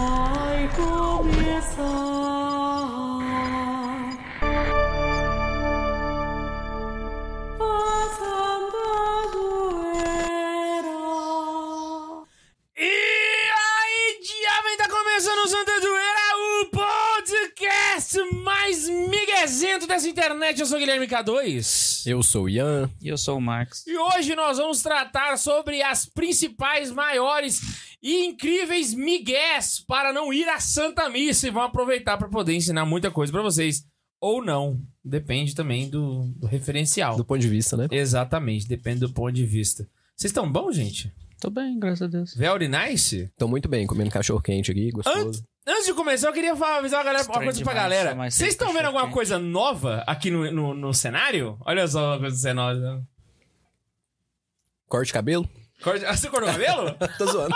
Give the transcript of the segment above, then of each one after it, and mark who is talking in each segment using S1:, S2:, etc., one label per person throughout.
S1: vai começar. Passando a zoeira.
S2: E aí, diabo, tá começando o Santa Zoeira, o podcast mais miguezento dessa internet. Eu sou o Guilherme K2.
S3: Eu sou o Ian.
S4: E eu sou o Max.
S2: E hoje nós vamos tratar sobre as principais, maiores e incríveis migués para não ir à Santa Missa. E vamos aproveitar para poder ensinar muita coisa para vocês. Ou não. Depende também do, do referencial.
S3: Do ponto de vista, né?
S2: Exatamente, depende do ponto de vista. Vocês estão bom, gente?
S4: Tô bem, graças a Deus.
S2: Very nice?
S3: Tô muito bem comendo cachorro quente aqui, gostoso.
S2: Antes de começar, eu queria falar, avisar a galera, uma
S4: Estranho
S2: coisa pra
S4: demais,
S2: galera.
S4: chamar esse
S2: Vocês estão
S4: cachorro
S2: vendo alguma
S4: quente.
S2: coisa nova aqui no, no, no cenário? Olha só uma coisa do cenário. né?
S3: Corte de cabelo?
S2: Corte- Ah, Você cortou o cabelo?
S3: Tô zoando.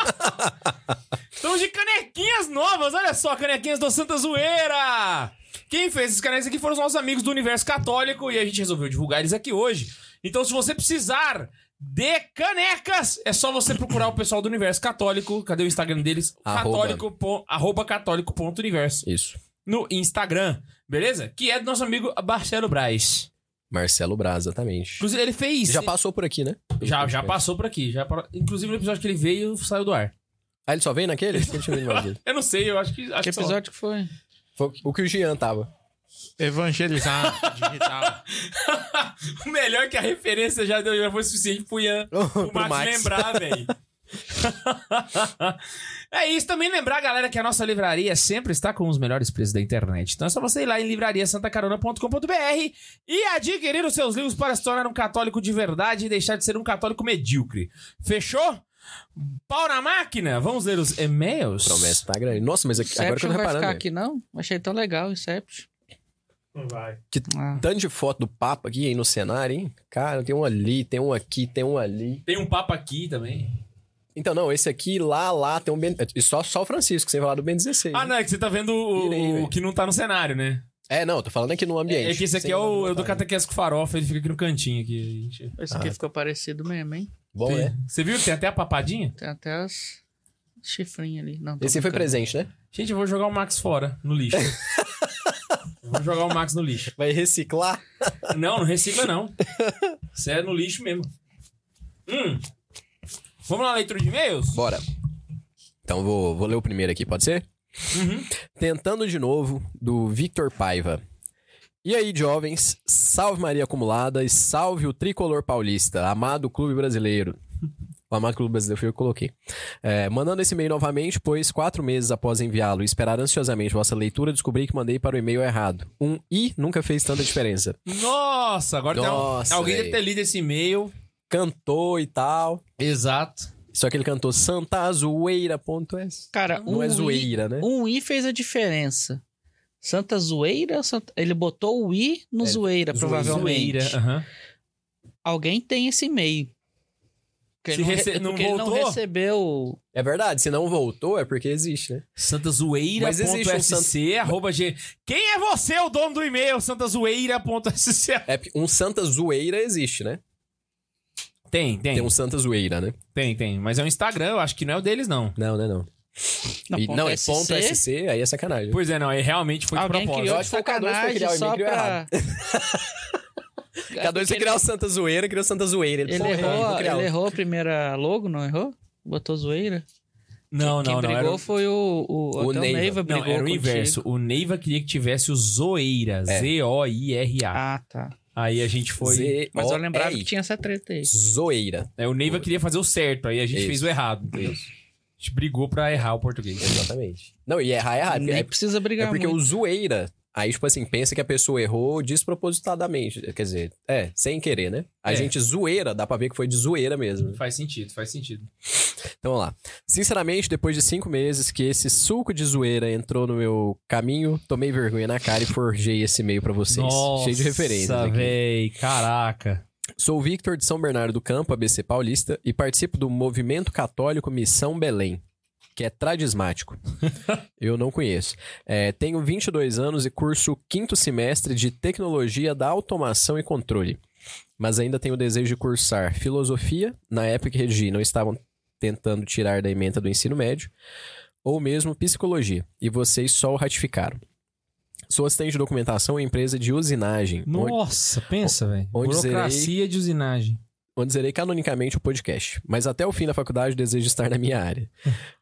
S2: Estamos de canequinhas novas, olha só, canequinhas do Santa Zoeira! Quem fez esses canecas aqui foram os nossos amigos do Universo Católico e a gente resolveu divulgar eles aqui hoje. Então, se você precisar de canecas, é só você procurar o pessoal do Universo Católico. Cadê o Instagram deles?
S3: Arroba.
S2: Católico, pon- arroba católico.universo.
S3: Isso.
S2: no Instagram, beleza? Que é do nosso amigo Marcelo Braz.
S3: Marcelo Braz, exatamente.
S2: Inclusive, ele fez.
S3: Já passou por aqui, né?
S2: já, já passou por aqui. Já, par- inclusive, no episódio que ele veio, saiu do ar.
S3: Ah, ele só veio naquele? Ele tinha vindo mais vezes.
S2: Eu não sei, eu acho que. Acho
S4: Que
S2: que só-
S4: episódio que foi?
S3: Foi o que o Jean tava.
S5: Evangelizar digital.
S2: O melhor é que a referência já deu, já foi suficiente pro Ian.
S3: Pro
S2: O Max, lembrar, velho. é isso, também lembrar, galera, que a nossa livraria sempre está com os melhores preços da internet. Então é só você ir lá em livrariasantacarona.com.br e adquirir os seus livros para se tornar um católico de verdade e deixar de ser um católico medíocre. Fechou? Pau na máquina? Vamos ler os e-mails?
S3: Promessa tá grande. Nossa, mas aqui, agora que eu
S4: Inception
S3: tô
S4: vai
S3: reparando,
S4: ficar
S3: velho.
S4: aqui, não? Achei tão legal o Inception.
S3: que
S4: Ah.
S3: tanto de foto do Papa aqui aí no cenário, hein? Cara, tem um ali, tem um aqui, tem um ali.
S2: Tem um papo aqui também.
S3: Então, não, esse aqui, lá, lá, tem um Ben... E só, só o Francisco, sem falar do Ben 16.
S2: Ah,
S3: né?
S2: não, é que você tá vendo o,
S3: Vira aí,
S2: o
S3: velho.
S2: que não tá no cenário, né?
S3: É, não, tô falando aqui no ambiente.
S2: É que esse aqui
S3: Sem
S2: é o, é o do
S3: botar, né?
S2: Catequese com Farofa, ele fica aqui no cantinho aqui. a gente-
S4: Então, Esse
S3: Ah.
S4: aqui ficou parecido mesmo, hein?
S3: Bom, né?
S2: Você viu que tem até a papadinha?
S4: Tem até as chifrinhas ali. Não, tô
S3: Esse foi
S4: brincando.
S3: presente, né?
S2: Gente, eu vou jogar o Max fora, no lixo. vou jogar o Max no lixo.
S3: Vai reciclar.
S2: Não, não recicla, não. Isso é no lixo mesmo. Hum. Vamos lá, leitura de e-mails?
S3: Bora. Então vou, vou ler o primeiro aqui, pode ser? Tentando de novo, do Victor Paiva. E aí, jovens, salve Maria Acumulada e salve o tricolor paulista, amado clube brasileiro. O amado clube brasileiro foi eu que coloquei. É, mandando esse e-mail novamente, pois quatro meses após enviá-lo e esperar ansiosamente vossa leitura, descobri que mandei para o e-mail errado. Um i nunca fez tanta diferença.
S2: Nossa, agora tem
S3: Nossa,
S2: um... Alguém
S3: véi.
S2: deve ter lido esse e-mail.
S3: Cantou e tal.
S2: Exato.
S3: Só que ele cantou santazoeira.es.
S4: Cara, um,
S3: Não é
S4: I,
S3: zoeira, né?
S4: um I fez a diferença. Santa Zoeira? ou Santa- Ele botou o I no
S3: É,
S4: Zoeira, provavelmente.
S2: Zoeira. aham.
S4: Alguém tem esse e-mail. Porque,
S2: Se
S4: ele não, re-
S2: rece- não
S4: porque ele não
S2: voltou?
S4: recebeu.
S3: É verdade, se não voltou é porque existe, né? Mas existe um
S2: santazoeira.sc arroba g... Quem é você, o dono do e-mail? santazoeira.sc
S3: É, porque um Santa Zoeira existe, né?
S2: Tem, tem,
S3: Tem
S2: tem,
S3: um Santa Zoeira, né?
S2: tem, Mas é o Instagram, eu acho que não é o deles, não.
S3: Não, né, não. E-
S4: ponto
S3: não, é
S4: SC.
S3: ponto SC, aí é sacanagem.
S2: Pois é, não, ele realmente foi de
S4: Alguém
S2: propósito.
S4: criou de
S3: acho que foi o K2 que foi
S4: sacanagem
S3: criar o
S4: só
S3: e-mail, criou
S4: pra...
S3: Cada dois você
S4: Porque
S3: criar o Santa Zoeira, criou o Santa Zoeira.
S4: Ele,
S3: falou, "Ah, vou
S4: errou,
S3: criar
S4: ele
S3: outro."
S4: errou a primeira logo, não errou? Botou zoeira?
S2: Não,
S4: Quem
S2: não, não.
S4: brigou
S2: Era... o-
S4: foi o... O,
S3: O
S4: até o
S3: Neiva.
S4: Neiva
S2: Não,
S4: brigou
S2: era o
S4: contigo.
S2: inverso. O Neiva queria que tivesse o Zoeira.
S3: É.
S2: Z-O-I-R-A.
S4: Ah, tá.
S2: Aí a gente foi.
S3: Z-
S4: Mas
S3: O-
S4: eu lembrava
S3: Ei,
S4: que tinha essa treta aí.
S3: Zoeira.
S2: É, o Neiva queria fazer o certo, aí a gente
S3: Isso.
S2: fez o errado. entendeu? A gente brigou pra errar o português.
S3: Exatamente. Não, e errar é errado.
S4: Nem
S3: porque
S4: precisa
S3: É, é
S4: brigar
S3: porque
S4: muito.
S3: o Zoeira... Aí, tipo assim, pensa que a pessoa errou despropositadamente. Quer dizer, é, sem querer, né? A
S2: É.
S3: gente zoeira, dá pra ver que foi de zoeira mesmo.
S2: Faz sentido, faz sentido.
S3: Então vamos lá. Sinceramente, depois de cinco meses que esse suco de zoeira entrou no meu caminho, tomei vergonha na cara e forjei esse e-mail pra vocês. Cheio de referências
S2: Nossa,
S3: aqui.
S2: véi, caraca.
S3: Sou o Victor de São Bernardo do Campo, ABC Paulista, e participo do Movimento Católico Missão Belém, que é tradismático. Eu não conheço. É, tenho 22 anos e curso o quinto semestre de Tecnologia da Automação e Controle. Mas ainda tenho o desejo de cursar Filosofia, na época que Regi não estavam tentando tirar da ementa do ensino médio, ou mesmo psicologia, e vocês só o ratificaram. Sou assistente de documentação em empresa de usinagem, onde,
S2: Nossa, pensa, velho.
S3: onde zerei-
S2: Burocracia de usinagem.
S3: onde zerei canonicamente o podcast, mas até o fim da faculdade desejo estar na minha área.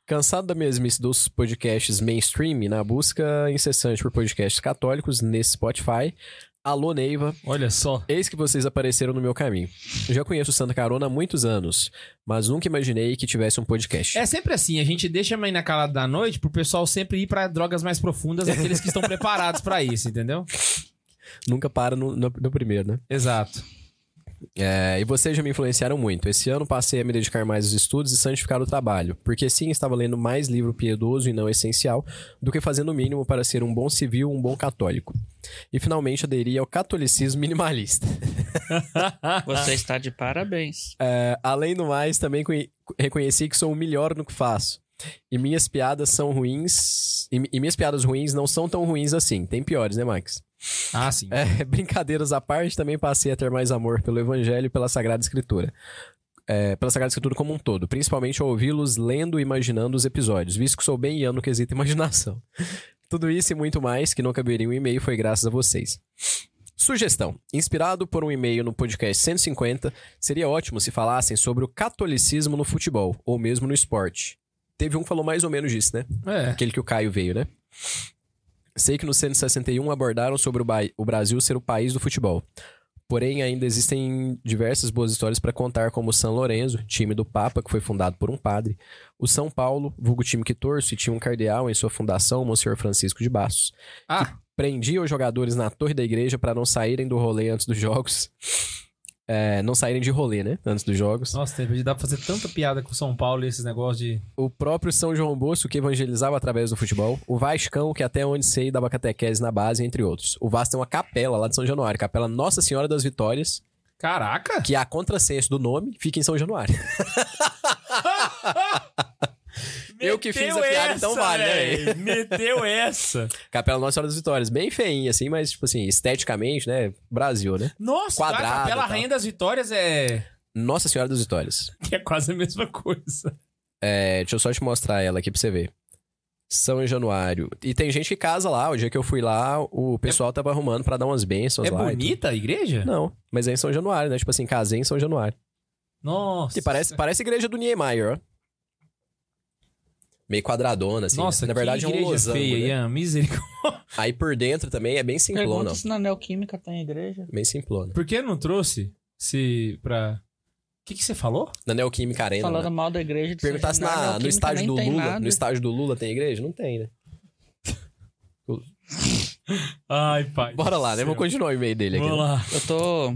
S3: Cansado da mesmice dos podcasts mainstream, e na busca incessante por podcasts católicos nesse Spotify, alô Neiva,
S2: Olha só.
S3: Eis que vocês apareceram no meu caminho. Já conheço Santa Carona há muitos anos, mas nunca imaginei que tivesse um podcast.
S2: É sempre assim, a gente deixa mais na calada da noite pro pessoal sempre ir pra drogas mais profundas, aqueles que estão preparados pra isso, entendeu?
S3: Nunca para no, no- no primeiro, né?
S2: Exato.
S3: É, e vocês já me influenciaram muito. Esse ano passei a me dedicar mais aos estudos e santificar o trabalho, porque sim, estava lendo mais livro piedoso e não essencial do que fazendo o mínimo para ser um bom civil, um bom católico. E finalmente aderi ao catolicismo minimalista.
S4: Você está de parabéns.
S3: É, além do mais, também conhe- reconheci que sou o melhor no que faço. E minhas piadas são ruins. E, mi- e minhas piadas ruins não são tão ruins assim. Tem piores, né, Max?
S2: Ah, sim.
S3: É, brincadeiras à parte, também passei a ter mais amor pelo Evangelho e pela Sagrada Escritura. É, pela Sagrada Escritura como um todo, principalmente ao ouvi-los lendo e imaginando os episódios, visto que sou bem iano no quesito imaginação. Tudo isso e muito mais que não caberia em um e-mail foi graças a vocês. Sugestão: inspirado por um e-mail no podcast 150, seria ótimo se falassem sobre o catolicismo no futebol, ou mesmo no esporte. Teve um que falou mais ou menos disso, né?
S2: É.
S3: Aquele que o Caio veio, né? Sei que no 161 abordaram sobre o, Bai- o Brasil ser o país do futebol. Porém, ainda existem diversas boas histórias para contar, como o São Lourenço, time do Papa, que foi fundado por um padre, o São Paulo, vulgo time que torço, e tinha um cardeal em sua fundação, Monsenhor Francisco de Bastos.
S2: Ah.
S3: Prendia os jogadores na torre da igreja para não saírem do rolê antes dos jogos. É, não saírem de rolê, né? Antes dos jogos.
S2: Nossa, teve- dá pra fazer tanta piada com São Paulo e esses negócios de.
S3: O próprio São João Bosco, que evangelizava através do futebol. O Vascão, que até onde sei dava catequese na base, entre outros. O Vasco tem uma capela lá de São Januário, Capela Nossa Senhora das Vitórias,
S2: Caraca!
S3: que é a contrassenso do nome fica em São Januário. Eu que fiz a piada, então vale, né,
S2: velho? Meteu essa.
S3: Capela Nossa Senhora das Vitórias, bem feinha assim, mas tipo assim, esteticamente, né, Brasil, né?
S2: Nossa,
S3: Quadrada,
S2: a Capela
S3: tá.
S2: Rainha das Vitórias é.
S3: Nossa Senhora das Vitórias.
S2: que é quase a mesma coisa.
S3: É, deixa eu só te mostrar ela aqui pra você ver. São Januário. E tem gente que casa lá. O dia que eu fui lá, o pessoal tava arrumando pra dar umas bênçãos
S2: é
S3: lá. e
S2: bonita a igreja?
S3: tudo. Não, mas é em São Januário, né? Tipo assim, casei em São Januário.
S2: Nossa.
S3: Que parece, parece a igreja do Niemeyer, ó. Meio quadradona, assim.
S2: Nossa,
S3: né? Na
S2: que
S3: verdade é um
S2: igreja
S3: losango,
S2: feia,
S3: né?
S2: Ian. Misericórdia.
S3: Aí por dentro também é bem simplona,
S4: Pergunta
S3: ó.
S4: se na Neoquímica tem igreja.
S3: Bem simplona.
S2: Por que não trouxe se pra... O que, que você falou?
S3: Na Neoquímica Arena,
S4: Falando
S3: né?
S4: mal da igreja de São
S3: Perguntasse
S4: Januário,
S3: na, no
S4: Neoquímica
S3: estádio
S4: nem
S3: do
S4: tem
S3: Lula,
S4: nada.
S3: no estádio do Lula tem igreja? Não tem, né?
S2: Ai, pai.
S3: Bora lá, né? Vou continuar o e-mail dele aqui. né?
S2: Vamos lá.
S4: Eu tô...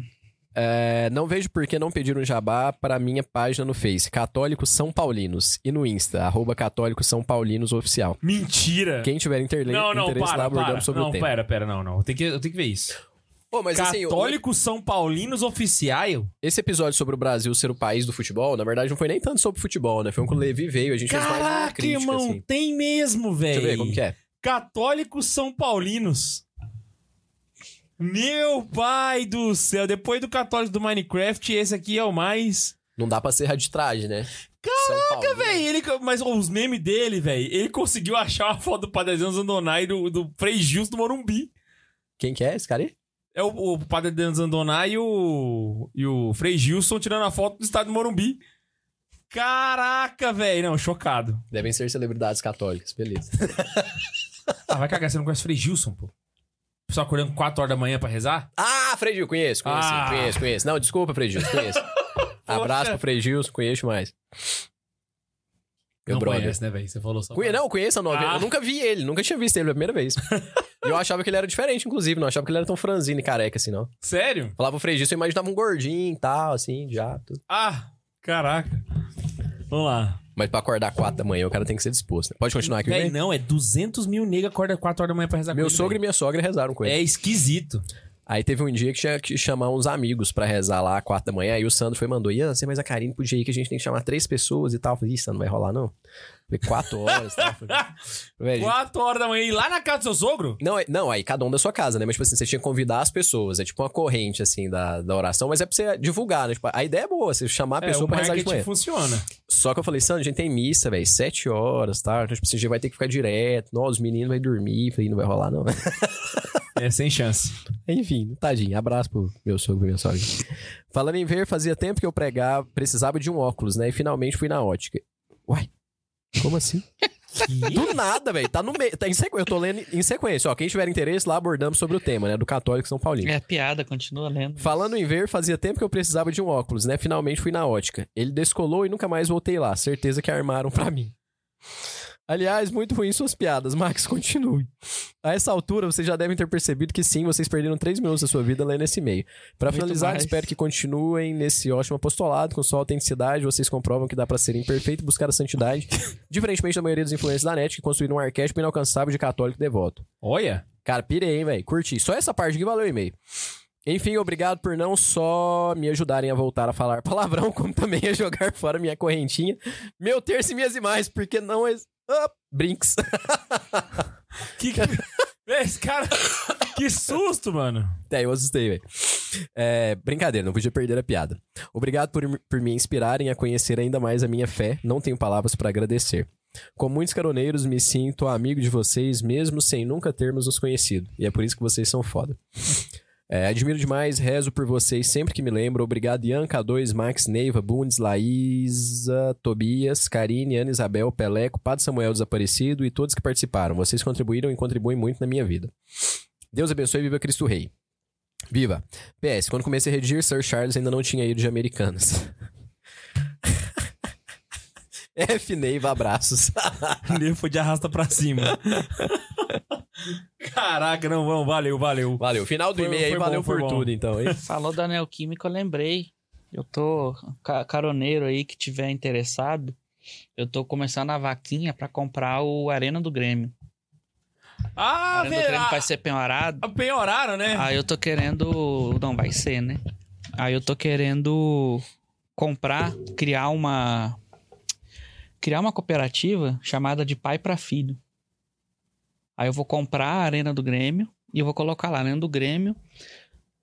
S3: É, não vejo por que não pedir um jabá para minha página no Face, Católicos São Paulinos, e no Insta, arroba Católicos São Paulinos Oficial.
S2: Mentira.
S3: Quem tiver interle-
S2: Não, não,
S3: interesse lá
S2: para,
S3: abordamos
S2: para.
S3: sobre
S2: não,
S3: o tema.
S2: pera, pera, não, não. Eu tenho que, eu tenho que ver isso.
S3: Pô, mas assim, o-
S2: Católicos São Paulinos Oficial?
S3: Esse episódio sobre o Brasil ser o país do futebol, na verdade, não foi nem tanto sobre futebol, né? Foi um que o Levi veio, a gente fez mais uma
S2: Caraca,
S3: crítica,
S2: irmão,
S3: assim.
S2: tem mesmo, velho.
S3: Deixa eu ver como que é.
S2: Católicos São Paulinos. Meu pai do céu, depois do católico do Minecraft, esse aqui é o mais.
S3: Não dá pra ser de traje, né? Caraca,
S2: Véi, ele, mas os memes dele, velho, ele conseguiu achar uma foto do Padre Adriano Zandonai do, do Frei Gilson do Morumbi.
S3: Quem que é esse cara aí?
S2: É o, o Padre Adriano Zandonai e o, e o Frei Gilson tirando a foto do estádio do Morumbi. Caraca, velho, não, chocado.
S3: Devem ser celebridades católicas, beleza.
S2: Ah, vai cagar, você não conhece o Frei Gilson, pô. O pessoal acordando 4 horas da manhã pra rezar?
S3: Ah, Frei Gil, conheço, conheço,
S2: Ah.
S3: conheço, conheço. Não, desculpa, Frei Gil, conheço. Abraço pro Frei Gil, conheço mais.
S2: não
S3: Meu É brother.
S2: conhece, né, velho? Você falou só.
S3: Conhe- Não, conheço a novela.
S2: Ah.
S3: Eu nunca vi ele, nunca tinha visto ele pela primeira vez. E eu achava que ele era diferente, inclusive. Não achava que ele era tão franzino e careca assim, não.
S2: Sério?
S3: Falava o Frei Gil, eu imaginava um gordinho e tal, assim, já, tudo.
S2: Ah, caraca. Vamos lá.
S3: Mas pra acordar 4 da manhã, o cara tem que ser disposto. né? Pode continuar aqui.
S2: Véi,
S3: Véi,
S2: não, é 200 mil nega acorda 4 horas da manhã pra rezar
S3: Meu
S2: com ele,
S3: sogro e minha sogra rezaram com
S2: véi.
S3: ele.
S2: É esquisito.
S3: Aí teve um dia que tinha que chamar uns amigos pra rezar lá, quatro da manhã. Aí o Sandro foi e mandou: Ian, você é mais a Karine podia ir que a gente tem que chamar três pessoas e tal. Eu falei: Ih, Sandro, não vai rolar não. Falei: quatro horas e tal. Falei, "Véi, gente,
S2: Quatro horas da manhã e lá na casa do seu sogro?
S3: não, é- não, aí cada um da sua casa, né? Mas, tipo assim, você tinha que convidar as pessoas. É tipo uma corrente, assim, da, da oração. Mas é pra você divulgar, né? Tipo, a ideia é boa, você chamar a pessoa
S2: o
S3: pra rezar de
S2: marketing
S3: manhã.
S2: funciona.
S3: Só que eu falei, Sandro, a gente tem missa, velho, sete horas, tá? Então, tipo, assim, a gente vai ter que ficar direto. Nossa, os meninos vão dormir. Falei, não vai rolar, não.
S2: É, sem chance.
S3: Enfim, tadinho. Abraço pro meu sogro e minha sogra. Falando em ver, fazia tempo que eu pregava, precisava de um óculos, né? E finalmente fui na ótica. Uai, como assim? Do nada, velho. Tá no meio. Tá em sequ... Eu tô lendo em sequência. Ó, quem tiver interesse, lá abordamos sobre o tema, né? Do Católico São Paulino.
S4: É a piada, continua lendo.
S3: Falando em ver, fazia tempo que eu precisava de um óculos, né? Finalmente fui na ótica. Ele descolou e nunca mais voltei lá. Certeza que armaram pra mim. Aliás, muito ruim suas piadas, Max, continue. A essa altura, vocês já devem ter percebido que sim, vocês perderam três minutos da sua vida lendo esse e-mail. Pra
S4: Muito
S3: finalizar,
S4: mais.
S3: espero que continuem nesse ótimo apostolado, com sua autenticidade, vocês comprovam que dá pra ser imperfeito e buscar a santidade, diferentemente da maioria dos influencers da net, que construíram um arquétipo inalcançável de católico devoto.
S2: Olha.
S3: Cara, pirei, hein, velho. Curti. Só essa parte aqui valeu o e-mail. Enfim, obrigado por não só me ajudarem a voltar a falar palavrão, como também a jogar fora minha correntinha, meu terço e minhas imagens, porque não é. Ah, brinks.
S2: Que... Esse cara... Que susto, mano.
S3: Até eu assustei, velho. É, brincadeira, não podia perder a piada. Obrigado por, por me inspirarem a conhecer ainda mais a minha fé. Não tenho palavras pra agradecer. Com muitos caroneiros, me sinto amigo de vocês, mesmo sem nunca termos nos conhecido. E é por isso que vocês são foda. É, admiro demais, rezo por vocês sempre que me lembro. Obrigado, Ian, K2, Max, Neiva, Bundes, Laísa, Tobias, Karine, Ana Isabel, Peleco, Padre Samuel Desaparecido e todos que participaram. Vocês contribuíram e contribuem muito na minha vida. Deus abençoe e viva Cristo Rei. Viva! PS, quando comecei a redigir, Sir Charles ainda não tinha ido de Americanas. F. Neiva, abraços.
S2: Ele foi de arrasta pra cima. Caraca, não, vamos, valeu, valeu.
S3: Valeu. Final do
S2: Foi-
S3: e-mail aí,
S2: foi bom,
S3: valeu
S2: foi
S3: por
S2: bom.
S3: tudo, então, hein?
S4: Falou da Neoquímica, eu lembrei. Eu tô ca- caroneiro aí que tiver interessado. Eu tô começando a vaquinha pra comprar o Arena do Grêmio. a
S2: Ah,
S4: Arena do
S2: velho.
S4: Grêmio vai ser penhorado.
S2: ah, Penhoraram, né?
S4: Aí eu tô querendo. Não, vai ser, né? Aí eu tô querendo comprar, criar uma. Criar uma cooperativa chamada de pai pra filho. Aí eu vou comprar a Arena do Grêmio e eu vou colocar lá, Arena do Grêmio,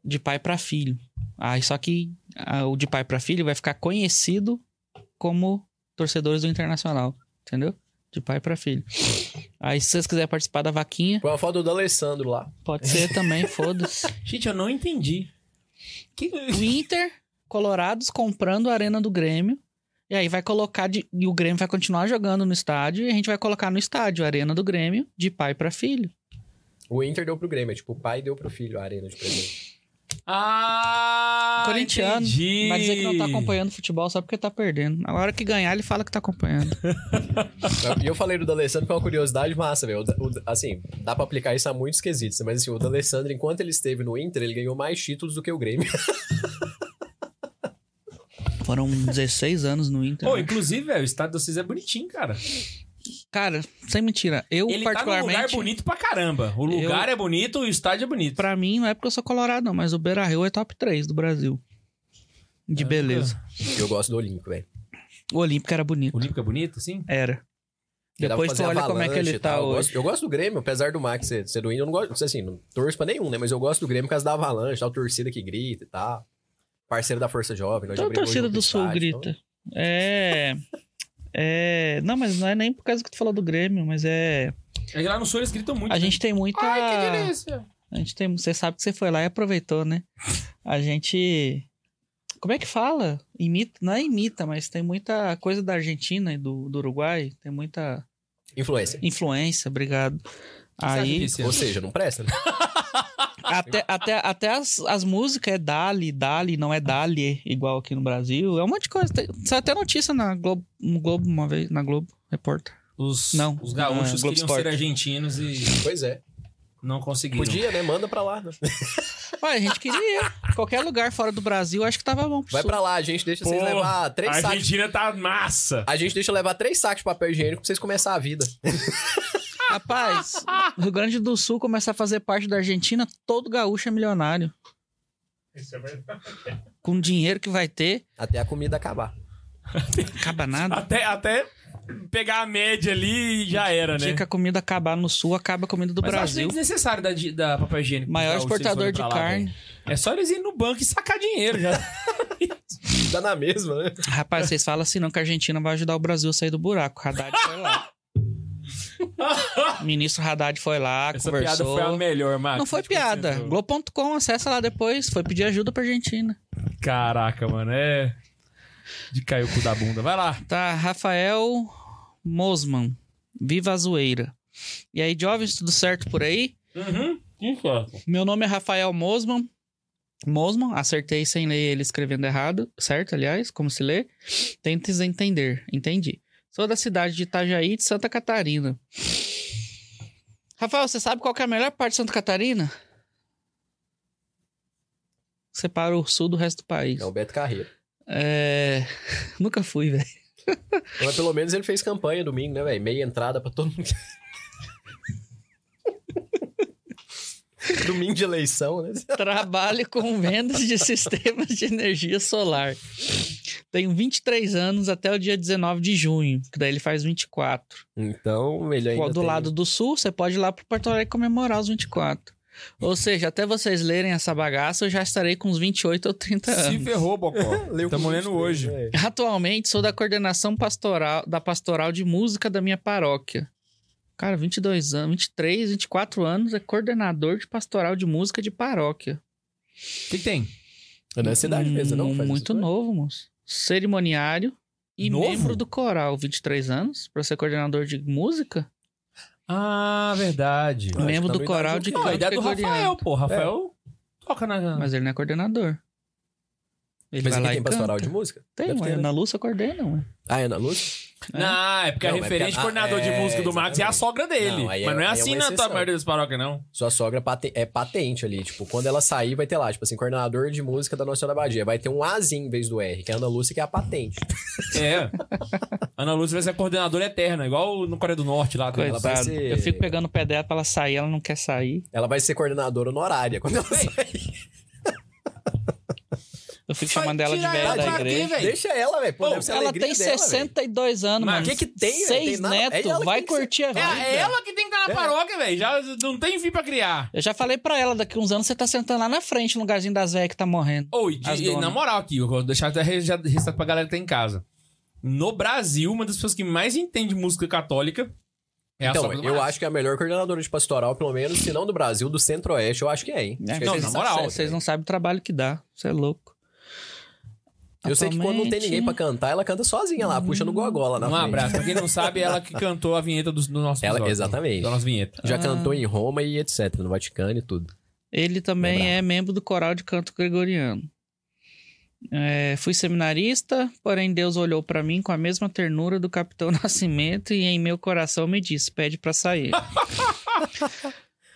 S4: de pai pra filho. Aí só que ah, o de pai pra filho vai ficar conhecido como torcedores do Internacional, entendeu? De pai pra filho. Aí se vocês quiserem participar da vaquinha,
S3: Põe uma foto do Alessandro lá.
S4: pode ser também, foda-se.
S2: Gente, eu não entendi. Que...
S4: O Inter, Colorados comprando a arena do Grêmio. E aí vai colocar de, e o Grêmio vai continuar jogando no estádio e a gente vai colocar no estádio a arena do Grêmio de pai pra filho.
S3: O Inter deu pro Grêmio, é tipo, o pai deu pro filho a arena de presente.
S2: Ah,
S4: Corintiano,
S2: entendi.
S4: Vai dizer que não tá acompanhando futebol só porque tá perdendo. Na hora que ganhar ele fala que tá acompanhando.
S3: E eu falei do D'Alessandro que é uma curiosidade massa, velho. O Da- o Da- Assim, dá pra aplicar isso a muitos quesitos, né? mas assim, o D'Alessandro, enquanto ele esteve no Inter, ele ganhou mais títulos do que o Grêmio.
S4: Foram 16 anos no Inter. né?
S2: Pô, inclusive, velho, o estádio de vocês é bonitinho, cara.
S4: Cara, sem mentira, eu
S2: Ele tá num
S4: particularmente
S2: lugar bonito pra caramba. O lugar é bonito, o estádio é bonito.
S4: Pra mim, não é porque eu sou colorado, não, mas o Beira Rio é top 3 do Brasil. De beleza.
S3: Eu gosto do Olímpico, velho.
S4: O Olímpico era bonito.
S2: O Olímpico é bonito, sim?
S4: Era.
S3: Que dá pra
S4: Depois tu
S3: fazer
S4: olha como é que
S3: avalanche
S4: ele
S3: e
S4: tá
S3: tal. Eu
S4: hoje.
S3: gosto, eu gosto do Grêmio, apesar do Max ser, ser do Inter, eu não gosto, assim, não torço pra nenhum, né? Mas eu gosto do Grêmio por causa da avalanche, tal, torcida que grita e tal. Parceiro da Força Jovem. nós já
S4: Toda
S3: brigamos
S4: Então torcida
S3: junto
S4: do
S3: no
S4: Sul
S3: estádio,
S4: grita.
S3: então-
S4: É. É. Não, mas não é nem por causa que tu falou do Grêmio, mas é.
S2: É que lá no Sul eles gritam muito.
S4: A
S2: né?
S4: gente tem muita.
S2: Ai, que delícia.
S4: A gente tem. Você sabe que você foi lá e aproveitou, né? A gente. Como é que fala? Imita. Não é imita, mas tem muita coisa da Argentina e do, do Uruguai. Tem muita
S3: então, Influência.
S4: influência, obrigado. Aí.
S2: Sacrifício.
S3: Ou seja, não presta, né?
S4: Até, até, até as, as músicas é Dali, Dali, não é Dali, igual aqui no Brasil. É um monte de coisa. Tem, saiu até notícia na Globo, no Globo uma vez, na Globo, repórter.
S2: Os,
S4: Não,
S2: os gaúchos
S4: ah, Globo
S2: queriam
S4: Esporte.
S2: ser argentinos e
S3: Pois é.
S2: não conseguiram.
S3: Podia, né? Manda pra lá. né?
S4: Ué, a gente queria. Qualquer lugar fora do Brasil, acho que tava bom. pro
S3: Vai
S4: sul.
S3: pra lá, a gente deixa vocês
S2: Pô,
S3: levar três
S2: a
S3: sacos.
S2: Argentina tá massa.
S3: A gente deixa levar três sacos de papel higiênico pra vocês começarem a vida.
S4: Rapaz, o Rio Grande do Sul começa a fazer parte da Argentina, todo gaúcho é milionário.
S5: Isso é verdade.
S4: Com o dinheiro que vai ter,
S3: Até a comida acabar.
S4: acaba nada.
S2: Até, até pegar a média ali e já era,
S4: O dia
S2: né?
S4: que a comida acabar no sul, acaba a comida do
S2: Mas eu acho
S4: Brasil.
S2: meio desnecessário da, di- da papel higiênico.
S4: Maior
S2: pra- se eles
S4: exportador
S2: forem
S4: de
S2: pra lá,
S4: carne.
S2: velho. É só eles irem no banco e sacar dinheiro já.
S3: Dá na mesma, né?
S4: Rapaz, vocês falam assim não que a Argentina vai ajudar o Brasil a sair do buraco. Haddad foi lá. O ministro Haddad foi lá,
S2: Essa piada
S4: conversou.
S2: foi a melhor, Max. Tipo assim,
S4: Não foi piada. Globo.com, acessa lá depois. Foi pedir ajuda pra Argentina.
S2: Caraca, mano, é. De cair o cu da bunda. Vai lá.
S4: Tá, Rafael Mosman. Viva a zoeira. E aí, jovens, tudo certo por aí?
S2: Uhum.
S4: Meu nome é Rafael Mosman. Mosman, acertei sem ler ele escrevendo errado, certo? Aliás, como se lê? Tentes entender, entendi. Sou da cidade de Itajaí, de Santa Catarina. Rafael, você sabe qual que é a melhor parte de Santa Catarina? Separa o sul do resto do país.
S3: É o Beto Carreiro.
S4: É... Nunca fui, velho.
S3: Mas pelo menos ele fez campanha domingo, né, velho? Meia entrada pra todo mundo. domingo de eleição, né?
S4: Trabalho com vendas de sistemas de energia solar. Tenho 23 anos até o dia 19 de junho, que daí ele faz 24.
S3: Então, ele ainda
S4: Qual do
S3: tem-
S4: lado do sul, você pode ir lá pro Porto Alegre comemorar os 24. Ou seja, até vocês lerem essa bagaça, eu já estarei com uns 28 ou 30
S2: Se
S4: anos.
S2: ferrou, Bocó.
S3: Leu
S2: Tamo
S3: com
S2: lendo
S3: 23,
S2: hoje.
S3: velho.
S4: Atualmente sou da coordenação pastoral da pastoral de música da minha paróquia. Cara, 22 anos, 23, 24 anos, é coordenador de pastoral de música de paróquia.
S2: O que, que tem?
S3: É na cidade mesmo, não?
S4: Hum,
S3: que faz
S4: Muito
S3: isso, né?
S4: novo, moço. Cerimoniário e
S2: Novo?
S4: membro do coral, 23 anos, pra ser coordenador de música.
S2: Ah, verdade.
S3: acho
S4: membro
S3: que tá na
S4: do
S3: idade
S4: coral
S3: é do
S4: de
S2: Não, a
S4: canto
S2: ideia do
S4: gregoriano.
S2: Rafael, pô. Rafael toca na.
S4: Mas ele não é coordenador. Ele
S3: Mas
S4: vai
S3: aqui
S4: lá
S3: tem
S4: e
S3: pastoral
S4: canta.
S3: de música?
S4: Tem,
S3: Deve
S4: ué,
S3: ter, né?
S4: na Lúcia coordena, ué.
S3: Ah, é na luz?
S2: Não, é porque
S3: Não,
S2: a
S3: mas
S2: referente
S3: porque- ah,
S2: coordenador de
S3: é,
S2: música do Max é a
S3: exatamente.
S2: sogra dele.
S3: Não, aí é-
S2: mas não é
S3: aí é
S2: assim
S3: uma
S2: na tua
S3: exceção.
S2: maioria das paróquias, não.
S3: Sua sogra pate- é patente ali. Tipo, quando ela sair, vai ter lá, tipo assim, coordenador de música da Nossa Senhora da Badia. Vai ter um Azinho em vez do R, que é a Ana Lúcia, que é a patente.
S2: É. Ana Lúcia vai ser a coordenadora eterna, igual no Coreia do Norte lá.
S4: Coitado.
S3: vai ser-
S4: Eu fico pegando o pé dela pra ela sair, ela não quer sair.
S3: Ela vai ser coordenadora honorária quando ela sair.
S4: Eu fico
S2: Vai
S4: chamando ela de
S2: tirar
S4: velha
S2: ela de
S4: da
S2: lá aqui,
S4: igreja.
S2: velho.
S3: Deixa ela, velho. Pô,
S2: Pô,
S3: deve ser a
S4: Ela
S3: alegria
S4: tem
S3: dela, velho.
S4: 62 anos,
S2: Mas
S4: mano.
S3: o que que tem, velho?
S4: Seis
S3: Tem nada- é
S4: netos,
S3: ela que
S4: vai
S3: tem que ser-
S4: curtir a vida.
S2: É, é ela que tem que estar na
S3: É.
S2: paróquia, velho. Já não tem fim pra criar.
S4: Eu já falei pra ela, daqui uns anos você tá sentando lá na frente, no lugarzinho das velhas que tá morrendo.
S2: Ou, e de-
S4: As
S2: e
S4: donas.
S2: na moral aqui, eu vou deixar até re- já registrado pra galera que tá em casa. No Brasil, uma das pessoas que mais entende música católica é a
S3: Então,
S2: sogra do
S3: eu
S2: Max.
S3: acho que é a melhor coordenadora de pastoral, pelo menos, se não do Brasil, do Centro-Oeste, eu acho que é, hein? Acho que
S2: não,
S3: é
S4: vocês
S2: na
S3: isso.
S4: não-
S2: moral,
S4: Vocês vocês não sabem o trabalho que dá. Você é louco.
S3: Eu sei que quando não tem
S4: Atualmente,
S3: ninguém pra cantar, ela canta sozinha lá, puxa no gogó lá na
S2: Um
S3: frente.
S2: abraço. Pra quem não sabe, ela que cantou a vinheta do, do nosso
S3: Ela-
S2: episódio.
S3: exatamente.
S2: Da nossa vinheta.
S3: Já
S4: Ah.
S3: cantou em Roma e etc, no Vaticano e tudo.
S4: Ele também
S3: Lembrar.
S4: é membro do coral de canto gregoriano. É, fui seminarista, porém Deus olhou pra mim com a mesma ternura do Capitão Nascimento e em meu coração me disse: pede pra sair.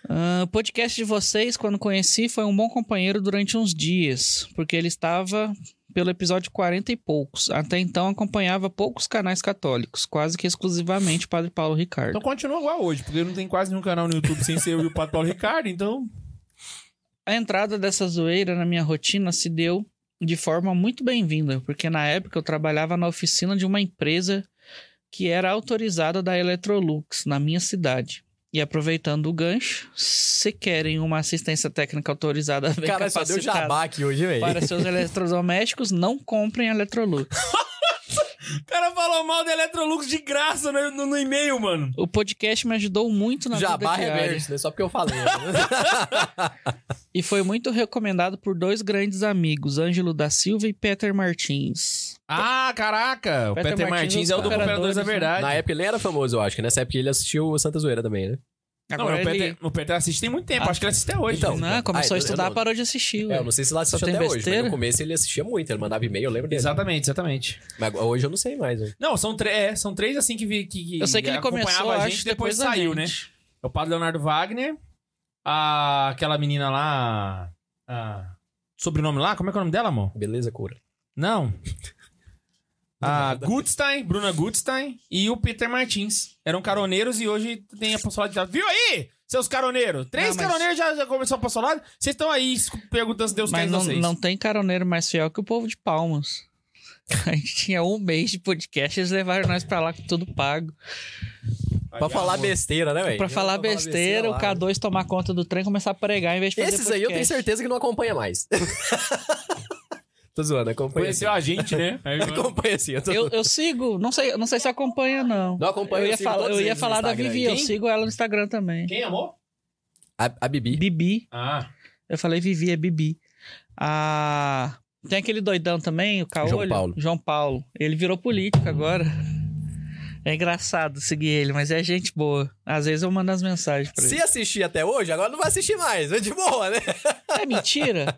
S4: Ah, o podcast de vocês, quando conheci, foi um bom companheiro durante uns dias, porque ele estava pelo episódio 40 e poucos. Até então acompanhava poucos canais católicos, quase que exclusivamente o Padre Paulo Ricardo.
S2: Então continua igual hoje, porque não tem quase nenhum canal no YouTube sem ser eu e o Pato Paulo Ricardo, então.
S4: A entrada dessa zoeira na minha rotina se deu de forma muito bem-vinda, porque na época eu trabalhava na oficina de uma empresa que era autorizada da Electrolux na minha cidade. E aproveitando o gancho, se querem uma assistência técnica autorizada bem
S3: Cara, só deu
S4: capacitada
S3: jabá aqui hoje, velho.
S4: para seus eletrodomésticos, não comprem Electrolux.
S2: O cara falou mal da Electrolux de graça no, no- no e-mail, mano.
S4: O podcast me ajudou muito na
S3: Jabá
S4: vida diária.
S3: reverso, né? Só porque eu falei. né?
S4: E foi muito recomendado por dois grandes amigos, Ângelo da Silva e Peter Martins.
S2: Ah, caraca! O
S4: Peter
S2: Peter, Martins,
S4: Martins
S2: é o do Cooperadores
S4: Cooperadores,
S2: da
S4: né?
S2: Verdade.
S3: Na época ele era famoso, eu acho, que nessa época ele assistiu o Santa Zoeira também, né?
S2: Não, o Peter, o Peter assiste tem muito tempo,
S4: Ah.
S2: acho que ele assiste até hoje. né?
S3: Então,
S4: Não, começou
S3: Ah,
S4: a
S3: eu-
S4: estudar,
S3: eu não-
S4: parou de assistir.
S3: É,
S4: ué.
S3: eu não sei se lá assiste
S4: Só tem
S3: até hoje, mas
S4: besteira?
S3: no começo ele assistia muito, ele mandava e-mail, eu lembro dele.
S2: Exatamente, exatamente.
S3: Mas agora- hoje eu não sei mais, velho.
S2: Não, são, tre- é, são três assim que, vi, que, que
S4: Eu sei que ele começou,
S2: acompanhava a gente
S4: acho,
S2: e depois,
S4: da
S2: saiu, né?
S4: gente.
S2: É o padre Leonardo Wagner, a, aquela menina lá. a- sobrenome lá? Como é que é o nome dela, amor?
S3: Beleza, cura.
S2: Não. A Gutstein, Bruna Gutstein e o Peter Martins. Eram caroneiros e hoje tem apostolado. Viu aí, seus caroneiros? Três
S4: Não, mas-
S2: caroneiros já, já começou apostolado? Vocês estão aí esco- perguntando se Deus quer
S4: Mas
S2: em
S4: não,
S2: vocês.
S4: não tem caroneiro mais fiel que o povo de Palmas. A gente tinha um mês de podcast, eles levaram nós pra lá com tudo pago.
S2: Aí,
S3: Pra falar
S2: amor.
S3: besteira, né, velho?
S4: pra falar besteira, o
S3: lá.
S4: K2 tomar conta do trem e começar a pregar em vez de fazer
S3: Esses aí eu tenho
S4: podcast.
S3: certeza que não acompanha mais. tô zoando, acompanha sim.
S2: Conheceu a gente, né? Aí,
S3: Acompanha sim, eu tô
S4: Eu, eu sigo, não sei, não sei se acompanha, não.
S3: Não acompanha,
S4: eu
S3: eu
S4: ia,
S3: sigo
S4: falar,
S3: todos
S4: eu ia
S3: eles no
S4: falar da
S3: Instagram.
S4: Vivi, eu
S3: Quem?
S4: sigo ela no Instagram também.
S2: Quem amor?
S3: A, a Bibi.
S4: Bibi.
S2: Ah,
S4: Eu falei Vivi, é Bibi. Ah, tem aquele doidão também, o Caolho.
S3: João Paulo.
S4: João Paulo. Ele virou político agora. É engraçado seguir ele, mas é gente boa. Às vezes eu mando as mensagens pra ele.
S3: Se assistir até hoje, agora não vai assistir mais. É de boa, né?
S4: É mentira?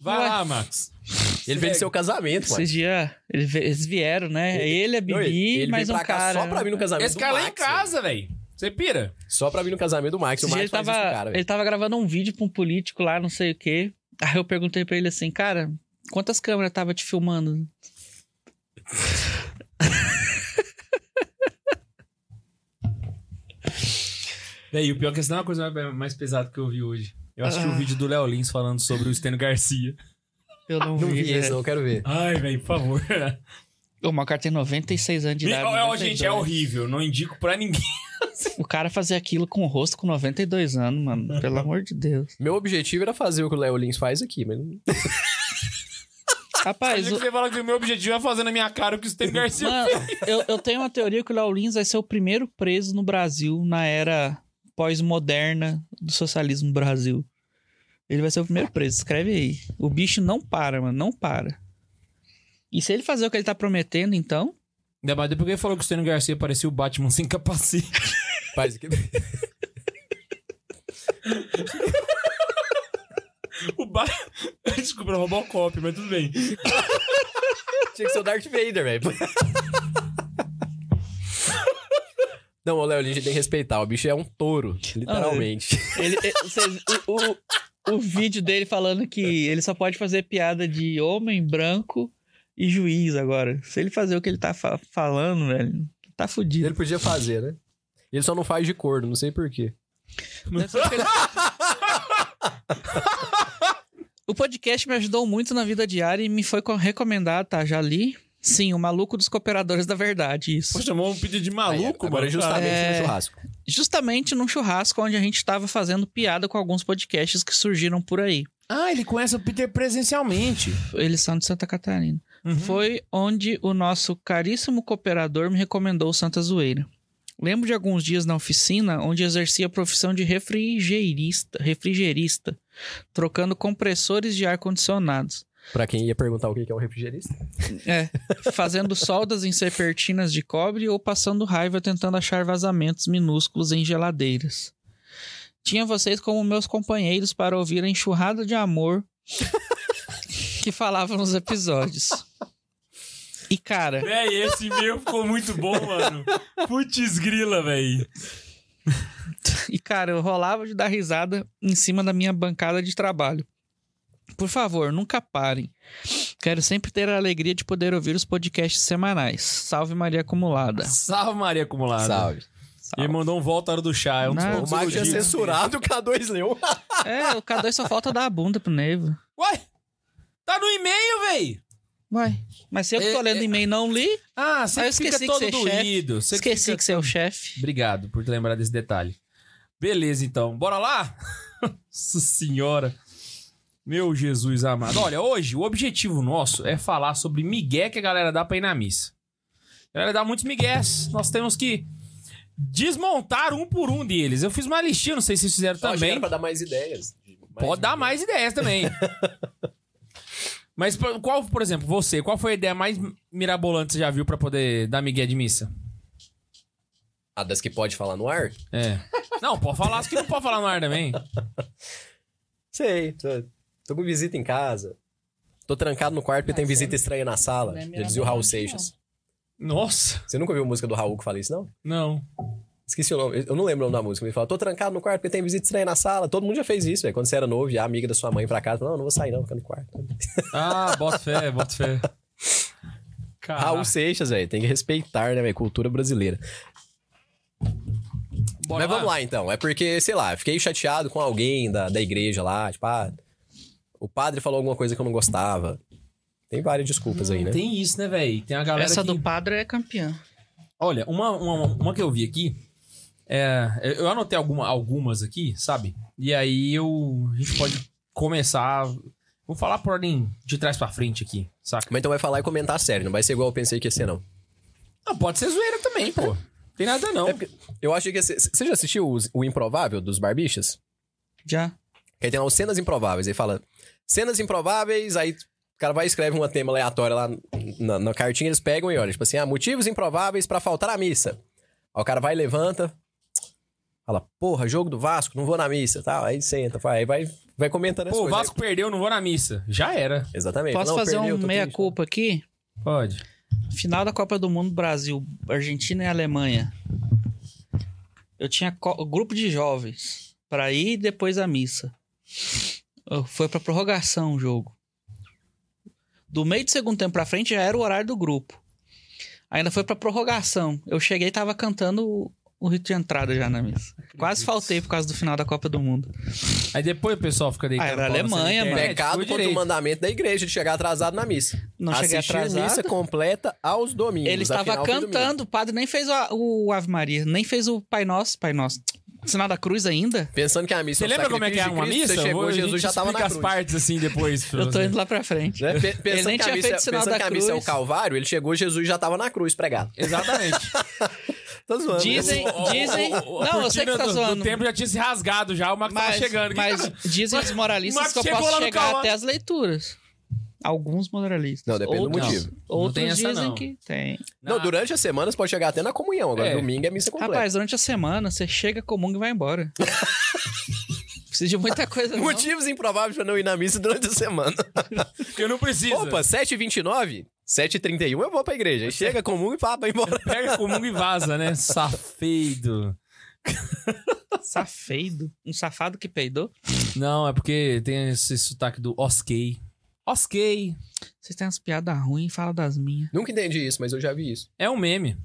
S2: vai
S4: Ué.
S2: lá, Max.
S3: Ele
S4: é
S3: veio do seu casamento, mano.
S4: Esses dias eles ve- eles vieram, né?
S3: Ele-
S4: Ele, a
S3: Não, ele-
S4: Bibi,
S3: ele
S4: mais
S3: veio
S4: um
S3: pra cá
S4: cara.
S3: Só pra mim no casamento
S2: Esse
S3: do
S2: cara lá é
S3: Max,
S2: em casa, velho. Você pira?
S3: velho. Só pra mim no casamento do Max.
S4: Esse
S3: O Max
S4: dia ele
S3: faz
S4: tava,
S3: isso com o cara, velho.
S4: ele tava gravando um vídeo pra um político lá, não sei o quê. Aí eu perguntei pra ele assim, cara, quantas câmeras tava te filmando?
S2: Véi, o pior é que essa não é uma coisa mais- mais pesada que eu vi hoje. Eu assisti o vídeo do Léo Lins falando sobre o Stênio Garcia.
S4: Eu não,
S3: Ah,
S4: né?
S3: Não vi
S4: velho.
S3: esse, não. Quero ver.
S2: Ai, velho, por favor.
S4: O Malcar tem 96 anos de idade.
S2: Ó, ó, gente, é
S4: 92.
S2: horrível. Não indico pra ninguém.
S4: O cara fazer aquilo com o rosto com 92 anos, mano. Pelo amor de Deus.
S3: Meu objetivo era fazer o que o Léo Lins faz aqui, mas... não-
S4: Rapaz,
S2: Mas
S4: o-
S2: você fala que o meu objetivo é fazer na minha cara o que o Stênio Garcia
S4: mano, eu, eu tenho uma teoria que o Léo Lins vai ser o primeiro preso no Brasil na era pós-moderna do socialismo no Brasil. Ele vai ser o primeiro preso, escreve aí. O bicho não para, mano, não para. E se ele fazer o que ele tá prometendo, então?
S2: Ainda mais depois que ele falou que o Stênio Garcia parecia o Batman sem capacete.
S3: Faz o que...
S2: O Batman... Desculpa, eu Robocop, mas tudo bem.
S3: Tinha que ser o Darth Vader, velho. Não, o Léo Lins a gente tem que respeitar. O bicho é um touro, literalmente.
S4: Ele, é, vocês- o, o, o vídeo dele falando que ele só pode fazer piada de homem branco e juiz agora. Se ele fazer o que ele tá fa- falando, velho, tá fudido.
S3: Ele podia fazer, né? Ele só não faz de corno, não sei porquê.
S4: Deve ser porque ele- o podcast me ajudou muito na vida diária e me foi co- recomendado, tá? Já li. Sim, o maluco dos cooperadores da verdade, isso.
S2: Pô, chamou um pedido de
S3: Aí,
S2: maluco,
S3: agora
S2: mano.
S3: justamente
S4: É.
S3: no churrasco.
S4: Justamente num churrasco onde a gente tava fazendo piada com alguns podcasts que surgiram por aí.
S2: Ah, ele conhece o Peter presencialmente.
S4: Eles são de Santa Catarina. Foi onde o nosso caríssimo cooperador me recomendou o Santa Zoeira. Lembro de alguns dias na oficina onde exercia a profissão de refrigerista, refrigerista trocando compressores de ar-condicionados.
S3: Pra quem ia perguntar o que que é um refrigerista.
S4: É, fazendo soldas em serpentinas de cobre ou passando raiva tentando achar vazamentos minúsculos em geladeiras. Tinha vocês como meus companheiros para ouvir a enxurrada de amor que falava nos episódios. E cara,
S2: Véi, esse meu ficou muito bom, mano. Putz grila, véi.
S4: E, cara, eu rolava de dar risada em cima da minha bancada de trabalho. Por favor, nunca parem. Quero sempre ter a alegria de poder ouvir os podcasts semanais. Salve Maria Acumulada.
S2: Salve Maria Acumulada.
S3: Salve.
S2: Ele mandou um volta hora do chá. É um dos
S4: Não,
S2: poucos
S3: O Max tinha
S2: elogios.
S3: censurado o K2 Leão.
S4: É, o K2 só falta dar a bunda pro Neiva.
S2: Ué, tá no e-mail, véi.
S4: Vai. Mas se eu que tô
S2: É,
S4: lendo
S2: é.
S4: e-mail e não li,
S2: Ah, você
S4: Ah, eu
S2: que fica
S4: esqueci que
S2: todo
S4: você é chefe.
S2: doído. Você que
S4: esqueci
S2: fica-
S4: que você é o chefe.
S2: Obrigado por lembrar desse detalhe. Beleza, então. Bora lá? Nossa senhora. Meu Jesus amado. Olha, hoje o objetivo nosso é falar sobre migué que a galera dá pra ir na missa. A galera dá muitos migués. Nós temos que desmontar um por um deles. Eu fiz uma listinha, não sei se vocês fizeram também.
S3: pra dar mais ideias.
S2: Pode dar mais ideias também. Mas por- qual, por exemplo, você, qual foi a ideia mais mirabolante que você já viu pra poder dar migué de missa?
S3: Ah, das que pode falar no ar?
S2: É. Não, pode falar, acho que não pode falar no ar também.
S3: Sei. Tô, tô com visita em casa. Tô trancado no quarto porque tem visita estranha na sala.
S4: Tá Não é
S3: Já dizia o Raul
S4: mirabolante,
S3: Seixas.
S2: Nossa.
S3: Você nunca ouviu a música do Raul que fala isso, não?
S2: Não.
S3: Esqueci o nome. Eu não lembro o nome da música. mas Ele fala, tô trancado no quarto porque tem visita estranha na sala. Todo mundo já fez isso, velho. Quando você era novo, e a amiga da sua mãe pra casa, não, não vou sair não, fica no quarto.
S2: Ah, bota fé, bota fé. Caralho.
S3: Raul Seixas, velho. Tem que respeitar, né, velho? Cultura brasileira.
S2: Bora
S3: Mas vamos lá, então. É porque, sei lá, fiquei chateado com alguém da, da igreja lá. Tipo, ah, o padre falou alguma coisa que eu não gostava. Tem várias desculpas aí, né?
S2: Tem isso, né, velho? Tem a galera
S4: Essa
S2: que...
S4: do padre é campeã.
S2: Olha, uma, uma, uma que eu vi aqui. é, eu anotei alguma- algumas aqui, sabe? E aí eu, a gente pode começar. Vou falar por ordem de trás pra frente aqui, saca?
S3: Mas então vai falar e comentar sério. Não vai ser igual eu pensei que ia ser, não.
S2: Não, pode ser zoeira também, pô. Tem nada não.
S3: É porque eu achei que ia ser... Você já assistiu os- o Improvável dos Barbichas?
S4: Já.
S3: Que aí tem lá os Cenas Improváveis. Aí fala... Cenas Improváveis, aí... O cara vai e escreve um tema aleatório lá na, na cartinha, eles pegam e olham. Tipo assim, ah, motivos improváveis pra faltar à missa. Aí o cara vai e levanta, fala, porra, jogo do Vasco, não vou na missa, tal. Aí senta, vai, aí vai, vai comentando as
S2: Pô, o
S3: coisas.
S2: Vasco perdeu, não vou na missa. Já era.
S3: Exatamente.
S4: Posso
S3: Não,
S4: fazer
S3: perdeu,
S4: um
S3: tô triste. tá.
S4: meia-culpa aqui?
S2: Pode.
S4: Final da Copa do Mundo Brasil, Argentina e Alemanha. Eu tinha co- grupo de jovens pra ir depois da missa. Eu- Foi pra prorrogação o jogo. Do meio do segundo tempo pra frente já era o horário do grupo. Ainda foi pra prorrogação. Eu cheguei e tava cantando o, o rito de entrada já na missa. Quase faltei por causa do final da Copa do Mundo.
S2: Aí depois o pessoal fica deitado.
S4: Ah, era Alemanha, mano.
S3: É
S2: É,
S3: Pecado contra o mandamento da igreja de chegar atrasado na missa.
S4: Não cheguei
S3: Assistir
S4: atrasado.
S3: missa completa aos domingos.
S4: Ele estava
S3: afinal, foi domingo.
S4: cantando, o padre nem fez a- o Ave Maria, nem fez o Pai Nosso, Pai Nosso. Sinal da cruz ainda?
S3: Pensando que a missa
S2: Você
S3: é o
S2: lembra como é que é
S3: sacrifício
S2: uma
S3: de Cristo,
S2: missa?
S3: Você chegou,
S2: Vou- a gente
S3: Jesus já tava na
S2: explica
S3: cruz.
S2: as partes assim depois. pra
S4: Eu tô
S2: você.
S4: indo lá pra frente.
S3: Né? Pe- Pensando
S4: nem
S3: que a
S4: tinha
S3: missa,
S4: feito sinal
S3: pensando
S4: da
S3: que a missa é o
S4: cruz.
S3: Calvário, ele chegou, Jesus já tava na cruz pregado.
S2: Exatamente.
S3: Tô zoando. Assim,
S4: Dizem,
S2: O- o-
S4: dizem.
S2: o- o- a
S4: Não, eu sei
S2: cortina
S4: que tá
S2: do-
S4: zoando.
S2: Do tempo já tinha se rasgado já, o Max tava
S4: mas
S2: chegando. Que tá
S4: mas dizem os moralistas
S2: Max
S4: que eu
S2: chegou lá
S4: posso
S2: no
S4: chegar
S2: Cauã.
S4: até as leituras. Alguns moralistas.
S3: Não, depende do
S4: Outros-
S3: motivo.
S4: Outros
S2: tem essa,
S4: dizem
S2: não.
S4: que tem.
S3: Não,
S2: Na-
S3: durante a semana você pode chegar até na comunhão. Agora,
S2: É.
S3: domingo é missa completa.
S4: Rapaz, durante a semana você chega, comunga e vai embora. Precisa de muita coisa. não.
S3: Motivos improváveis pra não ir na missa durante a semana.
S2: Porque não precisa.
S3: Opa, 7h29, 7h31 eu vou pra igreja. Aí chega comum e pá, vai embora.
S2: Pega comunga e vaza, né? Safeido.
S4: Safeido. Um safado que peidou.
S2: Não, é porque tem esse sotaque do Oskei. Oskei.
S4: Vocês têm umas piadas ruins, fala das minhas.
S3: Nunca entendi isso, mas eu já vi isso.
S2: É um meme.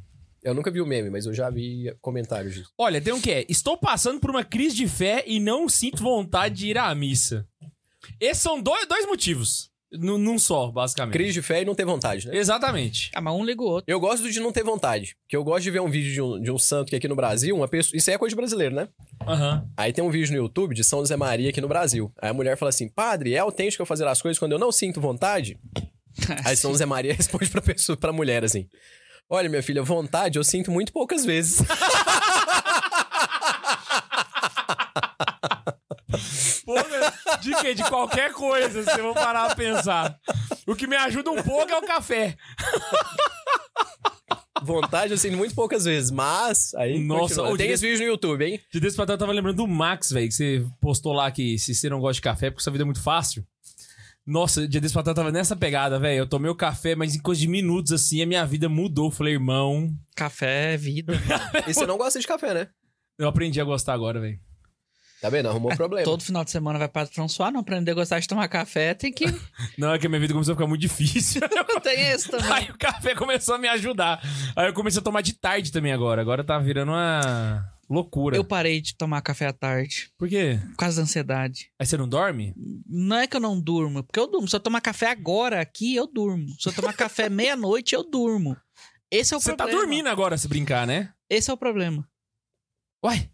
S3: Eu nunca vi o meme, mas eu já vi comentários disso.
S2: Olha, tem um que é. Estou passando por uma crise de fé e não sinto vontade de ir à missa. Esses são dois, dois motivos. Num num só, basicamente.
S3: Crise de fé e não ter vontade, né?
S2: Exatamente.
S4: Ah, mas um liga o outro.
S3: Eu gosto de não ter vontade. Porque eu gosto de ver um vídeo de um, de um santo que aqui no Brasil, uma pessoa. Isso aí é coisa de brasileiro, né?
S2: Aham.
S3: Aí tem um vídeo no YouTube de São José Maria aqui no Brasil. Aí a mulher fala assim: Padre, é autêntico eu fazer as coisas quando eu não sinto vontade? Aí São José Maria responde pra, pessoa, pra mulher assim: Olha, minha filha, vontade eu sinto muito poucas vezes.
S2: Pô, né? de quê? De qualquer coisa, se eu parar pra pensar. O que me ajuda um pouco é o café.
S3: vontade eu sinto muito poucas vezes, mas. Aí.
S2: Nossa,
S3: continua.
S2: ô,
S3: tem
S2: diga-
S3: esse vídeo no YouTube, hein?
S2: De desse pra trás, eu tava lembrando do Max, velho, que você postou lá que se você não gosta de café, é porque sua vida é muito fácil. Nossa, dia desse pra trás, eu tava nessa pegada, velho. Eu tomei o café, mas em coisa de minutos, assim, a minha vida mudou. Eu Falei, irmão,
S4: Café é vida.
S3: E você não gosta de café, né?
S2: eu aprendi a gostar agora, velho.
S3: Tá vendo? Arrumou problema.
S4: É, Todo final de semana vai pra François, não aprender a gostar de tomar café, tem que.
S2: Não, é que a minha vida começou a ficar muito difícil.
S4: tem esse também.
S2: Aí o café começou a me ajudar. Aí eu comecei a tomar de tarde também agora. Agora tá virando uma loucura.
S4: Eu parei de tomar café à tarde,
S2: Por quê?
S4: por causa da ansiedade.
S2: Aí você não dorme?
S4: Não é que eu não durmo, porque eu durmo. Se eu tomar café agora aqui, eu durmo. Se eu tomar café meia-noite, eu durmo. Esse é o
S2: Você tá
S4: problema.
S2: dormindo agora, se brincar, né?
S4: Esse é o problema.
S2: Uai.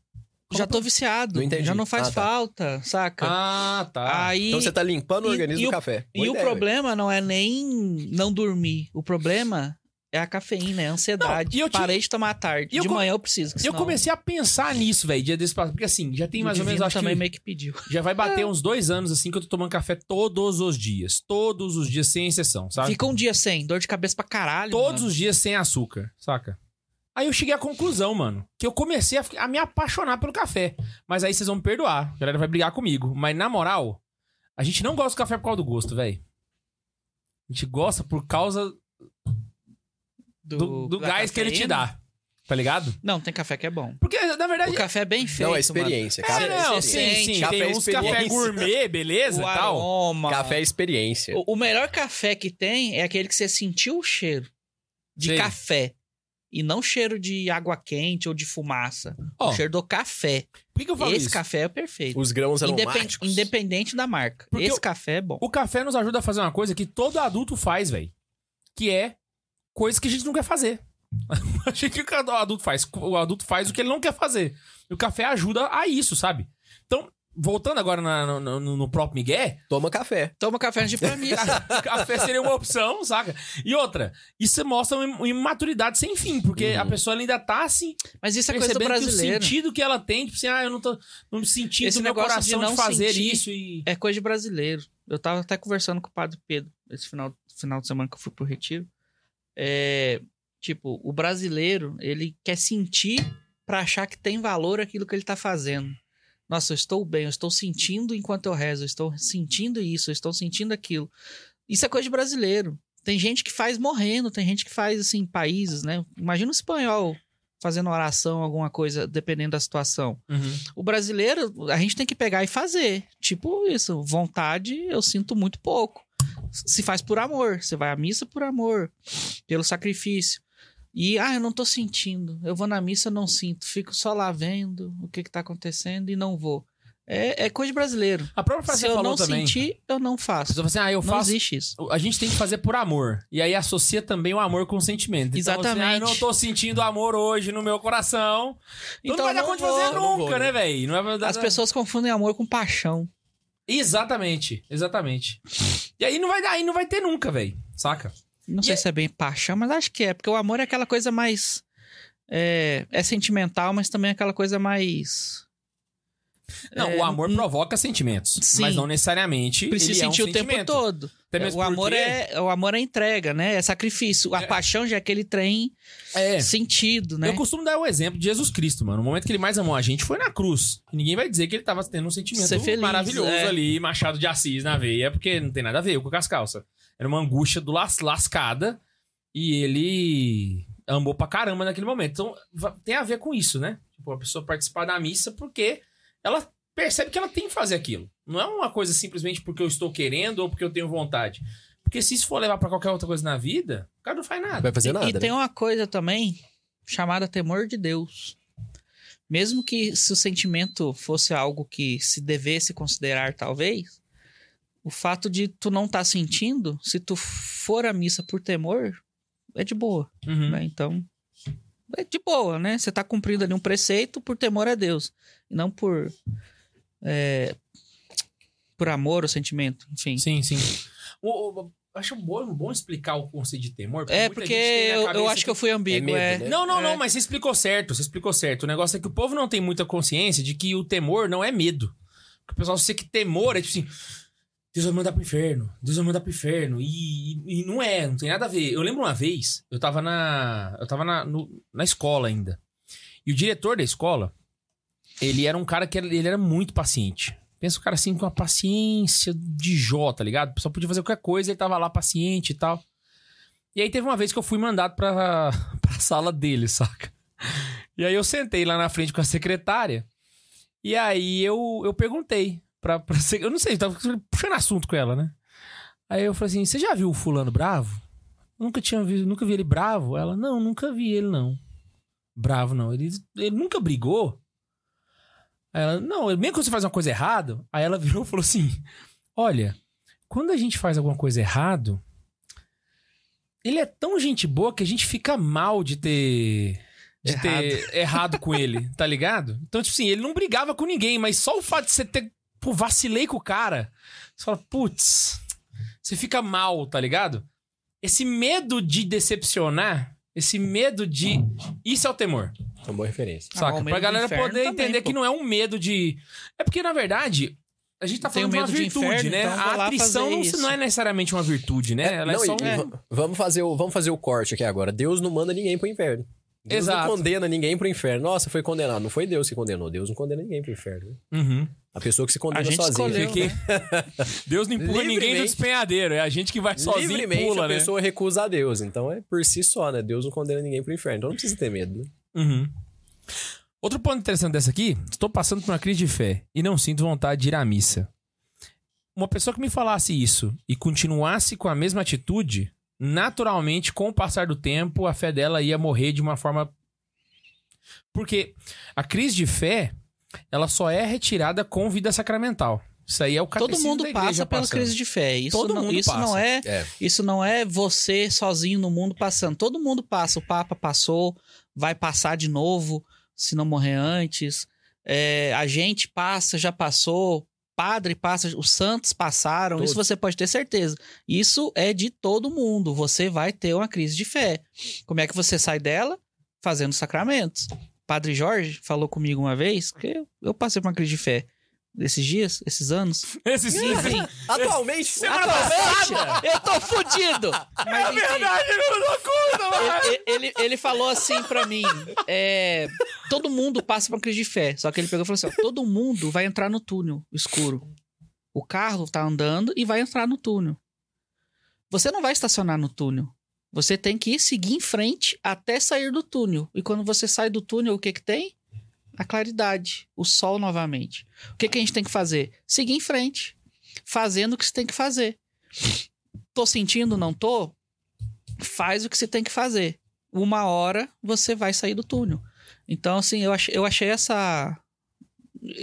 S4: Já tô viciado.
S3: Não entendi.
S4: Já não faz
S3: Ah, tá.
S4: falta, saca?
S2: Ah, tá.
S4: Aí.
S3: Então você tá limpando o
S4: e-
S3: organismo
S4: e
S3: do
S4: o-
S3: café.
S4: E
S3: Boa
S4: o
S3: ideia,
S4: problema não é nem não dormir. O problema é a cafeína, é a ansiedade.
S2: Não, e eu te-
S4: Parei de tomar à tarde.
S2: e eu
S4: de
S2: com-
S4: manhã eu preciso. que
S2: eu
S4: senão-
S2: comecei a pensar nisso, velho, dia desse passado. Porque assim, já tem
S4: o
S2: mais ou menos,
S4: divino
S2: acho
S4: também
S2: que
S4: meio É. que pediu.
S2: já vai bater uns dois anos, assim, que eu tô tomando café todos os dias. Todos os dias, sem exceção, sabe?
S4: Fica né? um dia sem, dor de cabeça pra caralho.
S2: Tá. Todos
S4: mano.
S2: os dias sem açúcar, saca? Aí eu cheguei à conclusão, mano, que eu comecei a, fi- a me apaixonar pelo café. Mas aí vocês vão me perdoar, a galera vai brigar comigo. Mas na moral, a gente não gosta do café por causa do gosto, velho. A gente gosta por causa do, do
S4: da
S2: gás que ele te
S4: cafeína.
S2: dá. Tá ligado?
S4: Não, tem café que é bom.
S2: Porque, na verdade,
S4: O café é bem feito.
S3: Não, é
S4: mano.
S3: experiência. Café
S2: É, não,
S3: experiência.
S2: sim,
S4: experiência.
S2: sim.
S3: Café
S2: tem uns café
S3: experiência.
S2: gourmet, beleza
S4: O
S2: e tal.
S4: aroma.
S3: Café é experiência.
S4: O, o melhor café que tem é aquele que você sentiu o cheiro. de
S3: Sim.
S4: café. E não cheiro de água quente ou de fumaça.
S2: Ó.
S4: O cheiro do café.
S2: Por que, que eu falo
S4: Esse
S2: isso?
S4: café é perfeito.
S3: Os grãos
S4: Indepen-
S3: aromáticos.
S4: independente da marca.
S2: Porque
S4: Esse
S2: eu-
S4: café é bom.
S2: O café nos ajuda a fazer uma coisa que todo adulto faz, velho. Que é coisas que a gente não quer fazer. a gente que o adulto faz. O adulto faz o que ele não quer fazer. E o café ajuda a isso, sabe? Então, voltando agora na- no, no- no próprio Miguel,
S3: Toma café.
S4: Toma café antes de família.
S2: ca- café seria uma opção, saca? E outra, isso mostra uma im- imaturidade sem fim, porque
S3: Uhum.
S2: a pessoa ela ainda tá assim,
S4: Mas isso é coisa do
S2: percebendo que o
S4: brasileiro.
S2: sentido que ela tem, tipo assim, ah, eu não tô não me sentindo
S4: Esse
S2: no meu
S4: negócio
S2: coração
S4: de
S2: de,
S4: não
S2: fazer
S4: sentir-
S2: isso e.
S4: É coisa de brasileiro. Eu tava até conversando com o padre Pedro esse final, final de semana que eu fui pro retiro. É, tipo, o brasileiro, ele quer sentir pra achar que tem valor aquilo que ele tá fazendo. Nossa, eu estou bem, eu estou sentindo enquanto eu rezo, eu estou sentindo isso, eu estou sentindo aquilo. Isso é coisa de brasileiro. Tem gente que faz morrendo, tem gente que faz assim, em países, né? Imagina o espanhol fazendo oração, alguma coisa, dependendo da situação. O brasileiro, a gente tem que pegar e fazer. Tipo isso, vontade eu sinto muito pouco. Se faz por amor, você vai à missa por amor, pelo sacrifício. E, ah, eu não tô sentindo. Eu vou na missa, eu não sinto. Fico só lá vendo o que que tá acontecendo e não vou. É, é coisa de brasileiro.
S2: A própria frase
S4: Se
S2: que
S4: eu
S2: falou
S4: não
S2: também.
S4: sentir, eu não faço.
S2: Você fala assim, ah, eu
S4: não
S2: faço
S4: existe isso.
S2: A gente tem que fazer por amor. E aí associa também o amor com o sentimento. Então,
S4: Exatamente.
S2: assim, ah, eu não tô sentindo amor hoje no meu coração. Então, não vai dar
S4: não
S2: conta de fazer
S4: vou.
S2: nunca,
S3: não vou,
S2: né,
S3: né?
S2: velho? Não vai dar-
S4: As pessoas confundem amor com paixão.
S2: Exatamente, exatamente. E aí não vai dar, aí não vai ter nunca, velho. Saca?
S4: Não
S2: E
S4: sei
S2: é-
S4: se é bem paixão, mas acho que é, porque o amor é aquela coisa mais. É, é sentimental, mas também é aquela coisa mais.
S2: Não,
S4: É,
S2: o amor
S4: n-
S2: provoca sentimentos.
S4: Sim.
S2: Mas não necessariamente.
S4: Precisa
S2: ele é um
S4: sentir o tempo
S2: sentimento.
S4: todo.
S2: Até mesmo
S4: o, amor
S2: porque-
S4: é, o amor é entrega, né? É sacrifício. A
S2: É.
S4: paixão já é aquele trem
S2: É.
S4: sentido, né?
S2: Eu costumo dar o exemplo de Jesus Cristo, mano. O momento que ele mais amou a gente foi na cruz. E ninguém vai dizer que ele tava tendo um sentimento
S4: Ser feliz,
S2: maravilhoso
S4: é.
S2: ali, Machado de Assis na veia, porque não tem nada a ver com as calças. Era uma angústia do las- lascada e ele amou pra caramba naquele momento. Então va- tem a ver com isso, né? Tipo, a pessoa participar da missa porque ela percebe que ela tem que fazer aquilo. Não é uma coisa simplesmente porque eu estou querendo ou porque eu tenho vontade. Porque se isso for levar pra qualquer outra coisa na vida, o cara não faz
S3: Não
S2: nada. né?
S3: vai fazer
S4: E-
S3: nada. né?
S4: E tem uma coisa também chamada temor de Deus. Mesmo que se o sentimento fosse algo que se devesse considerar, talvez, o fato de tu não estar sentindo, se tu for à missa por temor, é de boa,
S2: Uhum.
S4: né? Então, é de boa, né? Você tá cumprindo ali um preceito por temor a Deus, e não por é, por amor ou sentimento, enfim.
S2: Sim, sim. O- o- acho bom, bom explicar o conceito de temor.
S4: É
S2: muita
S4: porque
S2: gente tem na
S4: eu, eu
S2: cabeça
S4: acho que eu fui ambíguo,
S3: É medo,
S4: é.
S3: né?
S2: Não, não,
S4: É.
S2: não, mas você explicou certo, você explicou certo. O negócio é que o povo não tem muita consciência de que o temor não é medo. Porque o pessoal sei que temor é tipo assim. Deus vai mandar pro inferno, Deus vai mandar pro inferno. E, e- e não é, não tem nada a ver. Eu lembro uma vez, eu tava na. Eu tava na, no- na escola ainda. E o diretor da escola, ele era um cara que era, ele era muito paciente. Pensa o cara assim, com uma paciência de Jó, tá ligado? O pessoal podia fazer qualquer coisa, ele tava lá paciente e tal. E aí teve uma vez que eu fui mandado pra, pra sala dele, saca? E aí eu sentei lá na frente com a secretária. E aí eu, eu perguntei pra, pra sec- Eu não sei, eu tava puxando assunto com ela, né? Aí eu falei assim: você já viu o fulano bravo? Nunca tinha visto, nunca vi ele bravo? Ela, não, nunca vi ele, não. Bravo, não. Ele, ele nunca brigou. Aí ela, não, mesmo quando você faz uma coisa errada, aí ela virou e falou assim: Olha, quando a gente faz alguma coisa errado, ele é tão gente boa que a gente fica mal de ter. De ter errado com ele, tá ligado? Então, tipo assim, ele não brigava com ninguém, mas só o fato de você ter. Pô, vacilei com o cara. Você fala, putz, você fica mal, tá ligado? Esse medo de decepcionar, esse medo de. Isso é o temor.
S3: É uma boa referência.
S4: Ah,
S2: Saca?
S4: o medo
S2: pra
S4: do
S2: galera
S4: inferno
S2: poder
S4: também,
S2: entender
S4: pô.
S2: que não é um medo de. É porque, na verdade, a gente tá
S4: Tem
S2: falando
S4: o
S2: de uma
S4: medo de
S2: virtude,
S4: inferno,
S2: né?
S4: então vou
S2: a
S4: lá
S2: atrição
S4: fazer
S2: não,
S4: isso.
S2: não é necessariamente uma virtude, né? Ela
S3: não,
S2: é só
S3: e-
S2: um.
S3: e va- vamos, fazer o, vamos fazer o corte aqui agora. Deus não manda ninguém pro inferno. Deus
S2: Exato.
S3: não condena ninguém pro inferno. Nossa, foi condenado. Não foi Deus que condenou. Deus não condena ninguém pro inferno. né?
S2: Uhum.
S3: A pessoa que se condena
S4: A gente
S3: sozinha.
S4: escolheu,
S2: Fiquei- Deus não empurra ninguém do
S3: Livremente.
S2: despenhadeiro. É a gente que vai sozinho e
S3: Livremente
S2: pula,
S3: a
S2: né?
S3: pessoa recusa a Deus. Então é por si só, né? Deus não condena ninguém pro inferno. Então não precisa ter medo, né?
S2: Uhum. Outro ponto interessante dessa aqui: estou passando por uma crise de fé e não sinto vontade de ir à missa. Uma pessoa que me falasse isso e continuasse com a mesma atitude, naturalmente, com o passar do tempo, a fé dela ia morrer de uma forma. Porque a crise de fé, ela só é retirada com vida sacramental. Isso aí é o
S4: Todo
S2: catecismo da
S4: mundo
S2: igreja
S4: passa pelas
S2: passando.
S4: crises de fé. Isso
S2: Todo
S4: não,
S2: mundo
S4: isso não
S2: passa.
S4: é
S3: É.
S4: Isso não é você sozinho no mundo passando. Todo mundo passa. O Papa passou, vai passar de novo, se não morrer antes. É, a gente passa, já passou. Padre passa, os santos passaram. Isso
S3: Todos.
S4: você pode ter certeza. Isso é de todo mundo. Você vai ter uma crise de fé. Como é que você sai dela? Fazendo sacramentos. Padre Jorge falou comigo uma vez que eu, eu passei por uma crise de fé. Esses dias, esses anos.
S2: Esses sim,
S4: Enfim,
S3: Atualmente,
S2: Semana É
S4: Atualmente, eu tô fudido. Mas, enfim,
S2: eu não dou conta, mano.
S4: ele, ele, ele falou assim pra mim: é, todo mundo passa por uma crise de fé. Só que ele pegou e falou assim: ó, todo mundo vai entrar no túnel escuro. O carro tá andando e vai entrar no túnel. Você não vai estacionar no túnel. Você tem que seguir em frente até sair do túnel. E quando você sai do túnel, o que que tem? A claridade, o sol novamente. O que que a gente tem que fazer? Seguir em frente, fazendo o que você tem que fazer. Tô sentindo, não tô? faz o que você tem que fazer. Uma hora você vai sair do túnel. Então, assim, eu, ach- eu achei essa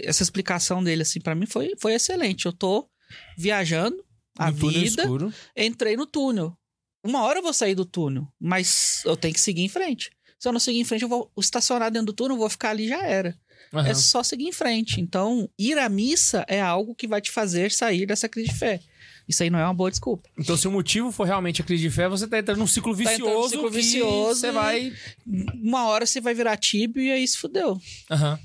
S4: essa explicação dele, assim, pra mim foi, foi excelente. Eu tô viajando a
S2: No túnel
S4: vida,
S2: escuro.
S4: entrei no túnel. Uma hora eu vou sair do túnel, mas eu tenho que seguir em frente. Se eu não seguir em frente, eu vou estacionar dentro do túnel, eu vou ficar ali já era.
S2: Aham.
S4: É só seguir em frente. Então, ir à missa é algo que vai te fazer sair dessa crise de fé. Isso aí não é uma boa desculpa.
S2: Então, se o motivo for realmente a crise de fé, você tá entrando num ciclo
S4: entrando
S2: vicioso.
S4: num ciclo
S2: que
S4: vicioso
S2: Você
S4: e-
S2: vai.
S4: uma hora você vai virar tibio e aí se fudeu.
S2: Aham.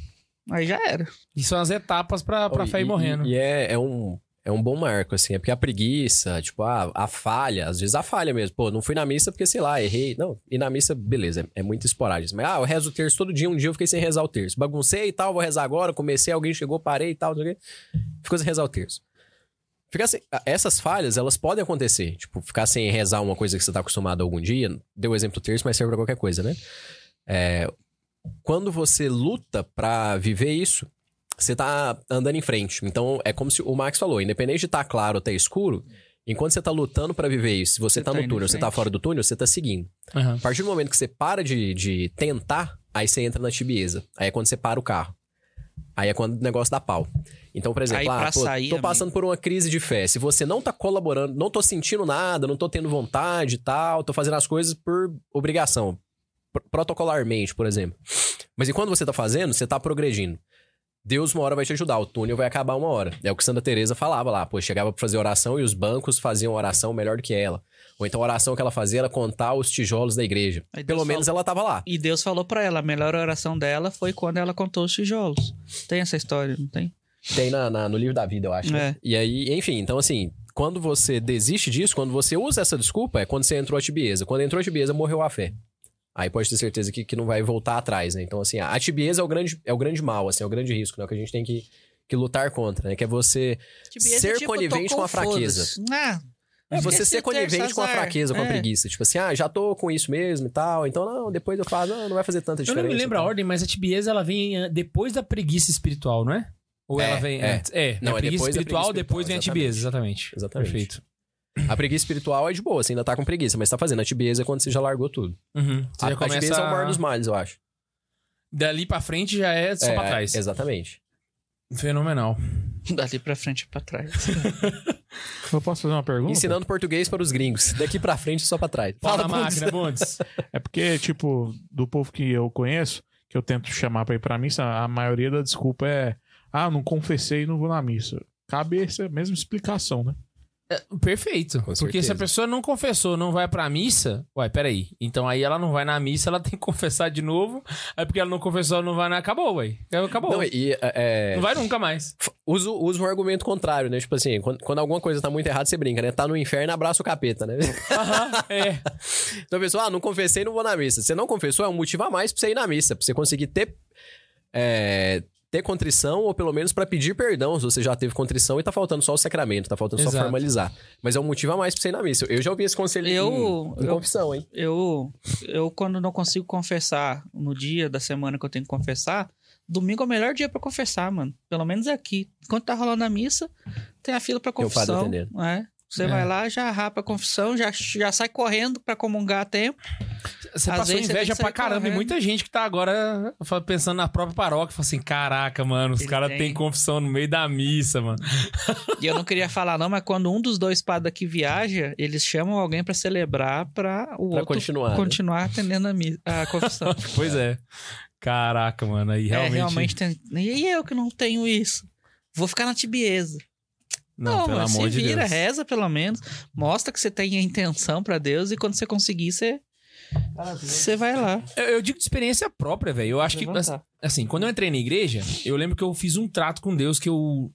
S4: Aí já era.
S2: E são as etapas pra, pra
S3: Oh,
S2: fé
S3: e-
S2: ir morrendo.
S3: E, e é, é um, é um bom marco, assim. É porque a preguiça, tipo, a, a falha, às vezes a falha mesmo. Pô, não fui na missa porque, sei lá, errei. Não, e na missa, beleza, é, é muito esporádico. Mas, ah, eu rezo o terço todo dia, um dia eu fiquei sem rezar o terço. Baguncei e tal, vou rezar agora, comecei, alguém chegou, parei e tal, não sei o quê. Ficou sem rezar o terço. Ficar sem- a- essas falhas, elas podem acontecer. Tipo, ficar sem rezar uma coisa que você tá acostumado algum dia. Deu o exemplo do terço, mas serve pra qualquer coisa, né? É, quando você luta pra viver isso, você tá andando em frente. Então, é como se o Max falou, independente de estar claro ou tá escuro, enquanto você tá lutando pra viver isso, se você
S4: Você
S3: tá,
S4: tá
S3: no
S4: indo em
S3: túnel, você tá
S4: frente.
S3: fora do túnel, você tá seguindo.
S2: Aham.
S3: A partir do momento que você para de, de tentar, aí você entra na tibieza. Aí é quando você para o carro. Aí é quando o negócio dá pau. Então, por exemplo,
S4: Aí pra
S3: ah, pô,
S4: sair,
S3: tô
S4: amigo.
S3: passando por uma crise de fé. Se você não tá colaborando, não tô sentindo nada, não tô tendo vontade e tal, tô fazendo as coisas por obrigação, pr- protocolarmente, por exemplo. Mas enquanto você tá fazendo, você tá progredindo. Deus uma hora vai te ajudar, o túnel vai acabar uma hora. É o que Santa Teresa falava lá, pô, chegava pra fazer oração e os bancos faziam oração melhor do que ela. Ou então a oração que ela fazia era contar os tijolos da igreja.
S4: Aí Deus
S3: Pelo menos ela tava lá.
S4: E Deus falou pra ela, a melhor oração dela foi quando ela contou os tijolos. Tem essa história, não tem?
S3: Tem na, na- no livro da vida, eu acho. né?
S4: É.
S3: E aí, enfim, então assim, quando você desiste disso, quando você usa essa desculpa, é quando você entrou a tibieza. Quando entrou a tibieza, morreu a fé. Aí pode ter certeza que, que não vai voltar atrás, né? Então, assim, a a tibieza é o grande, é o grande mal, assim, é o grande risco, né? Que a gente tem que, que lutar contra, né? Que é você. Ser conivente com a fraqueza.
S4: tipo, Ah,
S3: É você
S4: Esse
S3: ser conivente
S4: terço
S3: com a
S4: azar.
S3: fraqueza, com a
S4: É.
S3: preguiça. Tipo assim, ah, já tô com isso mesmo e tal. Então, não, depois eu faço, não, não vai fazer tanta
S2: Eu
S3: diferença. tá?
S2: não me lembro a
S3: tal.
S2: ordem, mas a tibieza ela vem eh, depois da preguiça espiritual, não é? Ou
S3: É,
S2: ela vem
S3: é.
S2: antes? É,
S3: Não,
S2: é
S3: é
S2: a preguiça
S3: depois da
S2: espiritual,
S3: preguiça
S2: depois vem a
S3: espiritual,
S2: tibieza, exatamente.
S3: Exatamente.
S2: Perfeito.
S3: A preguiça espiritual é de boa, você ainda tá com preguiça, mas tá fazendo. A tibieza é quando você já largou tudo.
S2: Uhum. Você
S3: a,
S2: já
S3: a tibieza
S2: começa
S3: é o maior dos males, eu acho.
S2: dali pra frente já é só
S3: é,
S2: pra trás.
S3: Exatamente.
S2: Fenomenal.
S4: dali pra frente e pra trás.
S5: Eu posso fazer uma pergunta?
S3: Ensinando português para os gringos. Daqui pra frente, só pra trás.
S2: Uhum. Fala,
S3: com
S2: máquina, Bundes.
S5: É porque, tipo, do povo que eu conheço, que eu tento chamar pra ir pra missa, a maioria da desculpa é: ah, não confessei e não vou na missa. Cabeça, mesma explicação, né?
S2: Perfeito.
S3: Com
S2: Porque se a
S3: certeza.
S2: pessoa não confessou, não vai pra missa, ué, peraí. Então aí ela não vai na missa, ela tem que confessar de novo. Aí porque ela não confessou, não vai na. Acabou, ué. Acabou.
S3: Não,
S2: Não,
S3: e, é, é,
S2: vai nunca mais.
S3: f- usa, usa um argumento contrário, né? Tipo assim, quando, quando alguma coisa tá muito errada, você brinca, né? Tá no inferno, abraça o capeta, né?
S2: Aham, é.
S3: Então a pessoa, ah, não confessei, não vou na missa. Você não confessou, é um motivo a mais pra você ir na missa, pra você conseguir ter. é, ter contrição, ou pelo menos pra pedir perdão, se você já teve contrição e tá faltando só o sacramento, tá faltando só
S2: Exato.
S3: formalizar. Mas é um motivo a mais pra você ir na missa. Eu já ouvi esse conselho em-
S4: Eu-
S3: em,
S4: eu-
S3: confissão, hein?
S4: Eu, eu, quando não consigo confessar no dia da semana que eu tenho que confessar, domingo é o melhor dia pra é confessar, mano. Pelo menos aqui. Enquanto tá rolando a missa, tem a fila pra
S3: Tem o padre
S4: confissão.
S3: atendendo.
S4: é. Você vai lá, já rapa a confissão, já, já sai correndo pra comungar a tempo.
S2: Você
S4: Às
S2: passou
S4: vezes você
S2: inveja
S4: tem que é.
S2: pra
S4: sair
S2: caramba. E
S4: correndo.
S2: muita gente que tá agora fa- pensando na própria paróquia. Fala assim, caraca, mano, os
S4: Ele
S2: caras
S4: tem.
S2: têm confissão no meio da missa, mano.
S4: E eu não queria falar não, mas quando um dos dois padres aqui viaja, eles chamam alguém pra celebrar pra o
S3: Pra
S4: outro
S3: continuar, né?
S4: continuar atendendo a, mi- a confissão.
S2: Pois é. Caraca, mano. Aí
S4: É,
S2: realmente...
S4: realmente tem... E eu que não tenho isso? Vou ficar na tibieza. Não,
S2: Não, pelo
S4: mano,
S2: amor
S4: se
S2: de
S4: vira, é.
S2: Deus.
S4: reza pelo menos. Mostra que você tem a intenção pra Deus e quando você conseguir, você, você vai lá.
S2: Eu, eu digo de experiência própria, velho. Eu acho que,
S4: levantar.
S2: assim, quando eu entrei na igreja, eu lembro que eu fiz um trato com Deus que eu.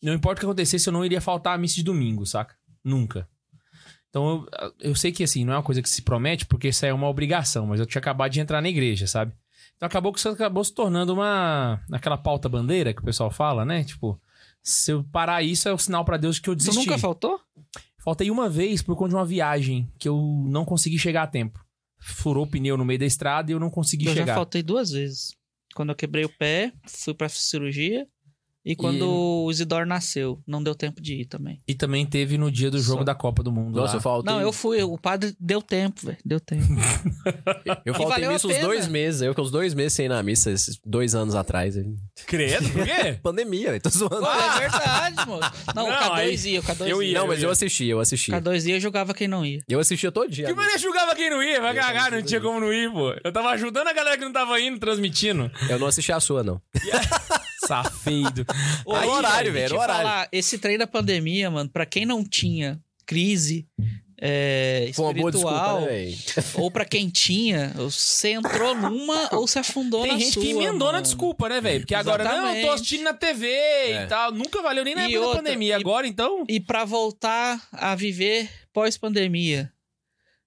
S2: Não importa o que acontecesse, eu não iria faltar a missa de domingo, saca? Nunca. Então eu, eu sei que, assim, não é uma coisa que se promete, porque isso aí é uma obrigação, mas eu tinha acabado de entrar na igreja, sabe? Então acabou que isso acabou se tornando uma. aquela pauta bandeira que o pessoal fala, né? Tipo, se eu parar isso é o sinal pra Deus de que eu
S4: Você
S2: desisti.
S4: nunca faltou?
S2: Faltei uma vez por conta de uma viagem que eu não consegui chegar a tempo. Furou o pneu no meio da estrada e eu não consegui
S4: eu já
S2: chegar.
S4: faltei duas vezes. Quando eu quebrei o pé, fui pra cirurgia. E quando
S3: E-
S4: o Isidoro nasceu, não deu tempo de ir também.
S2: E também teve no dia do jogo
S4: Só-
S2: da Copa do Mundo.
S3: Nossa,
S2: lá.
S3: eu faltei.
S4: Não, eu fui. O padre deu tempo, velho. Deu tempo.
S3: Eu
S4: E
S3: faltei
S4: valeu a
S3: missa uns
S4: pena.
S3: dois meses. Eu fiquei uns dois meses sem ir na missa, esses dois anos atrás. hein.
S2: Credo, por quê?
S3: Pandemia, velho. Tô zoando.
S4: é verdade, moço. Não, o
S2: Não,
S4: K2
S2: aí-
S4: ia. O K2
S2: eu
S4: ia.
S3: Não, mas eu assisti, eu assisti.
S4: O K2 ia eu jogava quem não ia.
S3: Eu assistia todo dia.
S2: que
S3: né. amigo.
S2: mané julgava quem não ia, vai
S3: Eu
S2: cagar,
S3: também
S2: não tinha
S3: julguei.
S2: como não ir, pô. Eu tava ajudando a galera que não tava indo, transmitindo.
S3: Eu não assisti a sua, não.
S2: Safado.
S4: Ô,
S3: Aí, horário,
S4: e
S3: velho,
S4: te
S3: horário.
S4: falar, esse trem da pandemia, mano, pra quem não tinha crise é,
S3: Foi uma boa desculpa,
S4: espiritual,
S3: né, velho?
S4: ou pra quem tinha, você entrou numa ou você afundou
S2: Tem
S4: na
S2: gente
S4: sua.
S2: que emendou na
S4: mano.
S2: desculpa, né, velho? Porque agora, não, eu tô
S4: Exatamente.
S2: assistindo na TV
S3: É.
S2: e tal. Nunca valeu nem na
S4: E
S2: época da
S4: outra,
S2: pandemia.
S4: e-
S2: Agora, então...
S4: E pra voltar a viver pós-pandemia.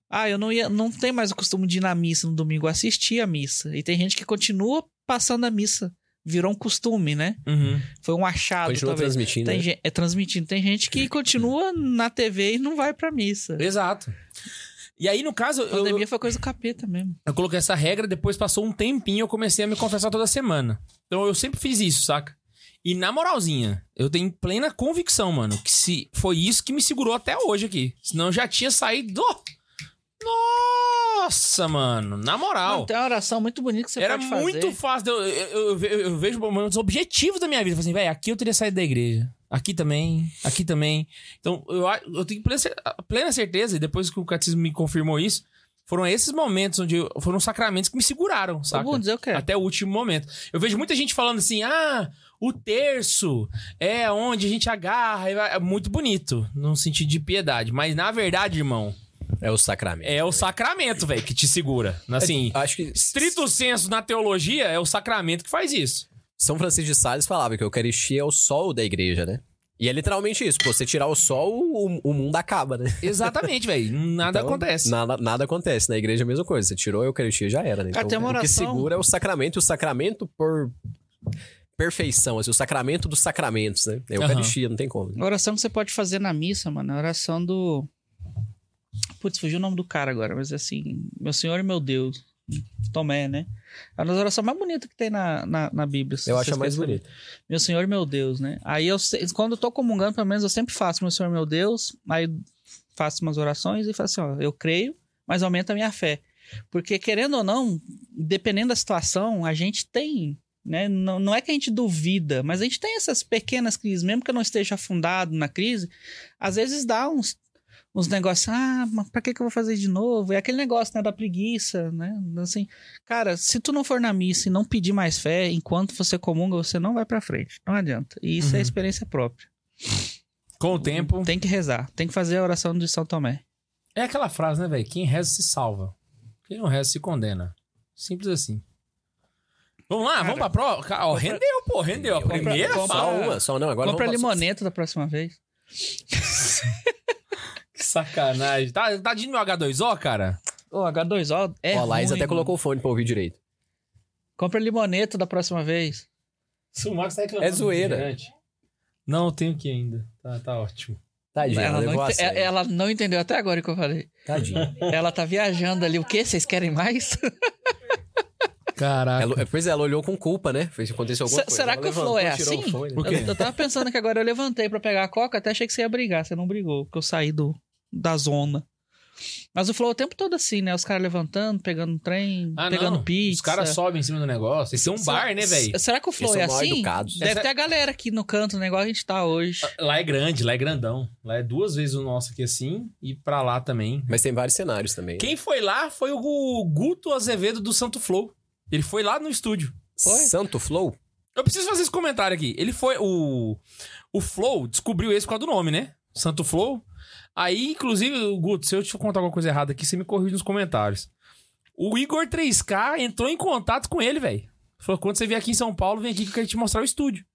S4: Ah, eu não ia, não tenho mais o costume de ir na missa no domingo assistir a missa. E tem gente que continua passando a missa. Virou um costume, né?
S2: Uhum.
S4: Foi um achado,
S3: Continua
S4: talvez.
S3: transmitindo.
S4: Tem
S3: né?
S4: gen- é transmitindo. Tem gente que continua na TV e não vai pra missa.
S2: Exato. E aí, no caso,
S4: A
S2: eu,
S4: pandemia foi coisa do capeta mesmo.
S2: eu coloquei essa regra, depois passou um tempinho, eu comecei a me confessar toda semana. Então eu sempre fiz isso, saca? E na moralzinha, eu tenho plena convicção, mano, que se foi isso que me segurou até hoje aqui. Senão eu já tinha saído. do- Nossa, mano, na moral.
S4: Mano, tem uma oração muito bonita que você
S2: Era
S4: pode fazer.
S2: muito fácil. de Eu, eu, eu- eu vejo momentos objetivos da minha vida. Eu falo assim, velho, aqui eu teria saído da igreja. Aqui também, aqui também. Então, eu, a- eu tenho plena, cer- a plena certeza, e depois que o catecismo me confirmou isso, foram esses momentos onde eu- foram os sacramentos que me seguraram, saca? É.
S4: Alguns eu quero.
S2: Até o último momento. Eu vejo muita gente falando assim: ah, o terço é onde a gente agarra. e vai- É muito bonito, num sentido de piedade. Mas, na verdade, irmão,
S3: É o sacramento. É,
S2: é o sacramento, velho, que te segura.
S4: É,
S2: Assim.
S3: Acho que
S2: Estrito senso na teologia é o sacramento que faz isso.
S3: São Francisco de Sales falava que a Eucaristia é o sol da igreja, né? E é literalmente isso. Pô, você tirar o sol, o, o mundo acaba, né?
S2: Exatamente, velho. Nada
S3: Então,
S2: acontece.
S3: Nada, nada acontece. Na igreja é a mesma coisa. Você tirou a Eucaristia, já era, né?
S4: Cara, tem uma
S3: o que
S4: oração.
S3: segura é o sacramento. E o sacramento por perfeição. Assim, o sacramento dos sacramentos, né? É a Eucaristia, não tem como.
S4: A oração que você pode fazer na missa, mano, é a oração do. Putz, fugiu o nome do cara agora, mas é assim, meu Senhor e meu Deus. Tomé, né? É uma das orações mais bonitas que tem na, na, na Bíblia. se
S3: Eu
S4: vocês
S3: acho a mais
S4: perceberem.
S3: bonita.
S4: Meu Senhor e meu Deus, né? Aí eu se- quando eu tô comungando, pelo menos eu sempre faço, meu Senhor e meu Deus, aí faço umas orações e faço assim, ó, eu creio, mas aumenta a minha fé. Porque querendo ou não, dependendo da situação, a gente tem, né? Não, não é que a gente duvida, mas a gente tem essas pequenas crises, mesmo que eu não esteja afundado na crise, às vezes dá uns uns negócios, ah, mas pra que que eu vou fazer de novo? É aquele negócio, né, da preguiça, né? Assim, cara, se tu não for na missa e não pedir mais fé, enquanto você comunga, você não vai pra frente. Não adianta. E isso
S2: Uhum.
S4: é experiência própria.
S2: Com o tempo.
S4: Tem que rezar, tem que fazer a oração de São Tomé.
S2: É aquela frase, né, velho? Quem reza se salva. Quem não reza se condena. Simples assim. Vamos lá, vamos pra prova. Ca- ó, rendeu, pô, rendeu. A
S3: Compra-
S2: primeira
S4: compra-
S2: fala.
S3: Só uma, só um não. Agora
S4: Compra
S3: vamos pra-
S4: limoneta da próxima vez.
S2: Que sacanagem. Tá, tá de meu H2O, cara?
S4: Ô, H2O é
S3: Ó, a Laís
S4: ruim,
S3: até
S4: mano.
S3: colocou o fone pra ouvir direito.
S4: Compra limoneta da próxima vez.
S2: Se o Marcos tá
S3: É zoeira.
S2: Não, eu tenho que ainda. Tá, tá ótimo.
S3: Tadinha, ela,
S4: ela,
S3: levou
S4: não
S3: a
S4: ente-
S3: sério.
S4: ela não entendeu até agora o que eu falei.
S3: Tadinha.
S4: Ela tá viajando ali. O quê? Vocês querem mais?
S2: Caraca.
S3: Ela- pois é, ela olhou com culpa, né? Foi aconteceu alguma
S4: Se-
S3: coisa.
S4: será
S3: Ela
S4: que o Flow
S3: levantou,
S4: é
S3: tirou
S4: assim?
S3: o fone.
S2: Por
S4: Eu,
S2: quê?
S4: eu tava pensando que agora eu levantei pra pegar a coca, até achei que você ia brigar, você não brigou, porque eu saí do, da zona. Mas o Flow é o tempo todo assim, né? Os caras levantando, pegando trem,
S2: Ah,
S4: pegando
S2: não.
S4: pizza.
S2: Os caras sobem em cima do negócio. Esse é um bar, né, velho?
S4: Será que o Flow é
S3: Eles são mal
S4: assim?
S3: educados.
S4: Deve
S2: Será-
S4: ter a galera aqui no canto, né? Igual a gente tá hoje.
S2: Lá é grande, lá é grandão. Lá é duas vezes o nosso aqui assim e pra lá também.
S3: Mas tem vários cenários também.
S2: Quem foi lá foi o Guto Azevedo do Santo Flow. Ele foi lá no estúdio.
S4: Foi?
S3: Santo Flow?
S2: Eu preciso fazer esse comentário aqui. Ele foi. O, o Flow descobriu esse por causa do nome, né? Santo Flow. Aí, inclusive, o Guto, se eu te contar alguma coisa errada aqui, você me corrige nos comentários. O Igor 3K entrou em contato com ele, velho. Falou: quando você vier aqui em São Paulo, vem aqui que eu quero te mostrar o estúdio.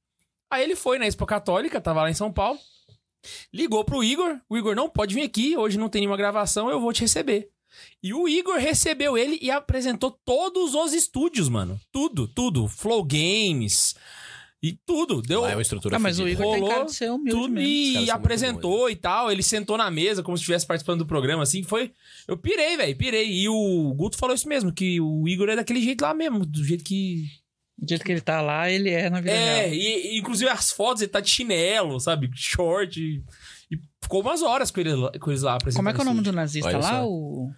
S2: Aí ele foi na Expo Católica, tava lá em São Paulo. Ligou pro Igor. O Igor não pode vir aqui, hoje não tem nenhuma gravação, eu vou te receber. E o Igor recebeu ele e apresentou todos os estúdios, mano. Tudo, tudo. Flow Games e tudo. Deu
S3: Lá é uma estrutura
S4: Ah, mas o
S3: fodida.
S4: Igor tem
S2: Rolou
S4: cara de ser humilde
S2: tudo
S4: mesmo.
S3: Os caras
S2: e
S3: são muito
S2: apresentou e tal. Ele sentou na mesa como se estivesse participando do programa, assim. Foi. Eu pirei, velho, pirei. E o Guto falou isso mesmo, que o Igor é daquele jeito lá mesmo, do jeito que.
S4: Do jeito que ele tá lá, ele é na vida
S2: É,
S4: real.
S2: e, e inclusive as fotos ele tá de chinelo, sabe? Short. E, e ficou umas horas com, ele, lá- com eles lá apresentando.
S4: Como é que é o nome do nazista
S3: Olha
S4: lá?
S3: só.
S4: O...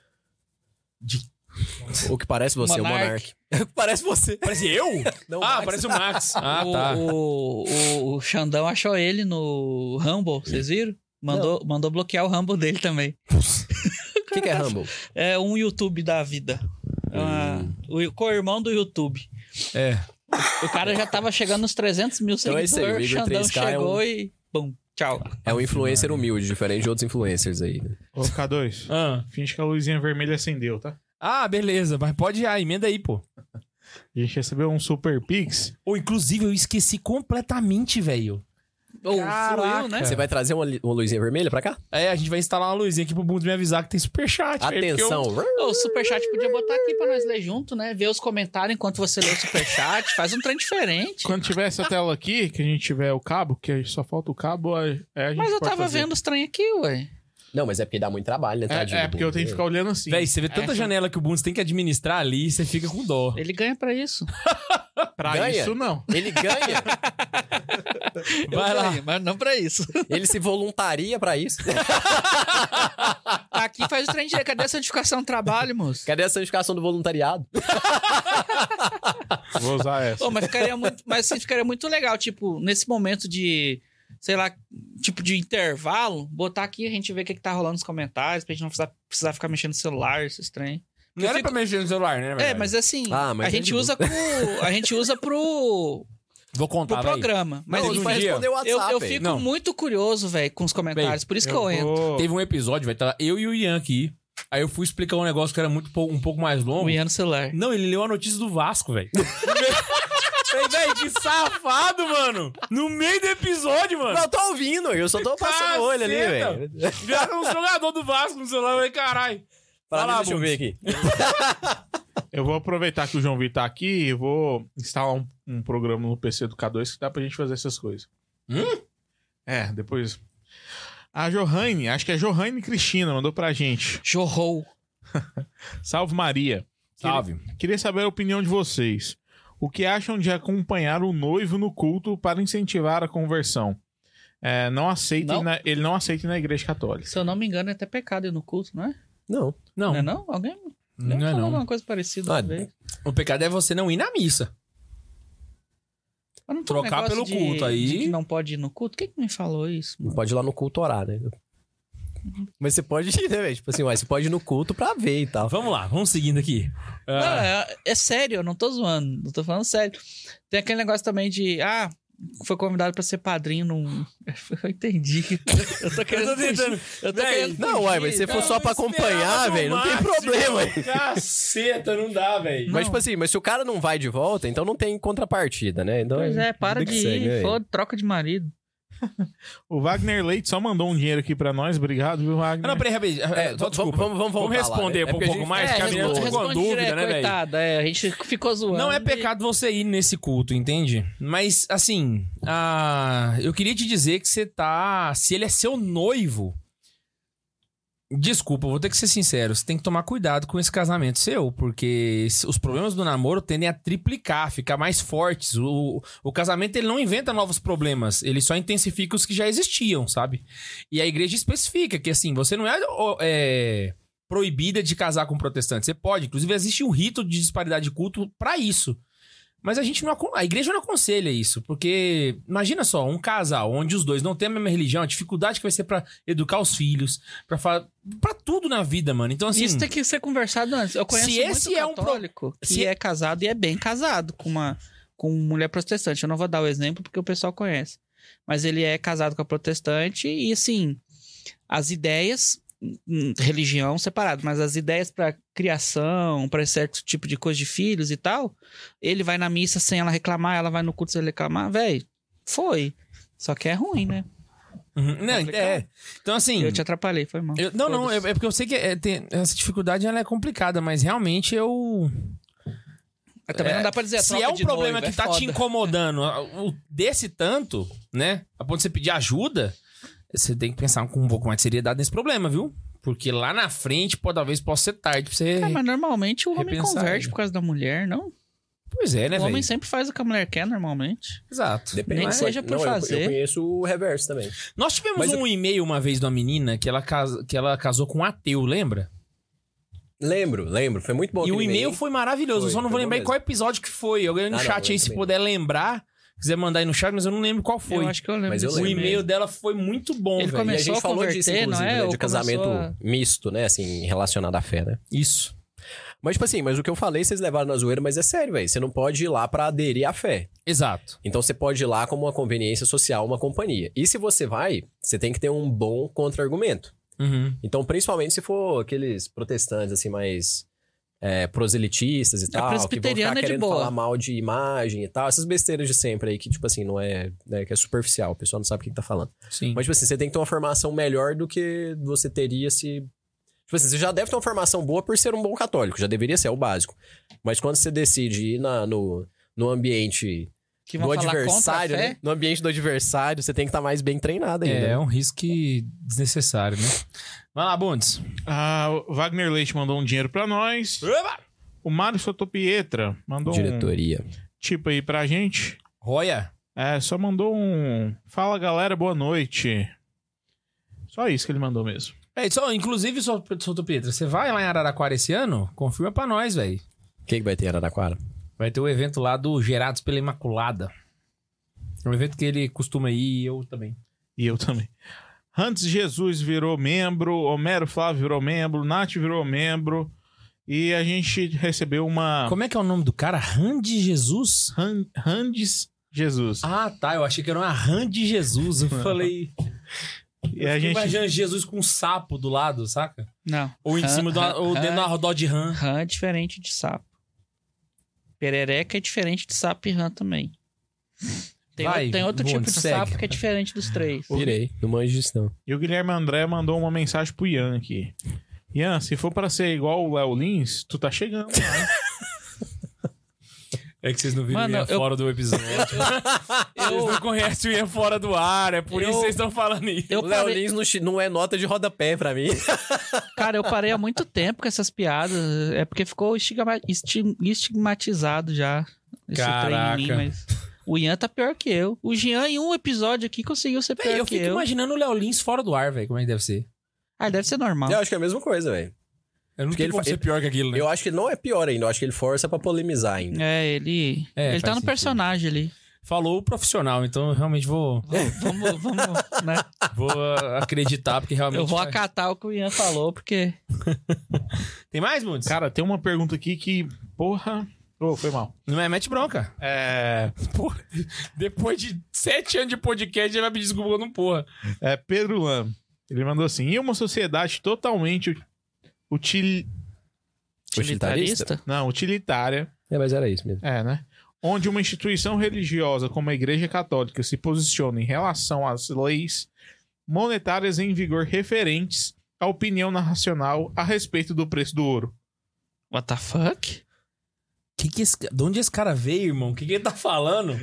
S3: O que parece você, é o
S4: Monark.
S3: Monark. O que parece você.
S2: Parece eu?
S3: Não,
S2: ah,
S3: Max.
S2: parece o Max. Ah,
S4: o,
S2: tá.
S4: o, o, o Xandão achou ele no Rumble, vocês viram? Mandou, mandou bloquear o Rumble dele também.
S3: O que, que é Rumble?
S4: É um YouTube da vida. É uma-
S3: Hum.
S4: O co-irmão do YouTube.
S2: É.
S4: O cara já tava chegando nos 300 mil
S3: Então é
S4: seguidores.
S3: isso aí, o Igor
S4: Xandão
S3: 3K é
S4: chegou
S3: um-
S4: e... Bum, tchau.
S3: É um influencer humilde, diferente de outros influencers aí. né?
S5: Ô, K2,
S2: Ah.
S5: finge que a luzinha vermelha acendeu, tá?
S2: Ah, beleza. Mas pode já, emenda aí, pô.
S5: A gente recebeu um Super Pix.
S2: Ou, inclusive, eu esqueci completamente, velho.
S4: Ou
S2: Caraca.
S4: fluiu, né?
S3: Você vai trazer uma, li- uma luzinha vermelha pra cá?
S2: É, a gente vai instalar uma luzinha aqui pro Bundes me avisar que tem
S4: É
S2: superchat. velho, porque eu-
S3: Atenção.
S4: Ô, O superchat podia botar aqui pra nós ler junto, né? Ver os comentários enquanto você lê o superchat. Faz um trem diferente.
S5: Quando tiver essa tela aqui, que a gente tiver o cabo, que só falta o cabo, aí a gente
S4: Mas eu
S5: pode
S4: tava
S5: fazer.
S4: vendo os trem aqui, ué.
S3: Não, mas é porque dá muito trabalho, né? tadinho
S5: É, é,
S3: do
S5: porque eu tenho que ficar olhando assim.
S2: Véi, você vê tanta
S5: Essa-
S2: janela que o Bundes tem que administrar ali e você fica com dó.
S4: Ele ganha pra isso.
S5: Pra
S3: Ganha?
S5: isso, não.
S3: Ele ganha,
S2: Vai lá.
S4: mas não pra isso.
S3: ele se voluntaria pra isso.
S4: Tá aqui, faz o trem direito. Cadê a santificação do trabalho, moço?
S3: Cadê a santificação do voluntariado?
S5: Vou usar essa.
S4: Pô, mas ficaria muito, mas assim, ficaria muito legal, tipo, nesse momento de, sei lá, tipo de intervalo, botar aqui a gente ver o que, que tá rolando nos comentários, pra gente não precisar, precisar ficar mexendo no celular, esses trem.
S2: Não
S4: Eu
S2: era
S4: fico-
S2: pra mexer no celular, né? na
S4: É,
S2: verdade?
S4: mas assim,
S3: Ah, mas
S4: a
S3: é
S4: gente
S3: de boa.
S4: usa pro, a gente usa pro,
S2: Vou
S4: pro
S2: contar, velho.
S4: programa, mas
S2: Não,
S3: ele
S2: um
S3: vai
S2: dia-
S3: responder o WhatsApp.
S4: eu, eu fico
S2: Não.
S4: muito curioso, velho, com os comentários, por isso que eu entro.
S5: vou-
S2: Teve um episódio, velho, tava eu e o Ian aqui. Aí eu fui explicar um negócio que era muito, pou- um pouco mais longo.
S4: O Ian no celular.
S2: Não, ele leu a notícia do Vasco, velho. Falei, velho, que safado, mano. No meio do episódio, mano.
S3: Não, eu tô ouvindo, eu só tô passando o olho ali,
S2: Caceta.
S3: velho.
S2: Viraram um jogador do Vasco no celular. Eu falei, caralho.
S3: Fala,
S2: Fala,
S3: deixa eu ver aqui.
S5: Eu vou aproveitar que o João Vitor tá aqui e vou instalar um, um programa no PC do K2 que dá pra gente fazer essas coisas.
S2: Hum?
S5: É, depois. A Johanne, acho que é Johanne Cristina, mandou pra gente.
S4: Jorrou.
S5: Salve Maria.
S2: Salve.
S5: Queria saber a opinião de vocês. O que acham de acompanhar o noivo no culto para incentivar a conversão? É, não aceitem
S4: Não?
S5: na- ele não aceita na igreja católica.
S4: Se eu não me engano, é até pecado ir no culto, não é?
S3: Não.
S2: Não,
S4: Não, é não? Alguém
S2: não,
S4: alguém
S2: é
S4: falou
S2: não.
S4: alguma coisa parecida uma
S3: Ah,
S4: vez.
S2: O pecado é você não ir na missa.
S4: Mas não tem um
S2: Trocar
S4: negócio
S2: pelo
S4: de-
S2: culto aí.
S4: de que não pode ir no culto? Quem que me falou isso?
S3: Não
S4: mano?
S3: pode ir lá no culto orar, né? Mas você pode ir, né, velho? Tipo assim, ué, você pode ir no culto pra ver e tal.
S2: Vamos lá, vamos seguindo aqui. Ah,
S4: Não, é, é sério, eu não tô zoando. Não tô falando sério. Tem aquele negócio também de. Ah, foi convidado pra ser padrinho num. Eu entendi. Eu tô
S2: eu
S4: querendo.
S2: tô
S4: fugir.
S2: tentando.
S4: Eu tô
S2: Véi,
S4: querendo.
S3: Não, ué, mas se for só pra acompanhar, velho, não tem problema.
S2: Caceta, não dá, velho.
S3: Mas,
S4: Não.
S3: tipo assim, mas se o cara não vai de volta, então não tem contrapartida, né? Então,
S4: Pois é, para
S3: vida
S4: de
S3: que segue, né,
S4: ir.
S3: velho?
S4: Foda, troca de marido.
S5: O Wagner Leite só mandou um dinheiro aqui pra nós. Obrigado, viu, Wagner?
S2: Não, peraí, rapidinho.
S3: É,
S2: só
S3: vamos-
S2: desculpa.
S3: vamos- vamos
S2: vamos
S3: voltar lá,
S2: responder
S3: né?
S2: um
S3: É porque a
S2: pouco
S3: gente-
S2: mais,
S3: é,
S2: que a
S3: responde-
S2: menina ficou com dúvida, né, velho?
S4: coitada. É, a gente ficou zoando.
S2: Não é
S4: e-
S2: pecado você ir nesse culto, entende? Mas, assim, ah, eu queria te dizer que você tá. Se ele é seu noivo, Desculpa, eu vou ter que ser sincero. Você tem que tomar cuidado com esse casamento seu, porque s- os problemas do namoro tendem a triplicar, ficar mais fortes. O, o casamento ele não inventa novos problemas, ele só intensifica os que já existiam, sabe? E a igreja especifica que assim, você não é, ó, é, proibida de casar com protestante. Você pode, inclusive existe um rito de disparidade de culto pra isso. Mas a gente não acon- a igreja não aconselha isso, porque imagina só, um casal onde os dois não têm a mesma religião, a dificuldade que vai ser pra educar os filhos, pra fa... para tudo na vida, mano. Então assim,
S4: Isso tem que ser conversado antes. Eu conheço
S2: se esse
S4: muito
S2: é um pro-
S4: católico que
S2: se-
S4: é casado e é bem casado com uma com mulher protestante. Eu não vou dar o exemplo porque o pessoal conhece. Mas ele é casado com a protestante e, assim, as ideias, hum, religião separado, mas as ideias para criação, para certo tipo de coisa de filhos e tal, ele vai na missa sem ela reclamar, ela vai no culto sem ele reclamar, velho, foi. Só que é ruim, né?
S2: uhum, né,
S4: complicado.
S2: é. Então assim,
S4: Eu te atrapalhei, foi mal.
S2: eu- não, não, é,
S4: Foda-se.
S2: é porque eu sei que é- tem- essa dificuldade ela é complicada, mas realmente eu
S4: Mas Também não dá pra dizer a
S2: se
S4: troca
S2: é um
S4: de
S2: problema
S4: noivo,
S2: que tá
S4: é foda.
S2: te incomodando a- o- desse tanto, né? A ponto de você pedir ajuda, você tem que pensar com um pouco mais de seriedade nesse problema, viu? Porque lá na frente, pô, talvez possa ser tarde pra você.
S4: Cara, É, mas normalmente o homem
S2: repensar
S4: converte
S2: aí.
S4: por causa da mulher, não?
S2: Pois é, né,
S4: o homem
S2: velho?
S4: sempre faz o que a mulher quer, normalmente.
S2: Exato.
S4: Nem que
S3: Mas-
S4: seja por
S3: né? não, eu- Eu,
S4: fazer.
S3: conheço o reverso também.
S2: Nós tivemos
S3: Mas é-
S2: um e-mail uma vez de uma menina que ela, casa- que ela casou com um ateu, lembra?
S3: Lembro, lembro. Foi muito bom.
S2: e o
S3: aquele
S2: e-mail foi maravilhoso. eu
S3: Foi,
S2: só não
S3: foi
S2: vou
S3: bom
S2: lembrar em
S3: mesmo.
S2: qual episódio que foi. Alguém no
S3: Ah, não,
S2: chat
S3: eu
S2: aí, se
S3: também
S2: puder lembrar, quiser mandar aí no chat, mas eu não lembro qual foi.
S4: Eu acho que eu lembro.
S3: Mas eu
S4: desse
S2: O
S3: lembro.
S2: e-mail dela foi muito bom,
S4: Ele
S2: velho.
S3: E a
S4: começou
S3: gente
S4: a
S3: falou disso,
S4: converter, não
S3: inclusive,
S4: é?
S3: né?
S4: Ou
S3: De
S4: começou
S3: casamento
S4: a-
S3: misto, né? Assim, relacionado à fé, né?
S2: Isso.
S3: Mas, tipo assim, mas o que eu falei, vocês levaram na zoeira, mas é sério, velho. Você não pode ir lá pra aderir à fé.
S2: Exato.
S3: Então você pode ir lá como uma conveniência social, uma companhia. E se você vai, você tem que ter um bom contra-argumento.
S2: Uhum.
S3: Então, principalmente se for aqueles protestantes, assim, mais é, proselitistas e tal, que vão
S4: presbiteriana
S3: ficar
S4: é de
S3: querendo
S4: boa.
S3: falar mal de imagem e tal. Essas besteiras de sempre aí, que, tipo assim, não é... né, que é superficial, o pessoal não sabe o que, que tá falando.
S2: Sim.
S3: Mas, tipo assim, você tem que ter uma formação melhor do que você teria se. Tipo assim, você já deve ter uma formação boa por ser um bom católico, já deveria ser, é o básico. Mas quando você decide ir na- no, no ambiente
S4: Que vão
S3: do
S4: falar
S3: adversário,
S4: contra a
S3: né? No ambiente do adversário, você tem que estar mais bem treinado ainda. né?
S5: né?
S2: É, é um risco desnecessário, né? Vai lá, Bundes.
S5: Ah, o Wagner Leite mandou um dinheiro pra nós. O Mário Sotopietra mandou um
S3: Diretoria.
S5: tipo aí pra gente.
S2: Roya.
S5: É, só mandou um. Fala galera, boa noite. Só isso que ele mandou mesmo.
S2: É, só, inclusive, só- Soto Pietra, você vai lá em Araraquara esse ano? Confirma pra nós, velho.
S3: O que, que vai ter em Araraquara?
S2: Vai ter o evento lá do Gerados pela Imaculada. É um evento que ele costuma ir e eu também.
S5: E eu também. Antes Jesus virou membro, Homero Flávio virou membro, Nath virou membro. E a gente recebeu uma.
S2: Como é que é o nome do cara? Randy Jesus?
S5: Han- Randes Jesus.
S2: Ah, tá. Eu achei que era uma Randy Jesus. Eu falei.
S5: e
S2: eu
S5: a
S2: fiquei
S5: gente.
S2: imaginando Jesus com um sapo do lado, saca?
S4: Não.
S2: Ou em
S4: Rã-
S2: cima de uma,
S4: rã-
S2: ou dentro
S4: rã-
S2: de uma rodó de rã.
S4: Rã é diferente de sapo. Perereca é diferente de sapo e rã também. Tem,
S2: Vai,
S4: outro- tem outro
S2: Bundes,
S4: tipo de
S2: segue.
S4: sapo que é diferente dos três.
S3: Pirei, não manjo disso não.
S5: E o Guilherme André mandou uma mensagem pro Ian aqui. Ian, se for pra ser igual o Léo Lins, tu tá chegando lá. hein?
S2: É que vocês não
S4: viram Mano, o Ian eu-
S2: fora do episódio. Vocês não conhecem o Ian fora do ar, é por isso
S4: isso Eu-
S2: que
S4: vocês
S2: vocês estão falando isso.
S4: Eu
S3: o Léo
S4: parei-
S3: Lins não, chi- não é nota de rodapé pra mim.
S4: Cara, eu parei há muito tempo com essas piadas. É porque ficou estigma- esti- estigmatizado já. Esse
S2: Caraca.
S4: trem em mim, mas. O Ian tá pior que eu. O Jean, em um episódio aqui, conseguiu ser pior
S2: eu
S4: que
S2: fico
S4: eu.
S2: imaginando o Léo Lins fora do ar, velho, como é que deve ser.
S4: Ah, deve ser normal.
S3: Eu acho que é a mesma coisa, velho.
S2: Eu não
S3: Porque
S2: sei
S3: ele
S2: como
S3: fa-
S2: ser pior que aquilo, né?
S3: Eu acho que ele não é pior ainda, eu acho que ele força pra polemizar ainda.
S4: É, ele.
S2: É,
S4: ele
S2: faz
S4: tá no
S2: sentido.
S4: personagem ali.
S2: Falou o profissional, então eu realmente vou,
S4: Vamos, vamos, vamos, né?
S2: vou ah, acreditar, porque realmente...
S4: Eu vou
S2: vai-
S4: acatar o que o Ian falou, porque.
S2: Tem mais, Mundes?
S5: Cara, tem uma pergunta aqui que. Porra. Ô, foi mal.
S2: Não é mete bronca.
S5: É.
S2: Porra. Depois de sete anos de podcast, ele vai pedir desculpa não porra.
S5: É Pedro Lam. Ele mandou assim: em uma sociedade totalmente util...
S4: Utilitarista?
S5: não, utilitária,
S3: É, mas era isso mesmo.
S5: é, né? Onde uma instituição religiosa como a Igreja Católica se posiciona em relação às leis monetárias em vigor referentes à opinião nacional a respeito do preço do ouro.
S4: What the fuck?
S2: Que que esse ca- de onde esse cara veio, irmão? O que, que ele tá falando?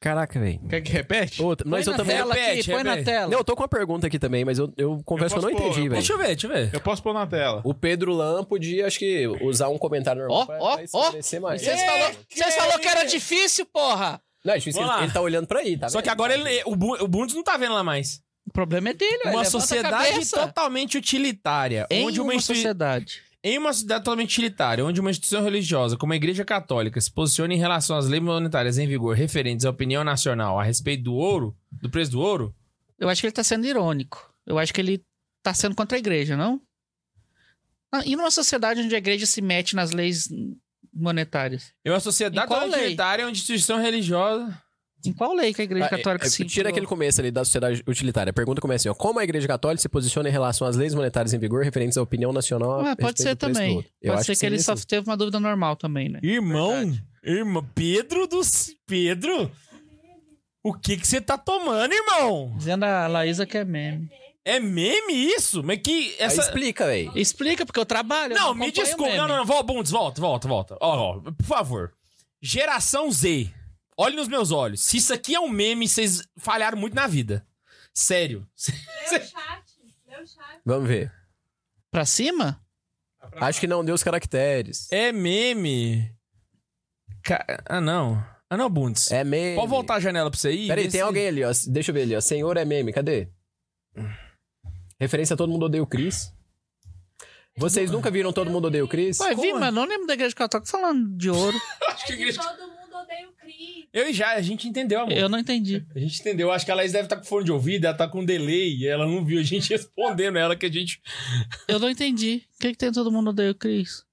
S3: Caraca, velho.
S5: Quer que repete?
S3: Outra, mas
S4: põe
S3: eu
S4: na
S3: também.
S4: tela
S2: Repete,
S4: aqui, põe na
S2: repete.
S4: tela.
S3: Não, eu tô com uma pergunta aqui também, mas eu, eu confesso que eu
S5: posso
S3: não
S5: pôr,
S3: entendi,
S5: eu
S3: velho.
S2: Deixa eu ver, deixa eu ver.
S5: Eu posso pôr na tela.
S3: O Pedro Lam podia, acho que, usar um comentário normal
S4: Ó,
S3: pra,
S4: ó, é-
S3: pra esclarecer mais.
S4: Vocês
S2: É
S4: falou, vocês falou que era difícil, porra.
S3: Não, acho que
S2: Vamos lá.
S3: ele tá olhando pra aí, tá
S2: Só
S3: vendo?
S2: que agora ele, é o, Bu- o Bundes não tá vendo lá mais.
S4: O problema é dele, ué,
S2: Uma
S4: levanta a
S2: sociedade
S4: cabeça.
S2: totalmente utilitária.
S4: Em
S2: onde
S4: uma
S2: uma institui-
S4: sociedade.
S2: Em uma sociedade totalmente utilitária, onde uma instituição religiosa, como a Igreja Católica, se posiciona em relação às leis monetárias em vigor referentes à opinião nacional a respeito do ouro, do preço do ouro,
S4: Eu acho que ele tá sendo irônico. Eu acho que ele tá sendo contra a igreja, não? Ah, E numa sociedade onde a igreja se mete nas leis monetárias?
S2: é uma sociedade
S4: Em qual
S2: totalmente
S4: lei?
S2: utilitária, onde a instituição religiosa...
S4: Em qual lei que a igreja
S3: Ah, é-
S4: católica
S3: é-
S2: assim,
S4: se
S3: Tira
S2: né?
S4: enfiou?
S3: aquele começo ali da sociedade utilitária. A pergunta começa assim, ó. Como a Igreja Católica se posiciona em relação às leis monetárias em vigor referentes à opinião nacional a
S4: Ué, Ah, pode
S3: respeito
S4: ser
S3: do preço do
S4: também.
S3: ouro? Eu
S4: Pode
S3: acho
S4: ser que, ele
S3: seria
S4: só
S3: assim.
S4: teve uma dúvida normal também, né?
S2: Irmão, irmão, Pedro dos... Pedro, o que que você tá tomando, irmão?
S4: Dizendo a Laísa que é meme.
S2: É meme isso? Mas que
S3: Aí
S2: essa...
S3: explica, velho.
S4: Explica, porque eu trabalho. eu
S2: Não, me
S4: acompanho
S2: desculpa.
S4: meme.
S2: Não, não, não. Volta, Bundes, volta, volta, volta. Ó, ó, por favor. Geração Z. Olhe nos meus olhos. Se isso aqui é um meme, vocês falharam muito na vida. Sério.
S1: Lê o chat. Lê o chat.
S3: Vamos ver.
S4: Pra cima?
S3: Acho que não deu os caracteres.
S2: É meme. Ca- Ah, não. Ah, não, Bundes.
S3: É meme.
S2: Pode voltar a janela pra você aí?
S3: Peraí,
S2: Vê
S3: tem
S2: se-
S3: alguém ali, ó. Deixa eu ver ali, ó. Senhor é meme, cadê? Referência a Todo Mundo Odeia o Cris. Vocês nunca viram Todo Mundo Odeia o Cris?
S4: Ué, vi,
S2: Como?
S4: mas não lembro da igreja católica falando de ouro.
S1: Acho que todo mundo odeia o Cris.
S2: Eu e já, a gente entendeu, amor.
S4: eu não entendi.
S2: A gente entendeu. Acho que a Laís deve estar com fone de ouvido, ela tá com delay, e ela não viu a gente respondendo ela que a gente.
S4: Eu não entendi. O que, que tem todo mundo odeia o Cris?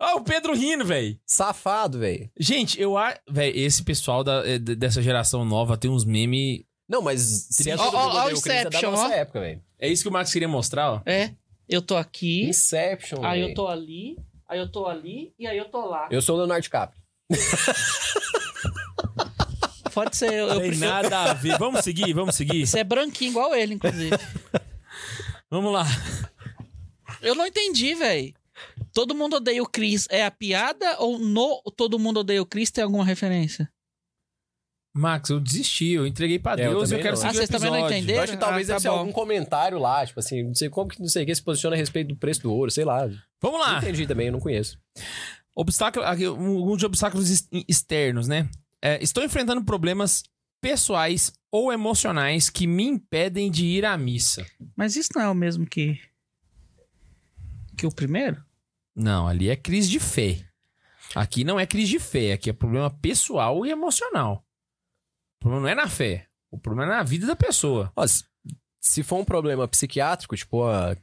S2: Ah, o Pedro rindo, velho.
S3: Safado, velho.
S2: Gente, eu acho. Véi, esse pessoal da- eh, d- dessa geração nova tem uns memes.
S3: Não, mas se é
S4: Ó,
S3: Todo
S4: ó,
S3: Mundo
S4: ó,
S3: Odeia o Cris, é da
S4: Inception,
S3: nossa
S4: ó.
S3: época, velho.
S2: É isso que o Max queria mostrar, ó.
S4: É, eu tô aqui,
S3: Inception,
S4: aí eu
S3: véi.
S4: tô ali, aí eu tô ali e aí eu tô lá.
S3: Eu sou o Leonardo DiCaprio.
S4: Pode ser, eu, eu
S2: tem
S4: prefiro.
S2: nada a ver. Vamos seguir, vamos seguir.
S4: Você é branquinho igual ele, inclusive.
S2: Vamos lá.
S4: eu não entendi, velho. Todo mundo odeia o Cris. É a piada ou no Todo Mundo Odeia o Cris tem alguma referência?
S2: Max, eu desisti, eu entreguei pra
S3: É, eu
S2: Deus e eu
S3: também
S2: quero
S3: não.
S2: seguir
S4: Ah,
S2: o
S4: vocês também não
S2: episódio.
S4: entenderam?
S3: Eu acho que talvez
S4: Ah, tá
S3: deve ser
S4: bom.
S3: algum comentário lá, tipo assim, não sei como que não sei o que se posiciona a respeito do preço do ouro, sei lá.
S2: Vamos
S3: Não
S2: lá.
S3: entendi também, eu não conheço.
S2: Obstáculo, aqui, um- alguns de obstáculos ex- externos, né? É, estou enfrentando problemas pessoais ou emocionais que me impedem de ir à missa.
S4: Mas isso não é o mesmo que. Que o primeiro?
S2: Não, ali é crise de fé. Aqui não é crise de fé, aqui é problema pessoal e emocional. O problema não é na fé, o problema é na vida da pessoa.
S3: Ó, se- se for um problema psiquiátrico, tipo a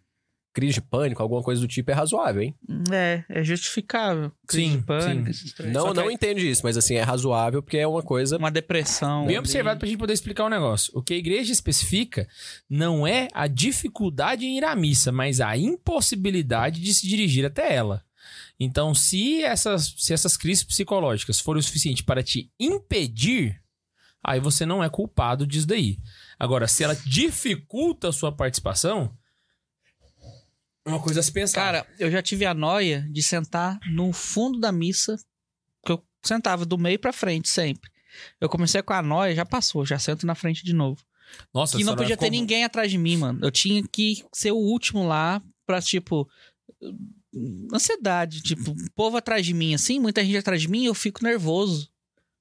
S3: crise de pânico, alguma coisa do tipo, é razoável, hein?
S4: É, é justificável. Crise
S2: Sim,
S4: de pânico, esses três.
S3: Não,
S2: Só que
S3: não
S2: aí-
S3: entende isso, mas assim, é razoável porque é uma coisa.
S4: Uma depressão.
S2: Bem
S4: ali.
S2: observado pra gente poder explicar o negócio. O que a igreja especifica não é a dificuldade em ir à missa, mas a impossibilidade de se dirigir até ela. Então, se essas, se essas crises psicológicas forem o suficiente para te impedir, aí você não é culpado disso daí. Agora, se ela dificulta a sua participação, é uma coisa a se pensar.
S4: Cara, eu já tive a noia de sentar no fundo da missa, que eu sentava do meio pra frente sempre. Eu comecei com a noia, já passou, já sento na frente de novo.
S2: Nossa,
S4: que
S2: essa
S4: não podia
S2: ficou-
S4: ter ninguém atrás de mim, mano. Eu tinha que ser o último lá pra, tipo. Ansiedade, tipo, o povo atrás de mim, assim, muita gente atrás de mim, eu fico nervoso.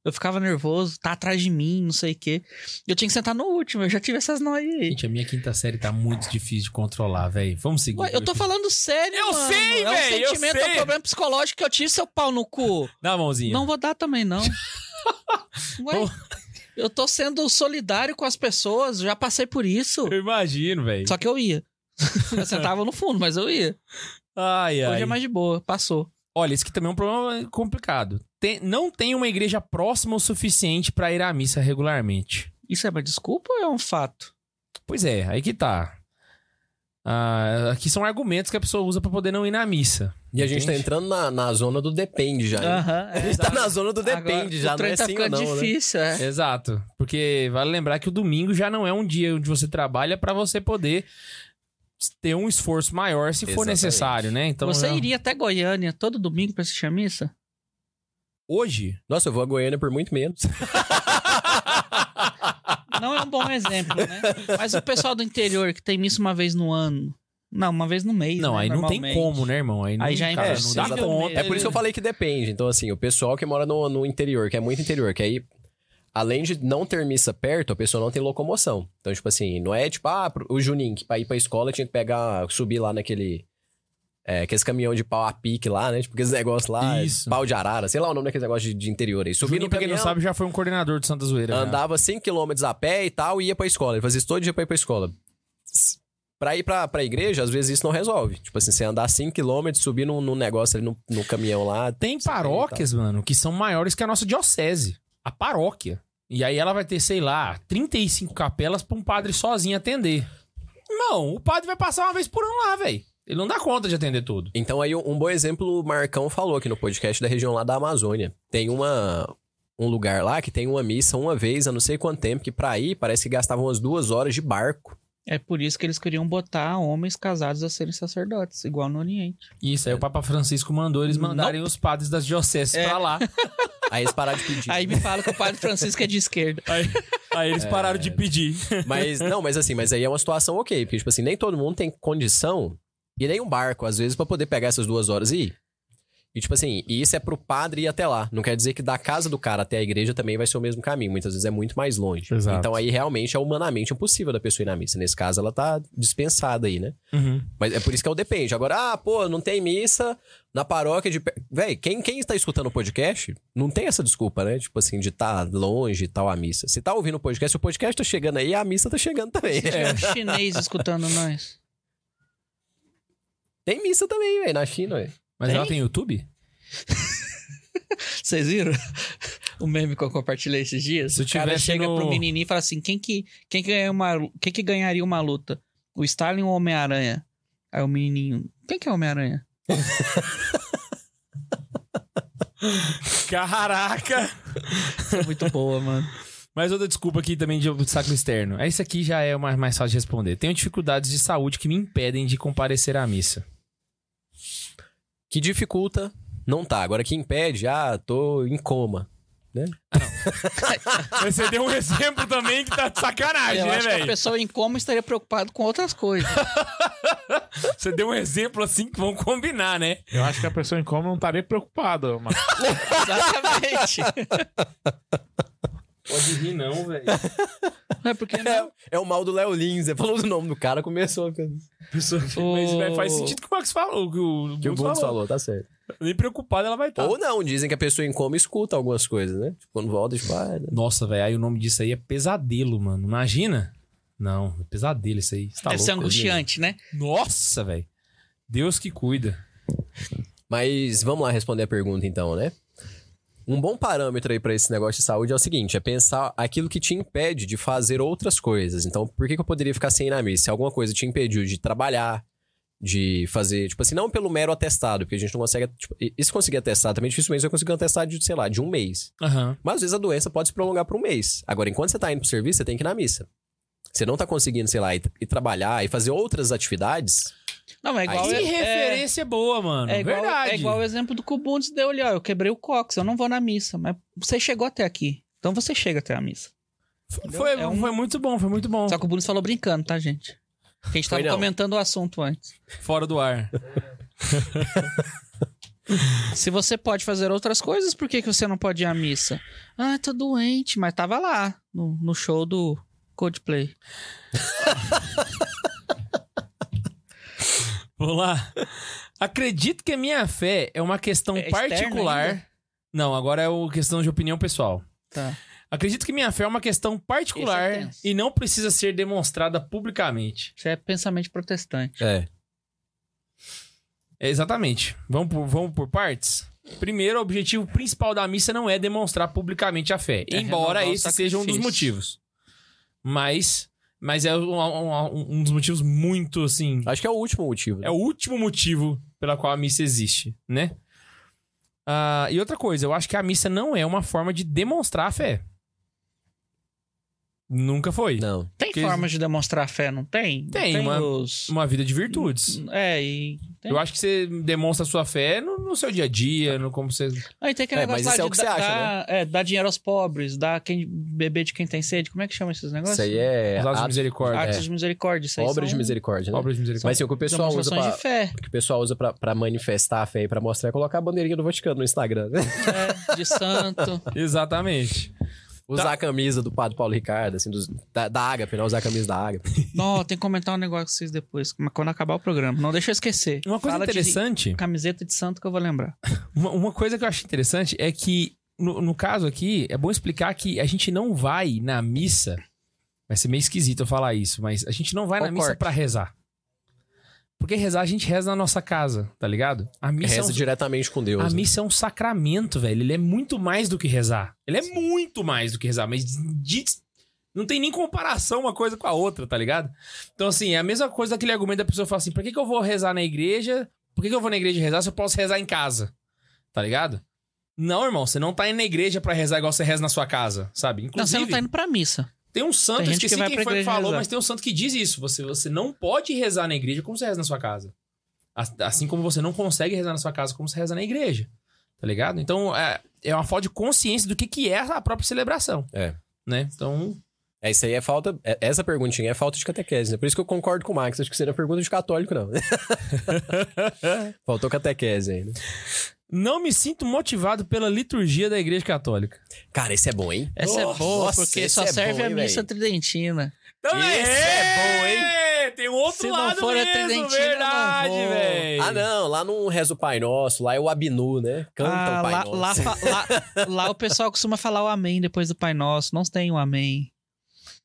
S4: Eu ficava nervoso, tá atrás de mim, não sei o quê. Eu tinha que sentar no último, eu já tive essas noias aí.
S2: Gente, a minha quinta série tá muito difícil de controlar, velho. Vamos seguir.
S4: Ué, eu
S3: Uhum.
S4: tô falando sério,
S2: Eu
S4: mano.
S2: sei,
S4: É um
S2: véi, eu
S4: sentimento, é
S2: sei.
S4: um problema psicológico que eu tive, seu pau no cu.
S2: Dá a mãozinha.
S4: Não vou dar também, não. Ué,
S2: Vamos.
S4: eu tô sendo solidário com as pessoas, já passei por isso.
S2: Eu imagino, velho.
S4: Só que eu ia. Eu sentava no fundo, mas eu ia.
S2: Ai, ai.
S4: Hoje é mais de boa, passou.
S2: Olha, isso aqui também é um problema complicado. Tem- não tem uma igreja próxima o suficiente pra ir à missa regularmente.
S4: Isso é uma desculpa ou é um fato?
S2: Pois é, aí que tá. Ah, aqui são argumentos que a pessoa usa pra poder não ir na missa.
S3: E a gente tá
S2: Entende?
S3: entrando na, na zona do depende já. né?
S4: Aham,
S3: A
S4: é.
S3: gente tá na zona do depende
S4: Agora,
S3: já,
S4: o
S3: não
S4: trem
S3: é
S4: tá
S3: sim ou
S4: ficando
S3: não, né?
S4: difícil, é.
S2: Exato. Porque vale lembrar que o domingo já não é um dia onde você trabalha pra você poder ter um esforço maior se for
S3: Exatamente.
S2: necessário, né? Então,
S4: Você
S2: já-
S4: iria até Goiânia todo domingo pra assistir a missa?
S2: hoje,
S3: Nossa, eu vou a Goiânia por muito menos.
S4: Não é um bom exemplo, né? Mas o pessoal do interior que tem missa uma vez no ano. Não, uma vez no mês.
S2: Não,
S4: né,
S2: aí não tem
S4: normalmente.
S2: como, né, irmão? Aí, não,
S4: Aí já é
S2: cara, não dá
S4: impossível
S2: conta.
S4: mesmo.
S3: É por isso que eu falei que depende. Então, assim, o pessoal que mora no, no interior, que é muito interior, que aí, além de não ter missa perto, a pessoa não tem locomoção. Então, tipo assim, não é tipo, ah, pro- o Juninho, que pra ir pra escola tinha que pegar, subir lá naquele. É, aqueles caminhão de pau a pique lá, né? Tipo, aqueles negócios lá,
S2: Isso.
S3: pau de arara, sei lá o nome daqueles negócios de, de interior aí. Subir
S2: Juninho,
S3: no
S2: pra quem não
S3: caminhão,
S2: sabe, já foi um coordenador de Santa Zoeira. né?
S3: andava 5km a pé e tal, e ia pra escola. Ele fazia isso todo dia pra ir pra escola. S- Pra ir pra, pra igreja, às vezes isso não resolve. Tipo assim, você andar 5km, subir num, num negócio ali, num, num caminhão lá,
S2: Tem paróquias, mano, que são maiores que a nossa diocese. A paróquia. E aí ela vai ter, sei lá, 35 capelas pra um padre sozinho atender. Irmão, o padre vai passar uma vez por ano lá, velho. Ele não dá conta de atender tudo.
S3: Então aí um um bom exemplo o Marcão falou aqui no podcast da região lá da Amazônia. Tem uma um lugar lá que tem uma missa uma vez, há não sei quanto tempo, que pra ir parece que gastavam umas duas horas de barco.
S4: É por isso que eles queriam botar homens casados a serem sacerdotes, igual no Oriente.
S2: Isso, aí o Papa Francisco mandou eles mandarem os padres das dioceses
S4: É.
S2: pra lá.
S3: Aí eles pararam de pedir.
S4: Aí me fala que o padre Francisco é de esquerda.
S2: Aí, aí eles pararam de pedir.
S3: Mas não, mas assim, mas aí é uma situação ok, porque tipo assim, nem todo mundo tem condição e nem um barco às vezes pra poder pegar essas duas horas e ir. E tipo assim, e isso é pro padre ir até lá. Não quer dizer que da casa do cara até a igreja também vai ser o mesmo caminho, muitas vezes é muito mais longe.
S2: Exato.
S3: Então aí realmente é humanamente impossível da pessoa ir na missa. Nesse caso ela tá dispensada aí, né?
S2: Uhum.
S3: Mas é por isso que eu depende. Agora, ah, pô, não tem missa na paróquia de. pe- Véi, quem, quem está escutando o podcast não tem essa desculpa, né? Tipo assim, de estar longe e tal a missa. Se tá ouvindo o podcast, o podcast tá chegando aí, a missa tá chegando também. né?
S4: Tinha um chinês escutando nós.
S3: Tem missa também, véi, na China, véi.
S2: Mas
S3: Tem?
S2: ela tem YouTube?
S4: Vocês viram? O meme que eu compartilhei esses dias.
S2: Se
S4: o cara
S2: tivesse
S4: chega
S2: no-
S4: pro menininho e fala assim: quem que, quem, que ganha uma, quem que ganharia uma luta? O Stalin ou o Homem-Aranha? Aí o menininho: quem que é o Homem-Aranha?
S2: Caraca!
S4: Foi muito boa, mano.
S2: Mas outra desculpa aqui também de obstáculo externo. Esse aqui já é o mais, mais fácil de responder. Tenho dificuldades de saúde que me impedem de comparecer à missa.
S3: Que dificulta, não tá. Agora que impede, ah, tô em coma.
S2: Mas você deu um exemplo também que tá de sacanagem,
S4: Eu
S2: né,
S4: acho que a
S2: velho?
S4: pessoa em coma estaria preocupada com outras coisas.
S2: Você deu um exemplo assim que vão combinar, né?
S5: Eu acho que a pessoa em coma não estaria preocupada, mas
S4: Exatamente.
S2: Pode rir, não, velho.
S4: É porque não.
S3: É, é o mal do Léo Lins, você falou do nome do cara, começou. Que
S2: Mas
S4: O-
S2: velho, faz sentido que o Max falou, que o, Bruno
S3: o Bundes
S2: falou.
S3: falou, tá certo.
S2: Nem preocupado ela vai tá. estar.
S3: Ou não, dizem que a pessoa em coma escuta algumas coisas, né? Tipo, quando volta, tipo, ah,
S2: Nossa, velho, aí o nome disso aí é pesadelo, mano. Imagina? Não, é pesadelo isso aí. Você tá
S4: Deve ser
S2: louco,
S4: angustiante, né?
S2: né? Nossa, velho. Deus que cuida.
S3: Mas vamos lá responder a pergunta então, né? Um bom parâmetro aí pra esse negócio de saúde é o seguinte, é pensar aquilo que te impede de fazer outras coisas. Então, por que, que eu poderia ficar sem ir na missa? Se alguma coisa te impediu de trabalhar, de fazer, tipo assim, não pelo mero atestado, porque a gente não consegue, tipo, e e se conseguir atestar também, dificilmente você vai conseguir um atestado de, sei lá, de um mês.
S2: Aham.
S3: Mas às vezes a doença pode se prolongar por um mês. Agora, enquanto você tá indo pro serviço, você tem que ir na missa. Você não tá conseguindo, sei lá, ir, ir trabalhar e fazer outras atividades,
S4: Não, é igual.
S3: Aí-
S2: Que
S4: é-
S2: referência boa, mano.
S4: É igual,
S2: Verdade.
S4: é igual o exemplo do que o Bundes deu ali, ó. Eu quebrei o cox, eu não vou na missa, mas você chegou até aqui. Então você chega até a missa.
S2: Foi,
S4: É um-
S2: foi muito bom, foi muito bom.
S4: Só que o Bundes falou brincando, tá, gente? Porque a gente
S3: Foi
S4: tava
S3: não.
S4: comentando o assunto antes.
S2: Fora do ar.
S4: Se você pode fazer outras coisas, por que, que você não pode ir à missa? Ah, tô doente, mas tava lá, no, no show do Coldplay.
S2: Vamos lá. Acredito que a minha fé é uma questão
S4: É externa
S2: particular.
S4: ainda?
S2: Não, agora é uma questão de opinião pessoal.
S4: Tá.
S2: Acredito que minha fé é uma questão particular
S4: Esse é tenso.
S2: e não precisa ser demonstrada publicamente.
S4: Isso é pensamento protestante.
S3: é.
S2: É, exatamente. Vamos por, vamos por partes? Primeiro, o objetivo principal da missa não é demonstrar publicamente a fé,
S4: É
S2: embora
S4: renovar o
S2: esse seja um dos
S4: sacrifício.
S2: motivos. Mas, mas é um, um- um dos motivos muito, assim,
S3: Acho que é o último motivo.
S2: É o último motivo pela qual a missa existe, né? Ah, e outra coisa, eu acho que a missa não é uma forma de demonstrar a fé. Nunca foi.
S3: Não.
S4: Tem
S2: Que-
S4: formas de demonstrar fé, não tem?
S2: Tem,
S4: tem
S2: uma-
S4: os...
S2: Uma vida de virtudes.
S4: É, e. Tem...
S2: Eu acho que você demonstra a sua fé no, no seu dia a dia, no como você.
S4: Aí tem aquele
S3: É, mas
S4: negócio lá
S3: isso é
S4: de
S3: o que você
S4: dar-
S3: acha,
S4: dar- é, dar dinheiro aos pobres, dar quem beber de quem tem sede. Como é que chama esses negócios?
S3: Isso aí é
S2: Os lados de
S3: ato-
S2: misericórdia.
S4: Artes de misericórdia. Isso aí
S3: obras de
S4: são
S3: misericórdia, né?
S2: Obras de misericórdia.
S3: Mas assim, o que o pessoal usa
S4: demonstrações
S3: pra,
S4: de fé.
S3: o que o pessoal usa pra, pra manifestar a fé e pra mostrar é colocar a bandeirinha do Vaticano no Instagram, né?
S4: É, de santo.
S2: Exatamente.
S3: Usar
S4: Tá.
S3: a camisa do padre Paulo Ricardo, assim, dos- da, da Ágape, né? Usar a camisa da Ágape.
S4: Não, tem que comentar um negócio com vocês depois, mas quando acabar o programa. Não deixa eu esquecer.
S2: Uma coisa
S4: Fala de
S2: interessante.
S4: camiseta de santo que eu vou lembrar.
S2: Uma, uma coisa que eu acho interessante é que, no, no caso aqui, é bom explicar que a gente não vai na missa. Vai ser meio esquisito eu falar isso, mas a gente não vai
S4: Ó
S2: na
S4: o
S2: missa
S4: corte.
S2: pra rezar. Porque rezar a gente reza na nossa casa, tá ligado? A missa é
S3: Reza
S2: um
S3: diretamente com Deus.
S2: A
S3: né?
S2: missa é um sacramento, velho. Ele é muito mais do que rezar. Ele é muito mais do que rezar, mas de- não tem nem comparação uma coisa com a outra, tá ligado? Então, assim, é a mesma coisa daquele argumento da pessoa falar assim: pra que, que eu vou rezar na igreja? Por que, que eu vou na igreja rezar se eu posso rezar em casa? Tá ligado? Não, irmão, você não tá indo na igreja pra rezar igual você reza na sua casa, sabe?
S4: Não, você
S2: Inclusive,
S4: não tá indo pra missa.
S2: tem um santo,
S4: tem
S2: eu
S4: gente que
S2: esqueci
S4: vai
S2: quem
S4: pra
S2: foi que
S4: igreja
S2: falou,
S4: rezar.
S2: mas tem um santo que diz isso. Você, você não pode rezar na igreja como você reza na sua casa. As- Assim como você não consegue rezar na sua casa como você reza na igreja. Tá ligado? Então, é, é uma falta de consciência do que, que é a própria celebração.
S3: É.
S2: Né? Então,
S3: É, isso aí é falta. é- Essa perguntinha é falta de catequese, né? Por isso que eu concordo com o Max. Acho que seria é pergunta de católico, não. Faltou catequese aí, né?
S2: não me sinto motivado pela liturgia da igreja católica.
S3: Cara, esse é bom, hein?
S4: Essa é
S3: Nossa,
S4: boa,
S3: nossa,
S4: porque
S3: esse
S4: só
S3: é
S4: serve
S3: bom,
S4: a
S3: hein,
S4: missa
S3: velho?
S4: tridentina.
S2: Então,
S3: Esse
S2: é bom, hein? Tem um outro
S4: Se não
S2: lado
S4: for a
S2: mesmo,
S4: Tridentina, eu não
S2: verdade,
S4: vou.
S2: velho.
S3: Ah, não. Lá não reza o Pai Nosso, lá é o Abinu, né? Canta
S4: Ah,
S3: o Pai
S4: lá,
S3: Nosso.
S4: lá fa- lá- lá o pessoal costuma falar o amém depois do Pai Nosso. Não tem o amém.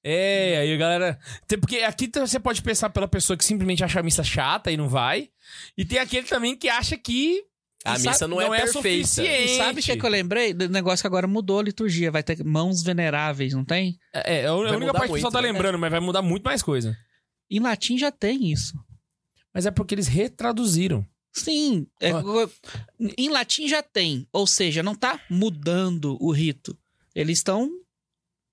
S2: É, aí a galera. tem- Porque aqui t- você pode pensar pela pessoa que simplesmente acha a missa chata e não vai. E tem aquele também que acha que.
S3: A
S2: que
S3: missa
S2: sabe-
S3: não é perfeita.
S2: suficiente.
S4: E sabe o que, é que eu lembrei? Do negócio que agora mudou a liturgia. Vai ter mãos veneráveis, não tem?
S2: É, é a única
S3: mudar
S2: parte que o pessoal
S3: muito,
S2: tá
S3: né?
S2: lembrando, mas vai mudar muito mais coisa.
S4: Em latim já tem isso.
S2: Mas é porque eles retraduziram.
S4: Sim. é-
S2: Ah.
S4: em latim já tem. Ou seja, não tá mudando o rito. Eles estão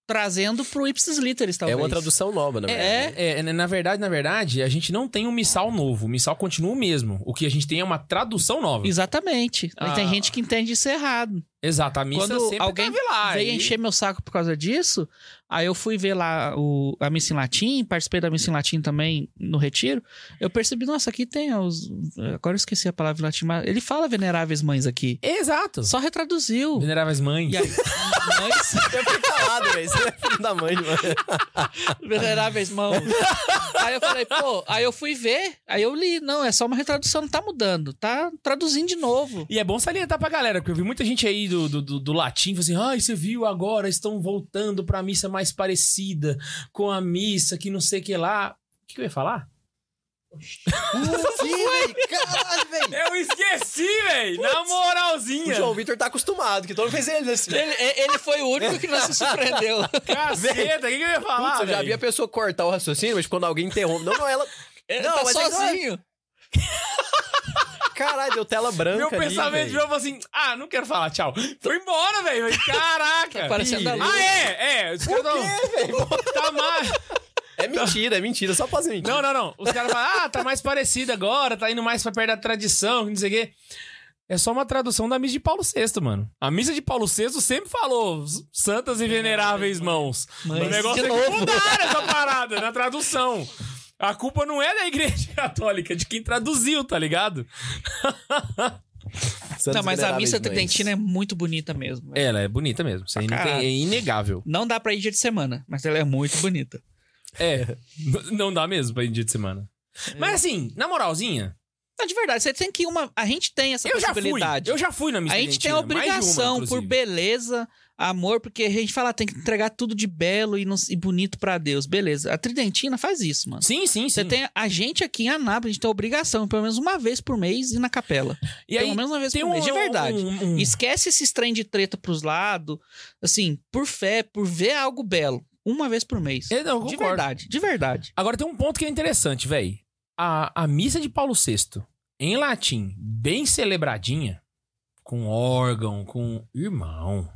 S4: trazendo pro ipsis literis,
S3: É
S4: talvez.
S3: uma tradução nova, né?
S2: É, é, na verdade, na verdade, a gente não tem um missal novo. O missal continua o mesmo. O que a gente tem é uma tradução nova.
S4: Exatamente.
S2: Ah.
S4: Aí tem gente que entende isso errado.
S2: Exato, a missa
S4: Quando
S2: sempre tá-
S4: alguém
S2: teve lá.
S4: Veio
S2: e-
S4: encher meu saco por causa disso. Aí eu fui ver lá o, a missa em latim, participei da missa em latim também no retiro. Eu percebi, nossa, aqui tem os... Agora eu esqueci a palavra em latim, mas ele fala veneráveis mães aqui.
S2: Exato.
S4: Só retraduziu.
S2: Veneráveis mães.
S4: E aí, mães...
S3: Eu fui calado, velho. Você é filho da mãe, mano.
S4: Veneráveis mãos. aí eu falei, pô, aí eu fui ver, aí eu li, não, é só uma retradução, não tá mudando, tá traduzindo de novo.
S2: E é bom salientar pra galera, porque eu vi muita gente aí do, do, do, do latim, falou assim, ai, você viu agora, estão voltando pra missa mais parecida com a missa que não sei o que lá. O que, que eu ia falar?
S3: Caralho, velho.
S2: Eu esqueci, velho! Na moralzinha!
S3: O João Vitor tá acostumado, que todo mundo fez ele assim.
S4: Ele, ele foi o único que não se surpreendeu.
S2: Caceta, o que, que eu ia
S4: Ah,
S2: falar,
S3: Putz, eu já
S2: velho?
S3: vi a pessoa cortar o raciocínio, mas quando alguém interrompe. Não, não, ela.
S4: Ele
S3: Não,
S4: tá
S3: mas é que não é-
S4: sozinho.
S3: Caralho, deu tela branca.
S2: Meu
S3: ali,
S2: pensamento de
S3: velho.
S2: João foi assim, ah, não quero falar, tchau. Foi embora, velho. Caraca!
S4: Tá parecendo a lua.
S2: ah, é, é. Os caras tão... Tá mais...
S3: É mentira, é mentira, só fazer mentira.
S2: Não, não, não. Os caras falam, ah, tá mais parecido agora, tá indo mais pra perto da tradição, que não sei o quê. É só uma tradução da missa de Paulo VI, mano. A missa de Paulo VI sempre falou santas e veneráveis mãos.
S4: É, Mas
S2: o negócio
S4: de
S2: é que
S4: novo.
S2: mudaram essa parada na tradução. A culpa não é da igreja católica, é de quem traduziu, tá ligado?
S3: Santos
S4: Não, mas a
S3: veneráveis
S4: missa
S3: mães.
S4: tridentina é muito bonita mesmo. velho.
S2: Ela é bonita mesmo. Isso aí
S4: Pra
S2: não tem-
S4: caralho.
S2: é inegável.
S4: Não dá pra ir dia de semana, mas ela é muito bonita.
S2: É. n- não dá mesmo pra ir em dia de semana.
S4: É.
S2: Mas assim, na moralzinha,
S4: Não, de verdade, você tem que ir uma. A gente tem essa
S2: eu já fui.
S4: possibilidade.
S2: Eu já fui na missa
S4: A gente tem a
S2: tridentina, mais de uma,
S4: obrigação por
S2: inclusive.
S4: beleza, amor, porque a gente fala "Ah, tem que entregar tudo de belo e, não- e bonito pra Deus. Beleza. A Tridentina faz isso, mano.
S2: Sim, sim, sim.
S4: Você tem a gente aqui em Anápolis, a gente tem a obrigação, pelo menos uma vez por mês, ir na capela.
S2: E
S4: pelo menos uma vez por mês, de verdade.
S2: um- um-
S4: Esquece esses trem de treta pros lados, assim, por fé, por ver algo belo. Uma vez por mês.
S2: Eu não, eu
S4: de
S2: concordo.
S4: verdade, de verdade.
S2: Agora tem um ponto que é interessante, velho. A, a missa de Paulo VI, em latim, bem celebradinha, com órgão, com irmão.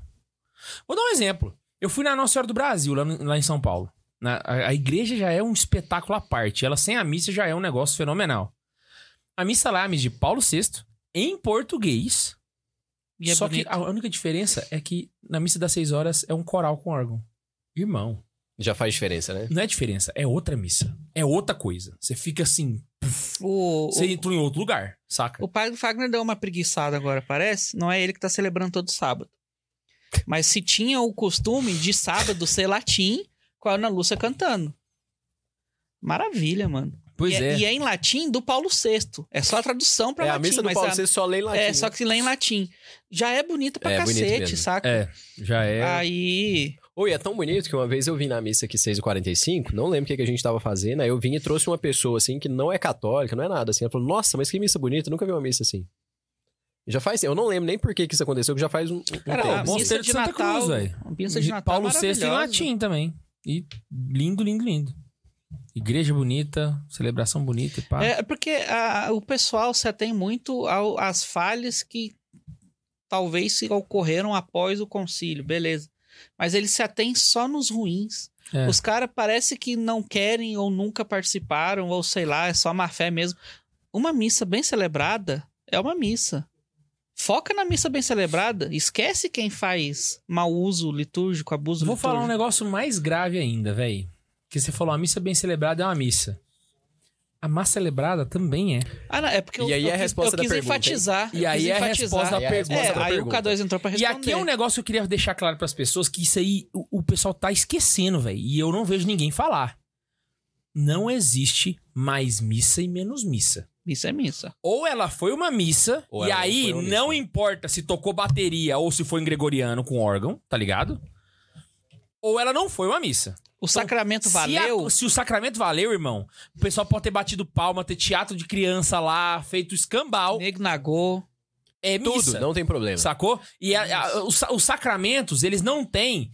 S2: Vou dar um exemplo. Eu fui na Nossa Senhora do Brasil, lá, no- lá em São Paulo. Na- a, a igreja já é um espetáculo à parte. Ela sem a missa já é um negócio fenomenal. A missa lá é a missa de Paulo VI, em português.
S4: E é
S2: só
S4: bonito.
S2: que a única diferença é que na missa das seis horas é um coral com órgão. Irmão.
S3: Já faz diferença, né?
S2: Não é diferença, é outra missa. É outra coisa. Você fica assim,
S4: O,
S2: você
S4: o,
S2: entrou em outro lugar, saca?
S4: o padre Fagner deu uma preguiçada agora, parece. Não é ele que tá celebrando todo sábado. Mas se tinha o costume de sábado ser latim com a Ana Lúcia cantando. Maravilha, mano.
S2: Pois
S4: e,
S2: é.
S4: e é em latim do Paulo VI. É só a tradução pra
S3: É, a
S4: latim.
S3: missa do
S4: mas
S3: Paulo
S4: a-
S3: VI só lê em latim. né?
S4: É, só que se lê em latim. Já é bonito pra
S3: É, bonito
S4: cacete,
S3: mesmo.
S4: saca?
S2: É, já é.
S4: Aí.
S3: Oi, é tão bonito que uma vez eu vim na missa aqui 6h45, não lembro o que, que a gente tava fazendo, aí eu vim e trouxe uma pessoa, assim, que não é católica, não é nada, assim. Ela falou, nossa, mas que missa bonita, nunca vi uma missa assim. Já faz, eu não lembro nem por que que isso aconteceu, que já faz um, um
S4: Cara, a
S3: tempo.
S2: Mosteiro
S4: missa
S2: Então, de
S4: de
S2: Santa
S4: Natal.
S2: Cruz, velho.
S4: a missa de Natal. é
S2: Paulo VI em
S4: maravilhosa.
S2: latim também. E lindo, lindo, lindo. Igreja bonita, celebração bonita e pá.
S4: É, porque a- o pessoal se atém muito ao- às falhas que talvez se ocorreram após o concílio, beleza. Mas eles se atém só nos ruins.
S2: É.
S4: Os caras parece que não querem ou nunca participaram, ou sei lá, é só má fé mesmo. Uma missa bem celebrada é uma missa. Foca na missa bem celebrada, esquece quem faz mau uso litúrgico, abuso
S2: Vou
S4: litúrgico.
S2: falar um negócio mais grave ainda, velho. Que você falou, a missa bem celebrada é uma missa. A má celebrada também é.
S4: Ah, não, é porque
S3: E
S4: eu,
S3: aí
S4: eu
S3: é a
S4: quis,
S3: resposta
S4: eu
S3: da
S4: quis
S3: pergunta, hein?
S4: enfatizar.
S2: E
S4: eu
S2: aí
S4: quis
S2: é a
S4: enfatizar.
S2: resposta da
S3: Aí é a
S2: pergunta.
S3: resposta
S4: É,
S3: da
S4: aí o
S3: pergunta.
S4: K2 entrou pra
S2: E
S4: responder.
S2: aqui é um negócio que eu queria deixar claro pras pessoas que isso aí o, o pessoal tá esquecendo, velho. E eu não vejo ninguém falar. Não existe mais missa e menos missa.
S4: Missa é missa.
S2: Ou ela foi uma missa,
S3: Ou
S2: e
S3: ela não
S2: aí
S3: foi uma
S2: não,
S3: missa.
S2: importa se tocou bateria ou se foi em gregoriano com órgão, tá ligado? Ou ela não foi uma missa.
S4: O sacramento
S2: Se a-
S4: valeu.
S2: se o sacramento valeu, irmão, o pessoal pode ter batido palma, ter teatro de criança lá, feito escambau.
S4: Nego nagô.
S2: É
S3: Tudo,
S2: missa.
S3: não tem problema.
S2: Sacou? E a- a- os, sa- os sacramentos, eles não têm.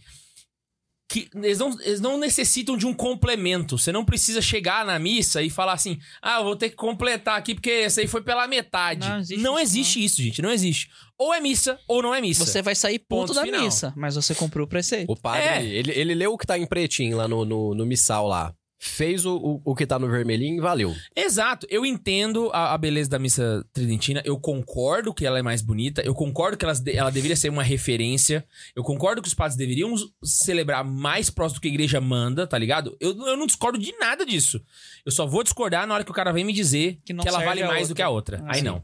S2: Que, eles, não, eles não necessitam de um complemento. Você não precisa chegar na missa e falar assim: ah, eu vou ter que completar aqui porque esse aí foi pela metade.
S4: Não
S2: Não existe,
S4: existe isso, né?
S2: isso, gente. Não existe. Ou é missa ou não é missa.
S4: Você vai sair ponto
S2: Ponto
S4: da
S2: final.
S4: missa, mas você cumpriu o preceito.
S3: O padre,
S2: É.
S3: ele, ele leu o que tá em pretinho lá no, no, no missal lá. Fez o, o, o que tá no vermelhinho e valeu.
S2: Exato. Eu entendo a, a beleza da missa tridentina. Eu concordo que ela é mais bonita. Eu concordo que elas de- ela deveria ser uma referência. Eu concordo que os padres deveriam s- celebrar mais próximo do que a igreja manda, tá ligado? Eu, eu não discordo de nada disso. Eu só vou discordar na hora que o cara vem me dizer
S4: Que
S2: que,
S4: não
S2: ela
S4: serve
S2: vale
S4: a
S2: mais
S4: outra.
S2: do que a outra.
S4: Ah,
S2: Aí
S4: sim.
S2: não.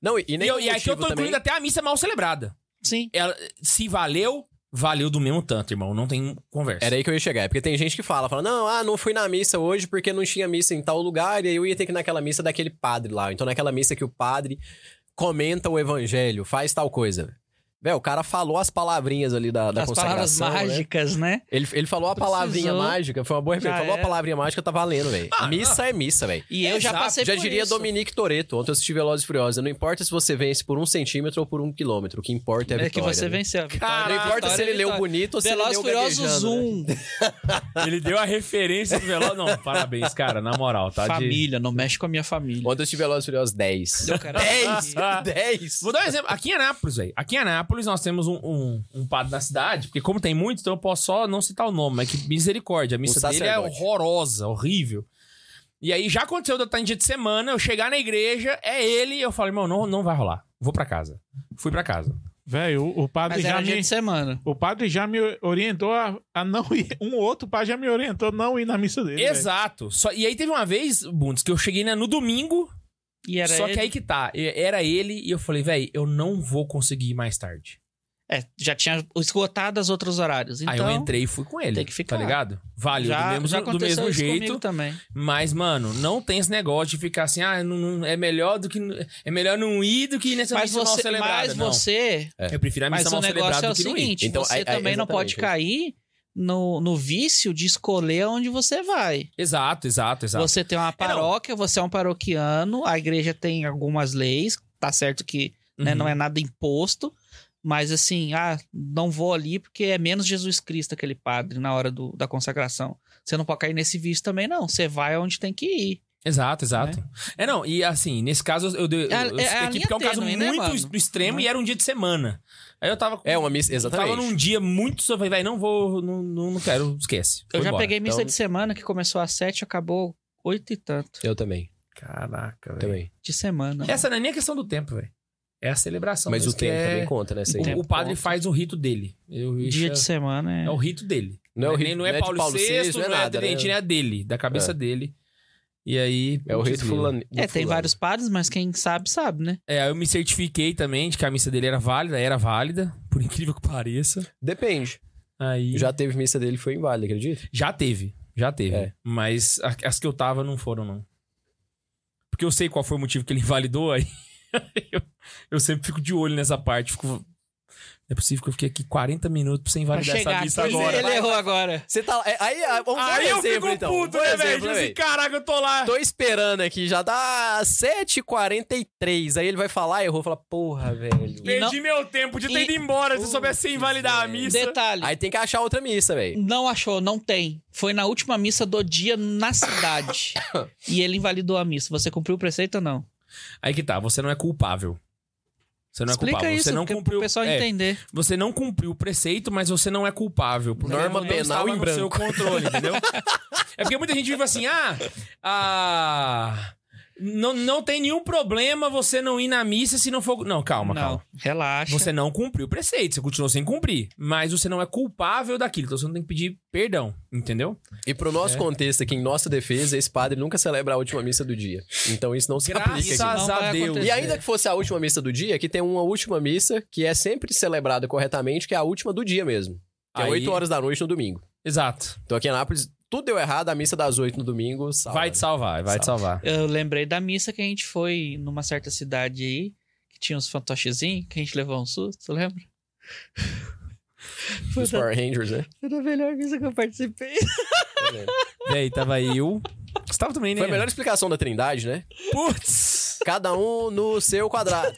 S3: Não, e, e
S2: E,
S3: nem
S2: eu- e aqui eu tô
S3: também,
S2: incluindo até a missa mal celebrada.
S4: Sim.
S2: Ela, se valeu, valeu do mesmo tanto, irmão. Não tem conversa.
S3: Era aí que eu ia chegar. É porque tem gente que fala, fala, não, ah, não fui na missa hoje porque não tinha missa em tal lugar, e aí eu ia ter que ir naquela missa daquele padre lá. Então, naquela missa que o padre comenta o evangelho, faz tal coisa. Velho, o cara falou as palavrinhas ali da, da
S4: As palavras
S3: Tá consagração. né?
S4: mágicas, né?
S3: Ele, ele falou a palavrinha
S4: Precisou.
S3: mágica, foi uma boa
S4: Já
S3: referência. Falou
S4: é.
S3: a palavrinha mágica, tá valendo, velho.
S2: Ah,
S3: missa é missa, velho.
S4: E eu já
S2: Exato.
S4: passei
S3: Já
S4: por
S3: diria
S4: isso.
S3: Dominique Toreto, ontem eu assisti Velozes e Furiosos. Não importa se você vence por um centímetro ou por um quilômetro, o que importa é a
S4: É que
S3: vitória. né?
S4: você venceu. a vitória.
S2: Caralho,
S3: Não importa se ele leu
S4: Vitória.
S3: bonito ou se ele
S4: Velozes
S3: leu
S4: e Furiosos
S3: gaguejando, né?
S4: 1.
S2: Ele deu a referência do Veloz. Não, parabéns, cara. Na moral, tá? de-
S4: Família, não mexe com a minha família.
S3: Ontem eu assisti Velozes e Furiosos 10.
S4: Eu quero-
S3: 10!
S2: Ah.
S3: 10!
S2: Vou dar um exemplo. Aqui em Anápolis, velho. Aqui em Anápolis nós temos um, um, um padre na cidade, porque como tem muito, então eu posso só não citar o nome, mas que misericórdia. A missa
S3: Um
S2: dele é
S3: sacerdote.
S2: horrorosa, horrível. E aí já aconteceu de eu estar em dia de semana, eu chegar na igreja, é ele, eu falo, irmão, não, não vai rolar. Vou pra casa. Fui pra casa.
S5: Velho, o, o padre
S4: Mas
S5: já
S4: era dia
S5: me.
S4: de semana.
S5: O padre já me orientou a, a não ir. Um outro padre já me orientou a não ir na missa dele. velho.
S2: Exato. Só, e aí teve uma vez, Bundes, que eu cheguei né, no domingo,
S4: E era
S2: só
S4: ele-
S2: que aí que tá. e- Era ele e eu falei, velho, eu não vou conseguir ir mais tarde.
S4: É, já tinha esgotado os outros horários. Então,
S2: aí eu entrei e fui com ele.
S4: tem que ficar.
S2: Tá ligado? Valeu
S4: já,
S2: do mesmo,
S4: já
S2: do
S4: aconteceu
S2: mesmo
S4: isso
S2: jeito.
S4: comigo também.
S2: Mas, mano, não tem esse negócio de ficar assim, ah, não, não- é melhor do que. É melhor não ir do que nessa
S4: Mas
S2: missa mal
S4: você,
S2: celebrada.
S4: mas
S2: não. é,
S4: você
S2: Eu prefiro a
S4: Mas
S2: missa
S4: o
S2: mal
S4: negócio
S2: celebrada
S4: é
S2: do
S4: o
S2: que não ir.
S4: seguinte:
S3: Então,
S4: você
S3: aí- aí-
S4: também não pode cair no, no vício de escolher onde você vai.
S2: Exato, exato, exato.
S4: Você tem uma paróquia, você é um paroquiano, a igreja tem algumas leis, tá certo que né,
S2: Uhum.
S4: não é nada imposto, mas assim, ah, não vou ali porque é menos Jesus Cristo aquele padre na hora do- da consagração. Você não pode cair nesse vício também, não. Você vai onde tem que ir.
S2: Exato, exato. É, não, e assim, nesse caso eu, eu,
S4: É Né? a-
S2: eu
S4: é
S2: citei
S4: a
S2: aqui
S4: linha
S2: porque é um caso
S4: tênue, né,
S2: muito
S4: mano?
S2: ex- extremo e era um dia de semana. Aí eu tava com-
S3: É uma miss, exatamente.
S2: Tava num dia muito. só Falei, vai, não vou, não, não, não quero, esquece.
S4: Eu
S2: Vou
S4: já
S2: embora.
S4: peguei missa
S3: Então-
S4: de semana que começou às sete e acabou oito e tanto
S3: Eu também,
S2: Caraca, velho.
S3: também.
S4: de semana.
S2: Essa não é nem a questão do tempo, velho. É a celebração.
S3: Mas o
S2: que
S3: tempo
S2: é-
S3: também conta, né? isso aí.
S4: O
S2: O,
S4: tempo
S2: o padre
S4: conta.
S2: faz o rito dele. Eu,
S4: Dia
S2: isso
S4: de
S2: é-
S4: semana é...
S2: É o rito dele.
S3: Não é o
S2: Nem-
S3: rito-
S2: não é
S3: não é de
S2: Paulo,
S3: Paulo
S2: VI, não é,
S3: nada, né?
S2: Tridentino, é dele, da cabeça
S3: É.
S2: dele. E aí.
S3: É o
S2: putz,
S3: rito
S2: grilo.
S3: fulano.
S4: É, tem
S3: fulano.
S4: vários padres, mas quem sabe, sabe, né?
S2: É, eu me certifiquei também de que a missa dele era válida, era válida, por incrível que pareça.
S3: Depende.
S2: Aí.
S3: Já teve missa dele que foi inválida, acredita?
S2: Já teve, já teve.
S3: É.
S2: Mas a- as que eu tava não foram, não. Porque eu sei qual foi o motivo que ele invalidou, aí eu, eu sempre fico de olho nessa parte. Fico... Não é possível que eu fiquei aqui 40 minutos pra você invalidar essa missa
S4: pois é,
S2: agora.
S4: Ele errou agora.
S3: Você tá. é, Aí, ah, vamos dar um
S2: Aí eu
S3: exemplo,
S2: fico
S3: então.
S2: puto,
S3: Um
S2: né,
S3: exemplo,
S2: velho? Tipo
S3: né,
S2: assim,
S3: velho?
S2: caraca, eu tô lá.
S3: Tô esperando aqui, já tá dá 7h43. Aí ele vai falar, errou, fala, porra, velho.
S4: E não-
S2: Perdi meu tempo de ter
S4: e-
S2: ido embora se eu
S3: Putz,
S2: soubesse você invalidar a
S3: velho.
S2: missa.
S4: Detalhe,
S3: Aí tem que achar outra missa, velho.
S4: não achou, não tem. Foi na última missa do dia na cidade. e ele invalidou a missa. Você cumpriu o preceito ou não?
S2: Aí que tá, você não é culpável. Você não é
S4: Explica
S2: culpável.
S4: isso,
S2: você não
S4: porque
S2: cumpriu.
S4: pro pessoal
S2: é,
S4: entender.
S2: Você não cumpriu o preceito, mas você não é culpável. Porque
S3: Norma
S2: não
S3: penal
S2: estava
S3: em
S2: no
S3: branco.
S2: seu controle, entendeu? é porque muita gente vive assim, ah... ah não, não tem nenhum problema você não ir na missa se não for... Não, calma,
S4: não,
S2: calma.
S4: relaxa.
S2: Você não cumpriu o preceito, você continuou sem cumprir. Mas você não é culpável daquilo, então você não tem que pedir perdão, entendeu?
S3: E pro nosso contexto aqui, em nossa defesa, esse padre nunca celebra a última missa do dia. Então isso não se aplica
S2: Graças
S3: aqui.
S4: Não vai
S2: a Deus.
S4: acontecer.
S3: E ainda que fosse a última missa do dia, que tem uma última missa que é sempre celebrada corretamente, que é a última do dia mesmo. Que é
S2: Aí-
S3: 8 horas da noite no domingo.
S2: Exato.
S3: Então aqui em Nápoles, tudo deu errado, a missa das 8 no domingo,
S4: Tá
S3: salva.
S2: Vai te salvar, vai te salvar.
S4: Eu lembrei da missa que a gente foi numa certa cidade aí, que tinha uns fantochezinhos, que a gente levou um susto, você lembra? Foi
S3: Os
S4: da,
S3: Power Rangers, né?
S4: foi da melhor missa que eu participei.
S2: E aí, tava eu. Você tava também, né?
S3: Foi a melhor explicação da Trindade, né?
S2: Putz!
S3: Cada um no seu quadrado.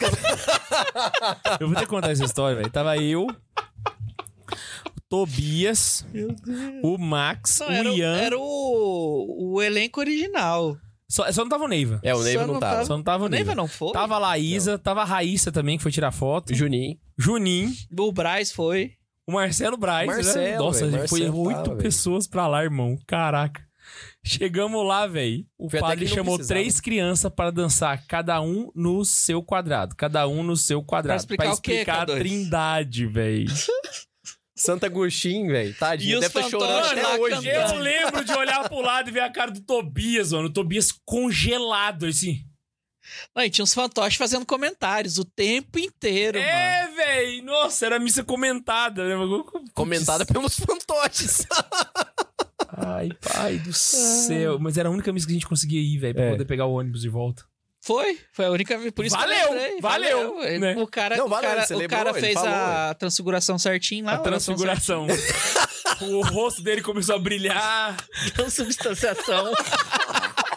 S2: Eu vou te contar essa história, velho. Tava eu, o Tobias, o Max,
S4: Não,
S2: o
S4: era, o-
S2: Ian.
S4: era o, o elenco original.
S2: Só, só não tava o Neiva.
S3: É, o Neiva
S4: Só
S3: não
S4: não
S3: tava.
S4: tava.
S2: Só não tava o
S4: O Neiva
S2: Neiva.
S4: não foi?
S2: Tava a Laísa, tava a Raíssa também, que foi tirar foto.
S3: Juninho.
S2: Juninho,
S4: O Braz foi.
S2: o Marcelo Braz. né?
S3: Marcelo,
S2: Nossa,
S3: velho,
S2: a gente foi
S3: Marcelo
S2: oito
S3: tava, velho.
S2: pessoas pra lá, irmão. Caraca. Chegamos lá, velho. O
S3: Foi até
S2: padre
S3: que não
S2: chamou
S3: precisava.
S2: três crianças para dançar, cada um no seu quadrado. Cada um no seu quadrado.
S4: explicar
S2: pra
S4: o quê,
S2: explicar a
S4: K2?
S2: trindade, velho.
S3: Santo Agostinho, velho. Tadinho,
S4: os
S3: deve estar chorando
S4: fantoches lá
S3: até hoje.
S4: cantando.
S2: Eu lembro de olhar pro lado e ver a cara do Tobias, mano. O Tobias congelado, assim.
S4: Não, e tinha uns fantoches fazendo comentários o tempo inteiro, mano.
S2: É, véi. Nossa, era missa comentada, né?
S3: Comentada pelos fantoches.
S2: Ai, pai do céu. Mas era a única missa que a gente conseguia ir, velho, pra
S3: Ah. É.
S2: poder pegar o ônibus de volta.
S4: Foi? Foi a única vez. Por isso que
S2: Valeu,
S4: eu lembrei.
S2: valeu,
S4: Ele-
S2: né?
S4: O cara,
S3: Não,
S4: o
S3: valeu,
S4: cara,
S3: ele
S4: o
S3: lembrou,
S4: cara
S3: ele
S4: fez a
S3: falou.
S4: transfiguração certinho lá.
S2: a
S4: oração
S2: transfiguração. um o rosto dele começou a brilhar.
S4: transubstanciação.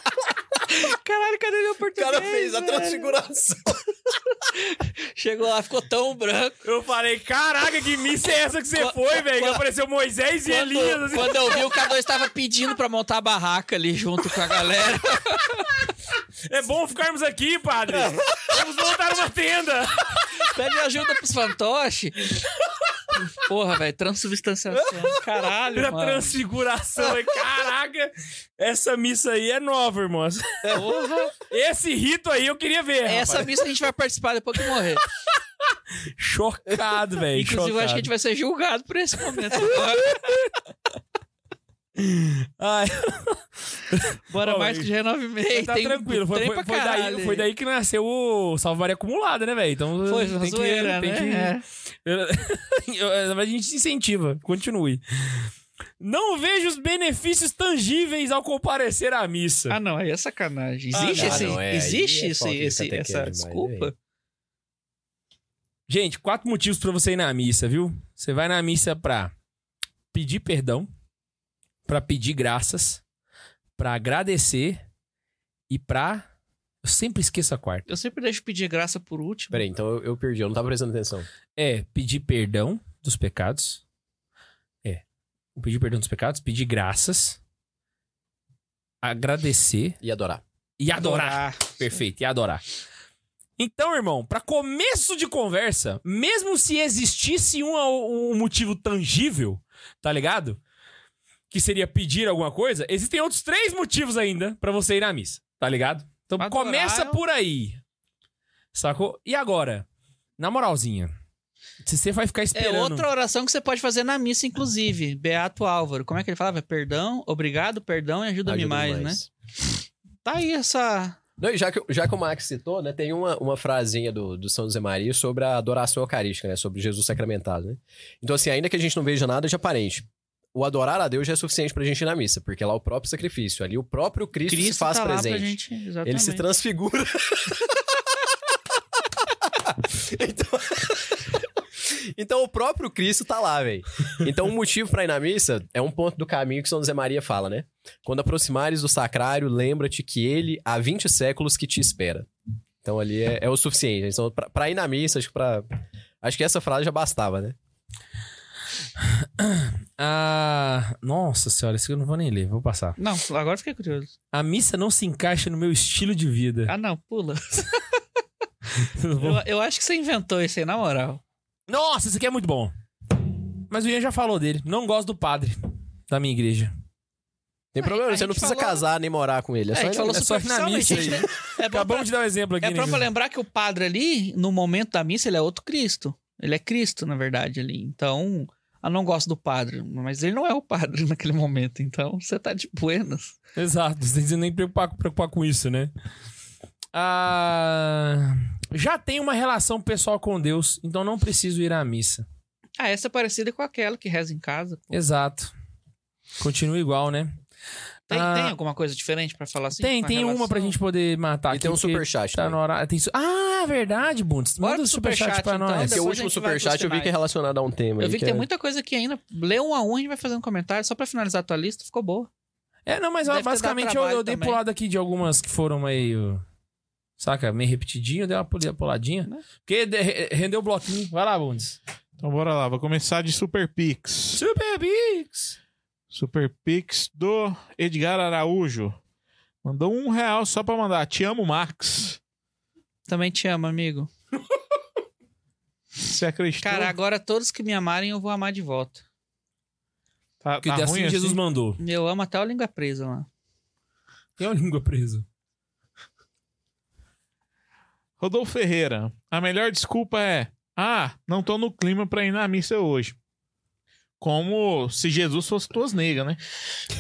S4: Caralho, cadê meu
S3: O
S4: português?
S3: cara fez a
S4: velho?
S3: transfiguração.
S4: Chegou lá, ficou tão branco.
S2: Eu falei, caraca, que missa é essa que você
S4: Qua-
S2: foi, velho? Que
S4: qua-
S2: apareceu Moisés e Elias.
S4: Quando,
S2: assim.
S4: quando eu vi, o K2 tava pedindo pra montar a barraca ali junto com a galera.
S2: É bom ficarmos aqui, padre. Vamos montar uma tenda.
S4: Pede ajuda pros fantoches. Porra, velho, transubstanciação. Caralho,
S2: Pela
S4: mano.
S2: transfiguração. E, Caraca, essa missa aí é nova, irmão.
S4: Porra.
S2: Esse rito aí eu queria ver.
S4: Essa
S2: É, rapaz.
S4: missa a gente vai participar depois que morrer.
S2: Chocado, velho.
S4: Inclusive,
S2: Chocado.
S4: eu acho que a gente vai ser julgado por esse momento agora.
S2: Ai,
S4: Bora
S2: Ô,
S4: mais que
S2: e-
S4: já é nove e meia.
S2: tá
S4: tem
S2: tranquilo. Foi,
S4: trem
S2: foi-
S4: pra
S2: foi daí,
S4: caralho.
S2: foi daí que nasceu o Salve Maria Acumulada, né, velho? Então
S4: Foi, uma
S2: tem
S4: zoeira,
S2: que, tem
S4: né?
S2: que-
S4: É.
S2: Eu- Mas a gente incentiva, continue. Não vejo os benefícios tangíveis ao comparecer à missa.
S4: Ah, não, aí é sacanagem.
S2: Ah,
S4: Existe
S2: não,
S4: esse,
S3: não, é, aí
S4: existe
S3: é
S4: esse,
S3: falta de
S4: esse-
S3: catequese
S4: essa
S3: demais,
S4: desculpa?
S2: né?
S3: aí.
S2: Gente, quatro motivos pra você ir na missa, viu? Você vai na missa pra pedir perdão, pra pedir graças, pra agradecer e pra. Eu sempre esqueço a quarta.
S4: Eu sempre deixo pedir graça por último.
S3: Peraí, então eu, eu perdi, eu não tava prestando atenção.
S2: É pedir perdão dos pecados. É. O pedir perdão dos pecados, pedir graças, agradecer
S3: E adorar.
S2: E adorar. Perfeito, e adorar. Então, irmão, pra começo de conversa, mesmo se existisse um, um motivo tangível, tá ligado? Que seria pedir alguma coisa, existem outros três motivos ainda pra você ir na missa, tá ligado? Então
S5: Adorar
S2: começa
S5: é um-
S2: por aí. Sacou? E agora? Na moralzinha, se você vai ficar
S4: É
S2: esperando.
S4: outra oração que você pode fazer na missa, inclusive. Beato Álvaro. Como é que ele falava? Perdão, obrigado, perdão e ajuda-me
S3: Ajuda
S4: mais, né?
S3: demais.
S4: Tá aí essa.
S3: Não, e já, que, já que o Max citou, né, tem uma, uma frasinha do, do São José Maria sobre a adoração eucarística, né, sobre Jesus sacramentado, né? Então, assim, ainda que a gente não veja nada de aparente, o adorar a Deus já é suficiente pra gente ir na missa, porque lá é o próprio sacrifício, ali o próprio Cristo,
S4: Cristo
S3: se faz
S4: tá lá pra
S3: presente.
S4: gente, exatamente.
S3: Ele se transfigura. então... então o próprio Cristo tá lá, velho. Então o motivo pra ir na missa é um ponto do caminho que São José Maria fala, né? Quando aproximares do sacrário, lembra-te que ele há 20 séculos que te espera. Então ali é, é o suficiente. Então pra, pra ir na missa, acho que pra... Acho que essa frase já bastava, né?
S2: Ah, nossa senhora, isso aqui eu não vou nem ler, vou passar.
S4: Não, agora eu fiquei curioso.
S2: A missa não se encaixa no meu estilo de vida.
S4: Ah, não, pula.
S2: Eu vou-
S4: Eu, eu acho que você inventou isso aí, na moral.
S2: Nossa, isso aqui é muito bom. Mas o Ian já falou dele. Não gosto do padre da minha igreja.
S3: Tem
S4: Ué,
S3: problema,
S4: a
S3: você não
S4: gente
S3: precisa
S4: falou-
S3: casar nem morar com ele. É,
S4: É,
S3: só
S4: a
S3: ir
S4: gente
S3: na
S4: falou
S2: é só ir na
S4: superficialmente.
S2: missa
S4: a gente tem- É bom pra,
S2: Acabamos de dar um exemplo aqui.
S4: é
S2: né,
S4: bom pra
S2: Júlio?
S4: lembrar que o padre ali, no momento da missa, ele é outro Cristo. Ele é Cristo, na verdade, ali. Então, eu não gosto do padre, mas ele não é o padre naquele momento. Então, você tá de buenas.
S2: Exato, você tem que nem preocupar, preocupar com isso, né? Ah, já tenho uma relação pessoal com Deus, então não preciso ir à missa.
S4: Ah, essa é parecida com aquela que reza em casa. pô.
S2: Exato. Continua igual, né?
S4: Tem,
S2: Ah.
S4: tem alguma coisa diferente pra falar assim?
S2: tem
S4: com a
S2: tem uma
S4: relação?
S2: pra gente poder matar
S3: E
S2: aqui.
S3: tem um
S2: porque
S3: superchat.
S2: Tá
S3: também.
S2: na hora... tem su- Ah, verdade, Bundes.
S4: Bora
S2: Manda o
S4: pro
S2: superchat
S4: superchat,
S2: pra
S4: então,
S2: nós.
S3: É porque o
S4: Depois a
S3: último
S4: gente vai pros
S3: superchat eu vi que é
S4: sinais.
S3: relacionado a um tema.
S4: Eu
S3: aí
S4: vi que tem
S3: é-
S4: muita coisa aqui ainda. Lê um a um, a gente vai fazendo comentário. Só pra finalizar a tua lista, ficou boa.
S2: É, não, mas
S4: Deve ter dado
S2: basicamente eu,
S4: trabalho
S2: eu dei
S4: também.
S2: pulada aqui de algumas que foram meio. Saca? Meio repetidinho, eu dei uma puli- puladinha.
S4: Né?
S2: Porque de- re- rendeu o bloquinho. Vai lá, Bundes.
S5: Então bora lá, vou começar de Super Pix.
S2: Super Bix!
S5: Super Pix do Edgar Araújo. Mandou um real só pra mandar. Te amo, Max.
S4: Também te amo, amigo.
S5: Você acreditou?
S4: Cara, agora todos que me amarem, eu vou amar de volta.
S5: tá,
S2: Que
S5: tá
S2: assim
S5: ruim
S2: Jesus
S5: assim?
S2: mandou.
S4: Eu amo até o língua presa lá.
S2: Tem uma língua presa.
S5: Rodolfo Ferreira. A melhor desculpa é: Ah, não tô no clima pra ir na missa hoje. Como se Jesus fosse tuas negras, né?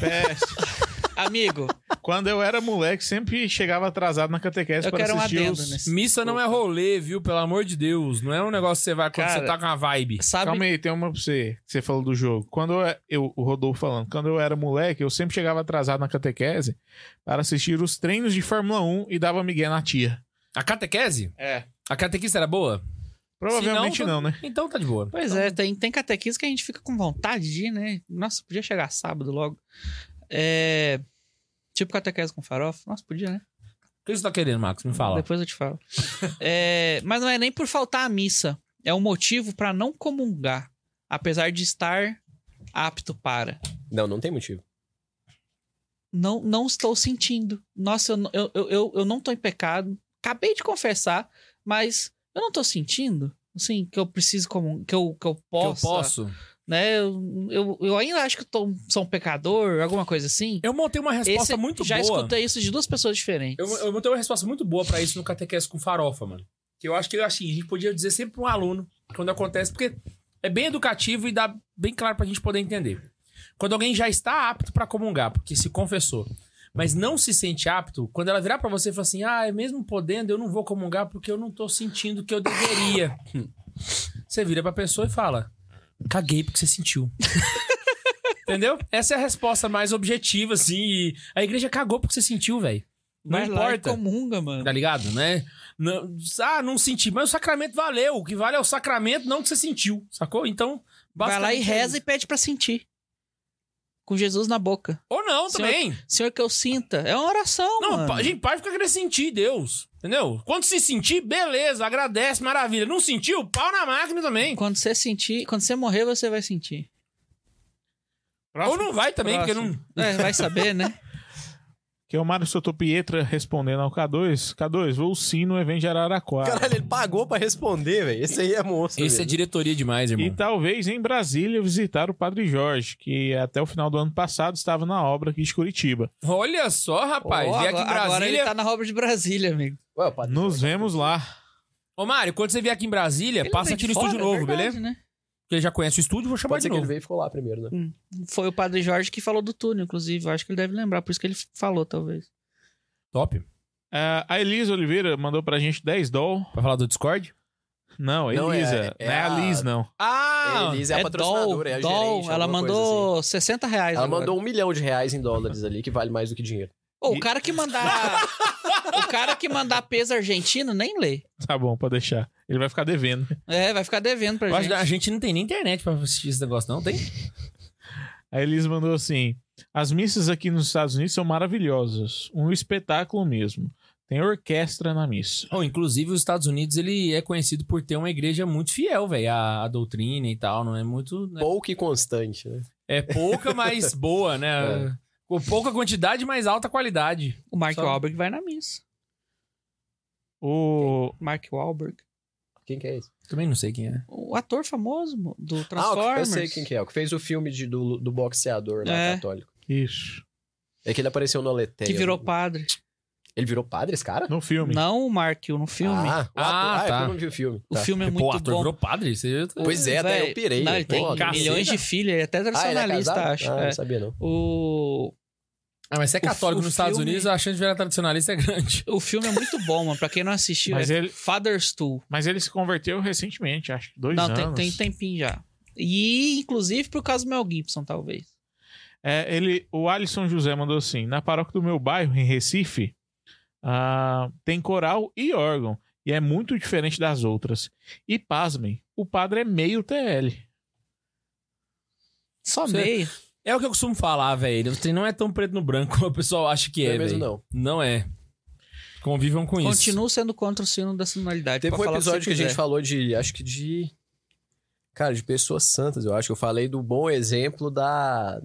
S5: É,
S4: Amigo,
S5: quando eu era moleque, sempre chegava atrasado na catequese
S4: eu
S5: para
S4: quero um
S5: assistir
S4: adendo
S5: os...
S4: nesse.
S2: Missa não é rolê, viu? Pelo amor de Deus. Não é um negócio que você vai quando
S4: Cara,
S2: você tá com a vibe.
S4: Sabe?
S5: Calma aí, tem uma pra você. que Você falou do jogo. Quando eu, eu- o Rodolfo falando, quando eu era moleque, eu sempre chegava atrasado na catequese para assistir os treinos de Fórmula 1 e dava migué na tia.
S2: A catequese?
S5: É.
S2: A catequista era boa?
S5: Provavelmente
S2: Se
S5: não,
S2: tá-
S5: né?
S2: Então tá de boa.
S4: Pois é, tem, tem catequista que a gente fica com vontade de ir, né? Nossa, podia chegar sábado logo. É. Tipo catequese com farofa. Nossa, podia, né?
S2: O que você tá querendo, Max? Me fala.
S4: Depois eu te falo. É, mas não é nem por faltar a missa. É um motivo pra não comungar. Apesar de estar apto para.
S3: Não, não tem motivo.
S4: não, não estou sentindo. Nossa, eu, n- eu, eu, eu, eu não tô em pecado. Acabei de confessar, mas eu não tô sentindo. Assim, que eu preciso como que eu, que eu
S2: Que
S4: possa,
S2: eu posso.
S4: né? Eu, eu, eu ainda acho que eu tô, sou um pecador, alguma coisa assim.
S2: Eu montei uma resposta
S4: Esse-
S2: muito
S4: já
S2: boa.
S4: escutei isso de duas pessoas diferentes.
S2: Eu, eu montei uma resposta muito boa pra isso no catequese com farofa, mano. Que eu acho que assim, a gente podia dizer sempre pra um aluno quando acontece, porque é bem educativo e dá bem claro pra gente poder entender. Quando alguém já está apto pra comungar, porque se confessou, mas não se sente apto, quando ela virar pra você e falar assim: "Ah, é mesmo podendo, eu não vou comungar porque eu não tô sentindo que eu deveria". você vira pra pessoa e fala: "Caguei porque você sentiu". Entendeu? Essa é a resposta mais objetiva, assim. e a igreja cagou porque você sentiu, velho. Não
S4: Vai lá e
S2: importa.
S4: comunga, mano.
S2: Tá ligado, né? Não- ah, não senti. Mas o sacramento valeu. O que vale é o sacramento, não o que você sentiu, sacou? Então,
S4: Vai lá e
S2: basicamente é
S4: reza
S2: isso.
S4: e pede pra sentir. Com Jesus na boca.
S2: Ou não
S4: Senhor-
S2: também.
S4: Senhor, que eu sinta. É uma oração,
S2: Não,
S4: mano.
S2: pa- gente, para de ficar querendo sentir Deus. Entendeu? Quando se sentir, beleza, agradece, maravilha. Não sentiu, pau na máquina também.
S4: Quando você sentir, quando você morrer, você vai sentir.
S2: Ou não vai também,
S4: Próximo.
S2: porque não.
S4: É, vai saber, né?
S5: que é o Mário Sotopietra respondendo ao K2. K2, vou sim no evento de Araraquara.
S3: Caralho, ele pagou pra responder, velho. Esse aí é monstro.
S2: Esse é
S3: velho.
S2: diretoria demais,
S5: E
S2: irmão.
S5: talvez em Brasília visitar o Padre Jorge, que até o final do ano passado estava na obra aqui de Curitiba.
S2: Olha só, rapaz.
S4: Ó,
S2: e
S4: agora,
S2: aqui em
S4: agora ele
S2: Brasília.
S4: tá na obra de Brasília, amigo.
S3: Ué, o padre-
S5: Nos vemos lá.
S2: Ô, Mário, quando você vier aqui em Brasília,
S4: Ele
S2: passa
S4: veio
S2: aqui no
S4: de
S2: estúdio
S4: fora, é
S2: novo,
S4: verdade,
S2: beleza?
S4: né?
S2: Porque ele já conhece o estúdio, vou chamar
S3: Pode
S2: de
S3: ser que ele
S2: novo.
S3: veio e ficou lá primeiro, né?
S4: Foi o Padre Jorge que falou do túnel, inclusive. Eu acho que ele deve lembrar, por isso que ele falou, talvez.
S2: Top.
S5: Ah, a Elisa Oliveira mandou pra gente 10 doll.
S2: Pra falar do Discord?
S5: Não,
S3: Não, é-
S5: Elisa.
S3: é
S5: não é a
S3: a-
S5: Liz, não.
S2: Ah!
S3: Elisa é a patrocinadora, é a
S4: doll.
S3: gerente,
S4: Ela
S3: alguma coisa assim.
S4: mandou 60 reais.
S3: Ela
S4: agora.
S3: mandou um milhão de reais em dólares ali, que vale mais do que dinheiro.
S4: Ô, o cara que mandar. o cara que mandar peso argentino nem lê.
S5: Tá bom, pode deixar. Ele vai ficar devendo.
S4: É, vai ficar devendo pra
S2: Eu acho
S4: gente.
S2: que a gente não tem nem internet pra assistir esse negócio, não? Tem?
S5: A Elisa mandou assim: As missas aqui nos Estados Unidos são maravilhosas. Um espetáculo mesmo. Tem orquestra na missa.
S2: Oh, inclusive, os Estados Unidos ele é conhecido por ter uma igreja muito fiel, velho, à, à doutrina e tal. Não é muito. né?
S3: Pouco e constante, né?
S2: É pouca, mas boa, né? Com pouca quantidade, mas alta qualidade.
S4: O Mark
S2: Só-
S4: Wahlberg vai na missa.
S5: O...
S4: Mark Wahlberg.
S3: Quem que é esse?
S2: Também não sei quem é.
S4: O ator famoso mo- do
S3: Ah, o que- eu
S4: Transformers.
S3: sei quem que é. O que fez o filme de- do, do boxeador lá,
S4: É.
S3: católico.
S5: Isso.
S3: É que ele apareceu no Aletheia.
S4: que virou
S3: né?
S4: padre.
S3: Ele virou padre, esse cara?
S5: No filme.
S4: Não o Mark, no filme.
S3: Ah, o ator.
S2: Ah,
S3: Ah, é
S2: tá.
S3: porque eu não vi o filme.
S4: o
S3: Tá.
S4: filme é
S2: Pô,
S4: muito
S2: o ator
S4: bom.
S2: virou padre? Você...
S3: Pois é, até
S4: Véi,
S3: eu pirei.
S4: Não,
S3: velho.
S4: ele tem
S3: Pô,
S2: caceta.
S4: milhões de filhos, ele é até
S3: Ah, ele é
S4: tradicionalista,
S3: casado?
S4: acho.
S3: Ah,
S4: é.
S3: não sabia não.
S4: O...
S2: Ah, mas se é
S4: O-
S2: católico
S4: o
S2: nos Estados
S4: filme-
S2: Unidos, a chance de virar tradicionalista é grande.
S4: o filme é muito bom, mano. Pra quem não assistiu,
S5: Mas
S4: é
S5: ele-
S4: Father's Tool.
S5: Mas ele se converteu recentemente, acho que dois
S4: Não, tem,
S5: anos.
S4: tem tempinho já. E, inclusive, por causa do Mel Gibson, talvez.
S5: É, ele, o Alisson José mandou assim: na paróquia do meu bairro, em Recife, ah, tem coral e órgão. E é muito diferente das outras. E pasmem, o padre é meio TL.
S4: Só
S2: Você-
S4: meio.
S2: É o que eu costumo falar, velho. Você não é tão preto no branco como o pessoal acha que
S3: Não
S2: é,
S3: é mesmo
S2: velho.
S3: não.
S2: Não é. Convivam com isso.
S4: Continuo sendo contra o sino da sinalidade.
S3: Teve
S4: pode
S3: um
S4: falar o
S3: episódio
S4: você
S3: que a gente
S4: quiser.
S3: falou de, acho que de... Cara, de pessoas santas, eu acho que eu falei do bom exemplo da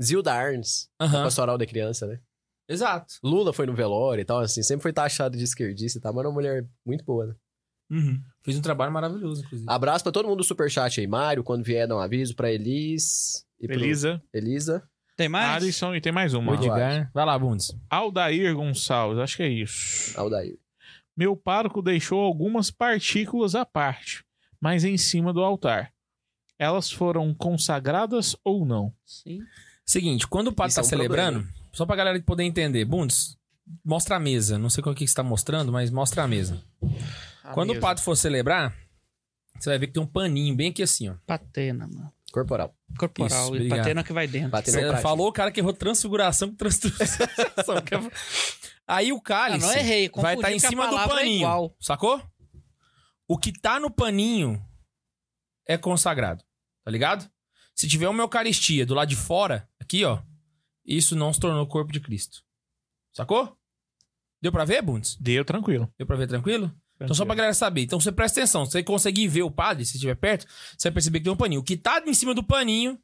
S3: Zilda Arns,
S2: Aham.
S3: pastoral da criança, né?
S2: Exato.
S3: Lula foi no velório e tal, assim, sempre foi taxado de esquerdista e tal, mas era uma mulher muito boa, né?
S2: Uhum. Fez um trabalho maravilhoso, inclusive.
S3: Abraço pra todo mundo do Superchat aí, Mário, quando vier dá um aviso pra Elis e pro
S5: Elisa,
S3: Elisa.
S4: Tem mais?
S5: Alisson e tem mais uma.
S2: O Edgar. Vai lá, Bundes.
S5: Aldair Gonçalves, acho que é isso.
S3: Aldair.
S5: Meu pároco deixou algumas partículas à parte, mas em cima do altar. Elas foram consagradas ou não?
S4: Sim.
S2: Seguinte, quando o padre
S3: Isso
S2: tá
S3: é um
S2: celebrando, só pra galera poder entender, Bundes, mostra a mesa. Não sei qual que você tá mostrando, mas mostra a mesa. quando o padre for celebrar, você vai ver que tem um paninho bem aqui assim, ó.
S4: Patena, mano.
S3: Corporal.
S2: Isso,
S4: Corporal. e
S2: obrigado.
S4: patena que vai dentro.
S3: Bate- Tem
S2: Você
S3: no prático.
S2: falou o cara que errou transfiguração com transfiguração. que é- Aí o
S4: Ah,
S2: cálice
S4: não
S2: vai
S4: errei.
S3: tá
S4: confundi,
S2: estar em
S4: porque a
S2: cima do
S4: palavra é
S2: paninho,
S4: igual.
S2: sacou? O que tá no paninho é consagrado, tá ligado? Se tiver uma eucaristia do lado de fora, aqui, ó, isso não se tornou corpo de Cristo. Sacou? Deu pra ver, Bundes?
S5: Deu tranquilo.
S2: Deu pra ver tranquilo? Então, só pra
S5: Tranquilo.
S2: galera saber. Então, você presta atenção. Se você conseguir ver o padre, se estiver perto, você vai perceber que tem um paninho. O que tá em cima do paninho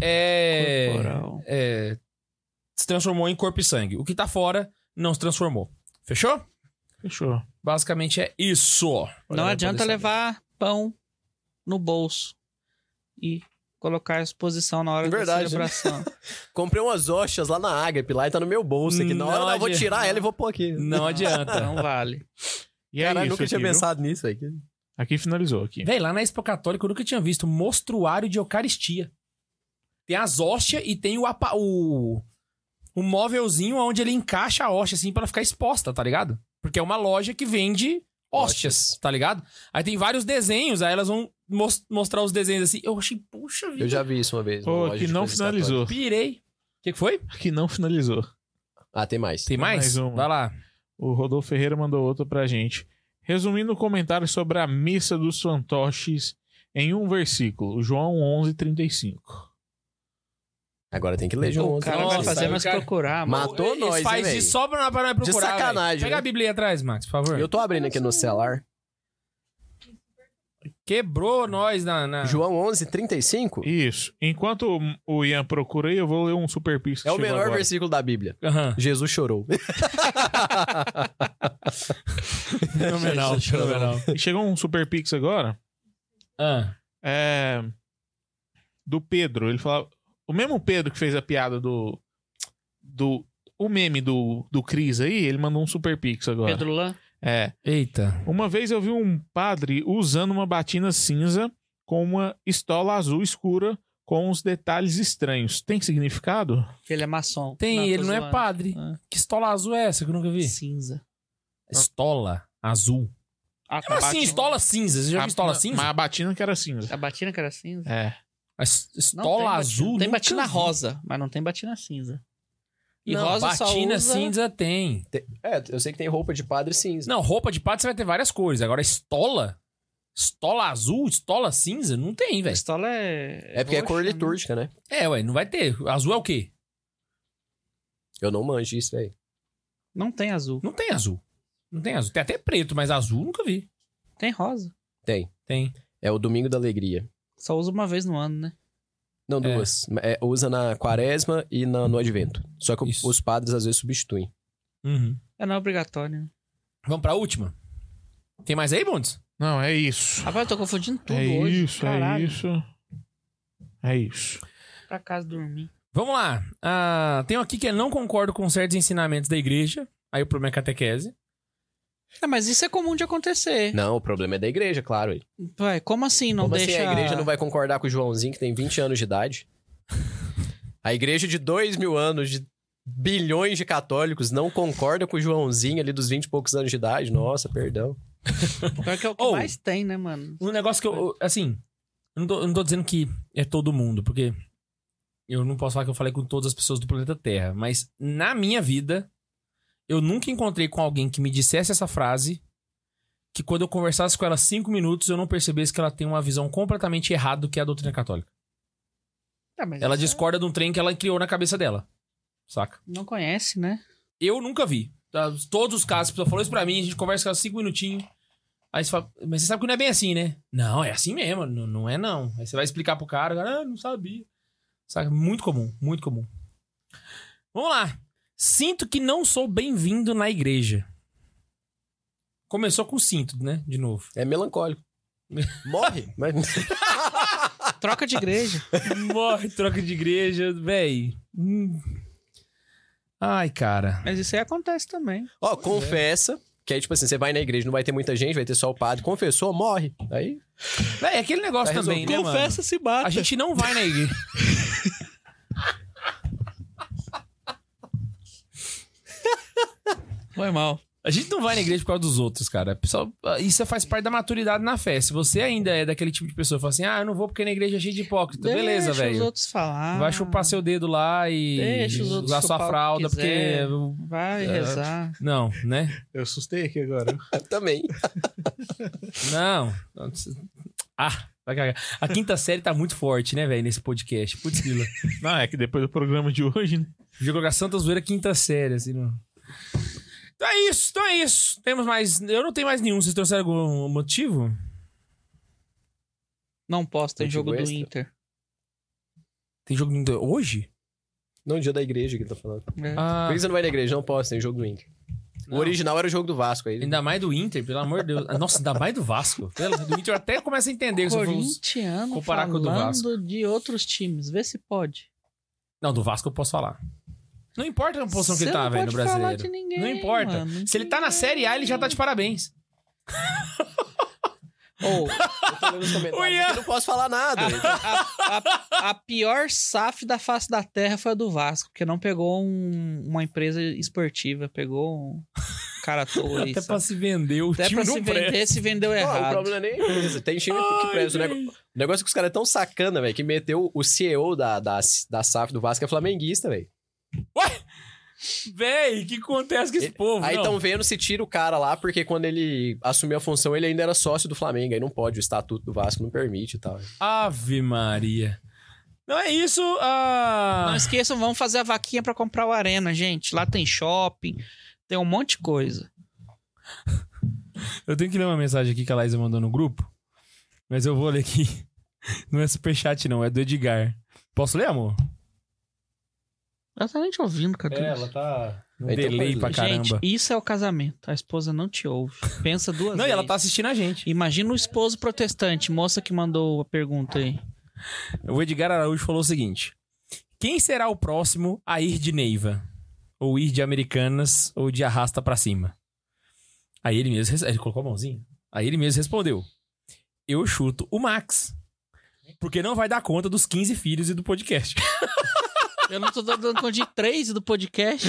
S2: é...
S4: Corporal.
S2: é, se transformou em corpo e sangue. O que tá fora não se transformou. Fechou?
S5: Fechou.
S2: Basicamente é isso.
S4: Não
S3: Olha,
S4: adianta
S3: pode saber.
S4: levar pão no bolso e colocar a exposição na hora
S3: Verdade,
S4: da
S3: né?
S4: celebração.
S3: Comprei umas hostias lá na Ágape, lá e tá no meu bolso aqui. Na
S2: Não
S3: hora eu vou
S2: adianta.
S3: tirar ela e vou pôr aqui.
S2: Não adianta.
S4: Não vale.
S5: E é
S3: Caralho,
S5: isso
S3: nunca
S5: aqui,
S3: tinha
S5: viu?
S3: pensado nisso aqui.
S5: Aqui finalizou aqui.
S2: Véi, lá na Expo Católica eu nunca tinha visto mostruário de Eucaristia. Tem as hóstias e tem o, apa- o, o móvelzinho onde ele encaixa a hóstia, assim, pra ela ficar exposta, tá ligado? Porque é uma loja que vende hóstias, tá ligado? Aí tem vários desenhos, aí elas vão mos- mostrar os desenhos assim. Eu achei, puxa vida,
S3: Eu já vi isso uma vez. numa
S5: Pô,
S3: loja
S5: aqui
S3: de
S5: não
S3: coisas
S5: finalizou.
S2: pirei. O que, que foi?
S5: Aqui não finalizou.
S3: católicas. Ah, tem mais.
S2: Tem mais?
S5: mais uma.
S2: Vai lá.
S5: O Rodolfo Ferreira mandou outra pra gente. Resumindo o comentário sobre a missa dos fantoches em um versículo, João 11:35.
S3: Agora tem que ler João
S4: o
S3: 11.
S4: cara né? vai
S2: né? Nossa,
S4: fazer
S2: aí o
S4: nós
S2: cara-
S4: procurar, mano.
S3: Matou
S2: Esse
S3: nós, hein,
S2: faz
S3: véi?
S2: isso só pra nós- pra nós procurar.
S3: De sacanagem,
S2: velho. Pega
S3: né?
S2: a Bíblia aí atrás, Max, por favor.
S3: Eu tô abrindo aqui no celular.
S2: Quebrou nós na. na-
S3: João 11, 35
S5: Isso. Enquanto o- o Ian procura aí, eu vou ler um super pix que
S3: é o
S5: chegou
S3: melhor
S5: agora.
S3: versículo da Bíblia.
S2: Aham.
S3: Jesus chorou.
S2: Fenomenal,
S3: Jesus chorou.
S2: fenomenal.
S5: E Chegou um super pix agora.
S2: Ah,
S5: É, do Pedro. Ele fala. O mesmo Pedro que fez a piada do. do o meme do, do Cris aí, ele mandou um super pix agora.
S4: Pedro Lan.
S5: É.
S2: eita.
S5: Uma vez eu vi um padre usando uma batina cinza com uma estola azul escura com uns detalhes estranhos. Tem significado?
S4: Ele é maçom.
S2: Tem,
S4: tô
S2: ele não é
S4: zoando.
S2: padre.
S4: Ah,
S2: Que estola azul é essa que eu nunca vi?
S4: cinza.
S2: Estola azul.
S4: Ah,
S2: Como assim,
S4: tá, batina.
S2: estola cinza? Você já
S5: A-
S2: viu estola
S5: na-
S2: cinza?
S5: Mas a batina que era cinza.
S4: A batina que era cinza?
S5: É.
S2: A es-
S4: Não,
S2: Estola
S4: tem
S2: azul?
S4: Batina. Tem
S2: nunca
S4: batina
S2: vi.
S4: rosa, mas não tem batina cinza. E
S2: Não,
S4: rosa só
S2: batina
S4: usa...
S2: cinza tem.
S3: É, eu sei que tem roupa de padre cinza.
S2: Não, roupa de padre você vai ter várias cores. Agora, estola? Estola azul, estola cinza? Não tem, velho.
S4: Pistola é.
S3: É porque é cor
S4: roxa, né?
S3: litúrgica, né?
S2: É, ué, não vai ter. Azul é o quê?
S3: Eu não manjo isso, velho.
S4: Não tem azul.
S2: Não tem azul. Não tem azul. Tem até preto, mas azul nunca vi.
S4: Tem rosa.
S3: Tem.
S2: Tem.
S3: É o domingo da alegria.
S4: Só usa uma vez no ano, né?
S3: Não,
S2: É.
S3: duas. É, usa na quaresma e na- no advento. Só que o-
S2: Isso.
S3: os padres às vezes substituem.
S2: Uhum.
S4: É não é obrigatório. né?
S2: Vamos pra última? Tem mais aí, Bundes?
S5: Não, é isso.
S4: Rapaz, eu tô confundindo tudo
S5: é
S4: hoje.
S5: isso,
S4: Caralho,
S5: é isso. É isso.
S4: Pra casa dormir.
S2: Vamos lá. Ah, tem um aqui que eu não concordo com certos ensinamentos da igreja. Aí o problema é catequese.
S4: Ah, mas isso é comum de acontecer.
S3: Não, o problema é da igreja, claro. ué.
S4: Ué, como assim? Não
S3: Como
S4: deixa.
S3: assim a igreja não vai concordar com o Joãozinho, que tem 20 anos de idade? a igreja de 2 mil anos, de bilhões de católicos, não concorda com o Joãozinho ali dos 20 e poucos anos de idade? Nossa, perdão.
S4: Pior que é o que
S2: Ou-
S4: mais tem, né, mano?
S2: Um negócio que eu, eu- assim, eu não, tô, eu não tô dizendo que é todo mundo, porque eu não posso falar que eu falei com todas as pessoas do planeta Terra, mas na minha vida, eu nunca encontrei com alguém que me dissesse essa frase que quando eu conversasse com ela cinco minutos, eu não percebesse que ela tem uma visão completamente errada do que é a doutrina católica.
S4: Ah, mas
S2: Ela
S4: isso
S2: discorda de um trem que ela criou na cabeça dela, saca?
S4: é- Não conhece, né?
S2: Eu nunca vi. Tá? Todos os casos, a pessoa falou isso pra mim, a gente conversa com ela cinco minutinhos. Aí você fala, mas você sabe que não é bem assim, né? Não, é assim mesmo, não, não é não. Aí você vai explicar pro cara, o cara, ah, não sabia. Sabe? Muito comum, muito comum. Vamos lá. Sinto que não sou bem-vindo na igreja. Começou com sinto, né? De novo.
S3: É melancólico. Morre, mas
S4: Ah, Troca de igreja.
S2: Morre, troca de igreja, véi. Hum. Ai, cara.
S4: mas isso aí acontece também.
S3: Ó, confessa. Que aí, tipo assim, você vai na igreja, não vai ter muita gente, vai ter só o padre. Confessou, morre. Aí,
S2: Véi, é aquele negócio
S3: Tá
S2: também, né, mano?
S4: se bate.
S2: A gente não vai na igreja.
S4: Foi mal.
S2: A gente não vai na igreja por causa dos outros, cara. Pessoal, isso faz parte da maturidade na fé. Se você ainda é daquele tipo de pessoa que fala assim, ah, eu não vou porque na igreja é cheia de hipócrita. Beleza,
S4: Deixa os
S2: velho.
S4: outros falar.
S2: Vai chupar seu dedo lá e
S4: Deixa os outros
S2: usar sua
S4: chupar o que
S2: fralda, porque.
S4: quiser. Vai rezar.
S2: Não, né?
S5: Eu assustei aqui agora.
S3: também.
S2: Não. Ah, vai cagar. A quinta série tá muito forte, né, velho, nesse podcast. Putz, grila.
S5: Não, é que depois do programa de hoje, né?
S2: Podia colocar Santa Zoeira quinta série, assim, não. Então é isso, então é isso. Temos mais. Eu não tenho mais nenhum. Vocês trouxeram algum motivo?
S4: Não posso, tem
S3: Motivo
S4: jogo do
S3: extra?
S4: Inter.
S2: Tem jogo do- hoje?
S3: Não, dia da igreja que ele tá falando.
S4: É.
S2: Ah,
S3: Por que você não vai na igreja? Não posso, tem jogo do Inter.
S2: Não.
S3: O original era o jogo do Vasco aí.
S2: Ainda mais do Inter, pelo amor de Deus. Ah, Nossa, ainda mais do Vasco. Pelo do Inter eu até começo a
S4: É.
S2: entender. que você falou-
S4: Corintiano
S2: comparar com o do
S4: falando de outros times. Vê se pode.
S2: Não, do Vasco eu posso falar. Não importa a posição que
S4: Você
S2: ele tá,
S4: não
S2: velho, no
S4: pode falar
S2: brasileiro.
S4: de ninguém,
S2: não importa.
S4: mano.
S2: Se ele tá na Série A, ele já tá de parabéns.
S4: Ou,
S3: Eu tô lendo os comentários
S2: O Ian-
S3: aqui, não posso falar nada. né?
S4: a, a- a pior SAF da face da terra foi a do Vasco, porque não pegou um- uma empresa esportiva, pegou um cara à toa. aí,
S2: até pra
S4: sabe?
S2: se vender, o
S4: Até
S2: time
S4: pra se
S2: não presta.
S4: vender, se vendeu
S3: Ó, o
S4: errado.
S3: problema não é nem empresa. Tem time que presta. O negócio, o negócio é que os caras é tão sacana, velho, que meteu o CEO da, da, da SAF do Vasco é flamenguista, velho.
S2: Véi, o que acontece com esse povo?
S3: Aí
S2: não?
S3: estão vendo se tira o cara lá, porque quando ele assumiu a função, ele ainda era sócio do Flamengo. Aí não pode, o estatuto do Vasco não permite e tal.
S2: Ave Maria. Não é isso. ah,
S4: Não esqueçam, vamos fazer a vaquinha pra comprar o Arena, gente. Lá tem shopping, tem um monte de coisa.
S2: Eu tenho que ler uma mensagem aqui que a Laísa mandou no grupo. Mas eu vou ler aqui. Não é superchat, não, é do Edgar. Posso ler, amor?
S4: Ela tá nem te ouvindo, cara.
S2: É, tá. Um
S3: Então
S2: delay
S3: pode
S2: pra
S3: ler.
S2: caramba.
S4: Gente, isso é o casamento. A esposa não te ouve. Pensa duas
S2: Não, e
S4: vezes.
S2: ela tá assistindo a gente.
S4: Imagina o esposo protestante, moça que mandou a pergunta aí.
S2: O Edgar Araújo falou o seguinte: Quem será o próximo a ir de Neiva? Ou ir de Americanas ou de arrasta pra cima? Aí ele mesmo res- ele colocou a mãozinha. Aí ele mesmo respondeu: Eu chuto o Max. Porque não vai dar conta dos 15 filhos e do podcast.
S4: Eu não tô dando conta de três do podcast.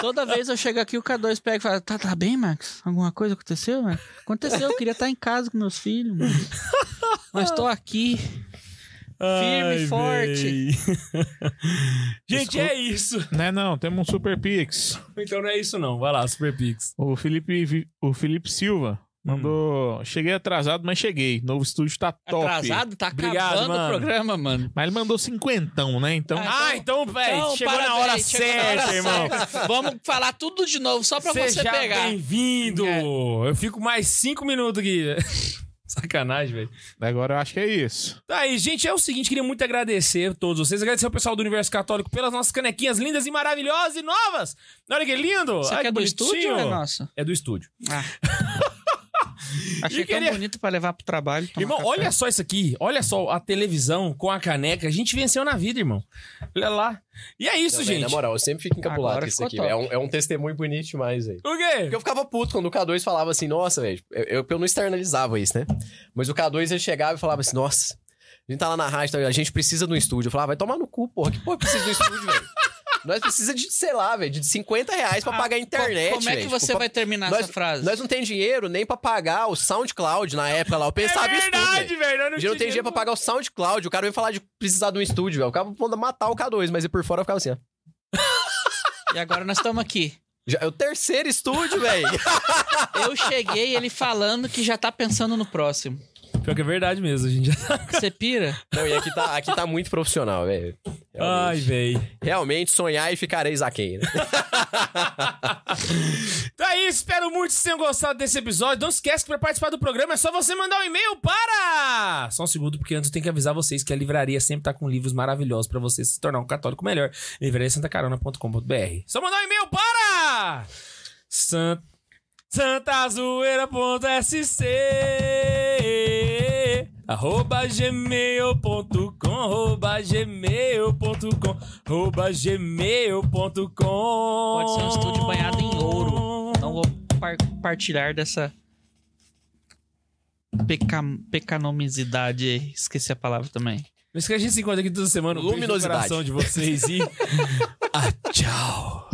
S4: Toda vez eu chego aqui, o K2 pega e fala: Tá, tá bem, Max? Alguma coisa aconteceu, Max? Aconteceu, eu queria estar em casa com meus filhos, mano. Mas tô aqui. Firme e
S2: Ai,
S4: forte.
S2: véi. Gente, é isso.
S5: Não é não, temos um Super Pix.
S2: Então não é isso, não. Vai lá, Super Pix.
S5: O Felipe, Vi- o Felipe Silva mandou... Cheguei atrasado, mas cheguei. Novo estúdio tá top.
S4: Atrasado, tá
S2: Obrigado,
S4: acabando
S2: mano.
S4: o programa, mano.
S5: Mas ele mandou cinquentão, né? Então...
S4: Ah,
S2: Ah, então, véi,
S4: Então,
S2: chegou na
S4: parabéns,
S2: hora
S4: chegou na
S2: certa,
S4: hora
S2: irmão.
S4: certa. Vamos falar tudo de novo, só pra você
S2: Seja
S4: pegar. É.
S2: bem-vindo! Eu fico mais cinco minutos aqui. Sacanagem, velho.
S5: Agora eu acho que é isso.
S2: Tá aí, gente. É o seguinte, queria muito agradecer a todos vocês. Agradecer ao pessoal do Universo Católico pelas nossas canequinhas lindas e maravilhosas e novas. Olha que lindo!
S4: Você
S2: Ai,
S4: quer
S2: que
S4: do
S2: bonitinho.
S4: estúdio ou é nosso?
S2: É do estúdio.
S4: Achei
S2: E queria-
S4: tão bonito pra levar pro trabalho. tomar
S2: irmão,
S4: café.
S2: olha só isso aqui. Olha só a televisão com a caneca. A gente venceu na vida, irmão. Olha lá. E é isso,
S3: Não, Então, velho,
S2: gente.
S3: Na moral, eu sempre fico encabulado
S4: Agora
S3: com isso
S4: ficou
S3: aqui.
S4: top.
S3: É um, é um testemunho bonito demais, velho.
S2: O quê?
S3: Porque eu ficava puto quando o K2 falava assim, nossa, velho. Eu, eu, eu não externalizava isso, né? Mas o K2 ele chegava e falava assim, nossa, a gente tá lá na rádio, tá- a gente precisa de um estúdio. Eu falava, vai tomar no cu, porra. Que porra precisa de um estúdio, velho? Nós precisa de, sei lá, velho, de 50 reais pra pagar a internet.
S4: Ah, Como é que
S3: velho.
S4: você
S3: Tipo,
S4: vai terminar
S3: nós-
S4: essa frase?
S3: Nós não tem dinheiro nem pra pagar o SoundCloud na época lá. Eu pensava
S2: é
S3: nisso tudo,
S2: verdade, velho. Nós
S3: a gente não tem dinheiro pra pagar o SoundCloud. O cara veio falar de precisar de um estúdio, velho. O cara manda matar o K2, mas aí por fora eu ficava assim, ó.
S4: E agora nós estamos aqui.
S3: Já é o terceiro estúdio, velho.
S4: Eu cheguei ele falando que já tá pensando no próximo.
S2: Pior que é verdade mesmo, a gente.
S4: Você pira?
S3: Não, e aqui tá, aqui tá muito profissional, velho. É
S4: Ah,
S2: Ai,
S3: Realmente,
S2: velho.
S3: realmente sonhar e ficareis aquém, né?
S2: Então é isso, espero muito que vocês tenham gostado desse episódio. Não esquece que para participar do programa é só você mandar um e-mail para. Só um segundo, porque antes eu tenho que avisar vocês que a livraria sempre tá com livros maravilhosos para você se tornar um católico melhor. livrariasantacarona.com.br. Só mandar um e-mail para. San... santazoeira.sc arroba gmail.com arroba gmail.com arroba gmail.com Pode
S4: Pode ser um estúdio banhado em ouro. Não Então vou par- partilhar dessa peca pecanomicidade. aí. Esqueci a palavra também.
S2: Não esquece de se encontrar aqui toda semana. Um beijo no
S3: Luminosidade.
S2: coração de vocês e. ah, tchau!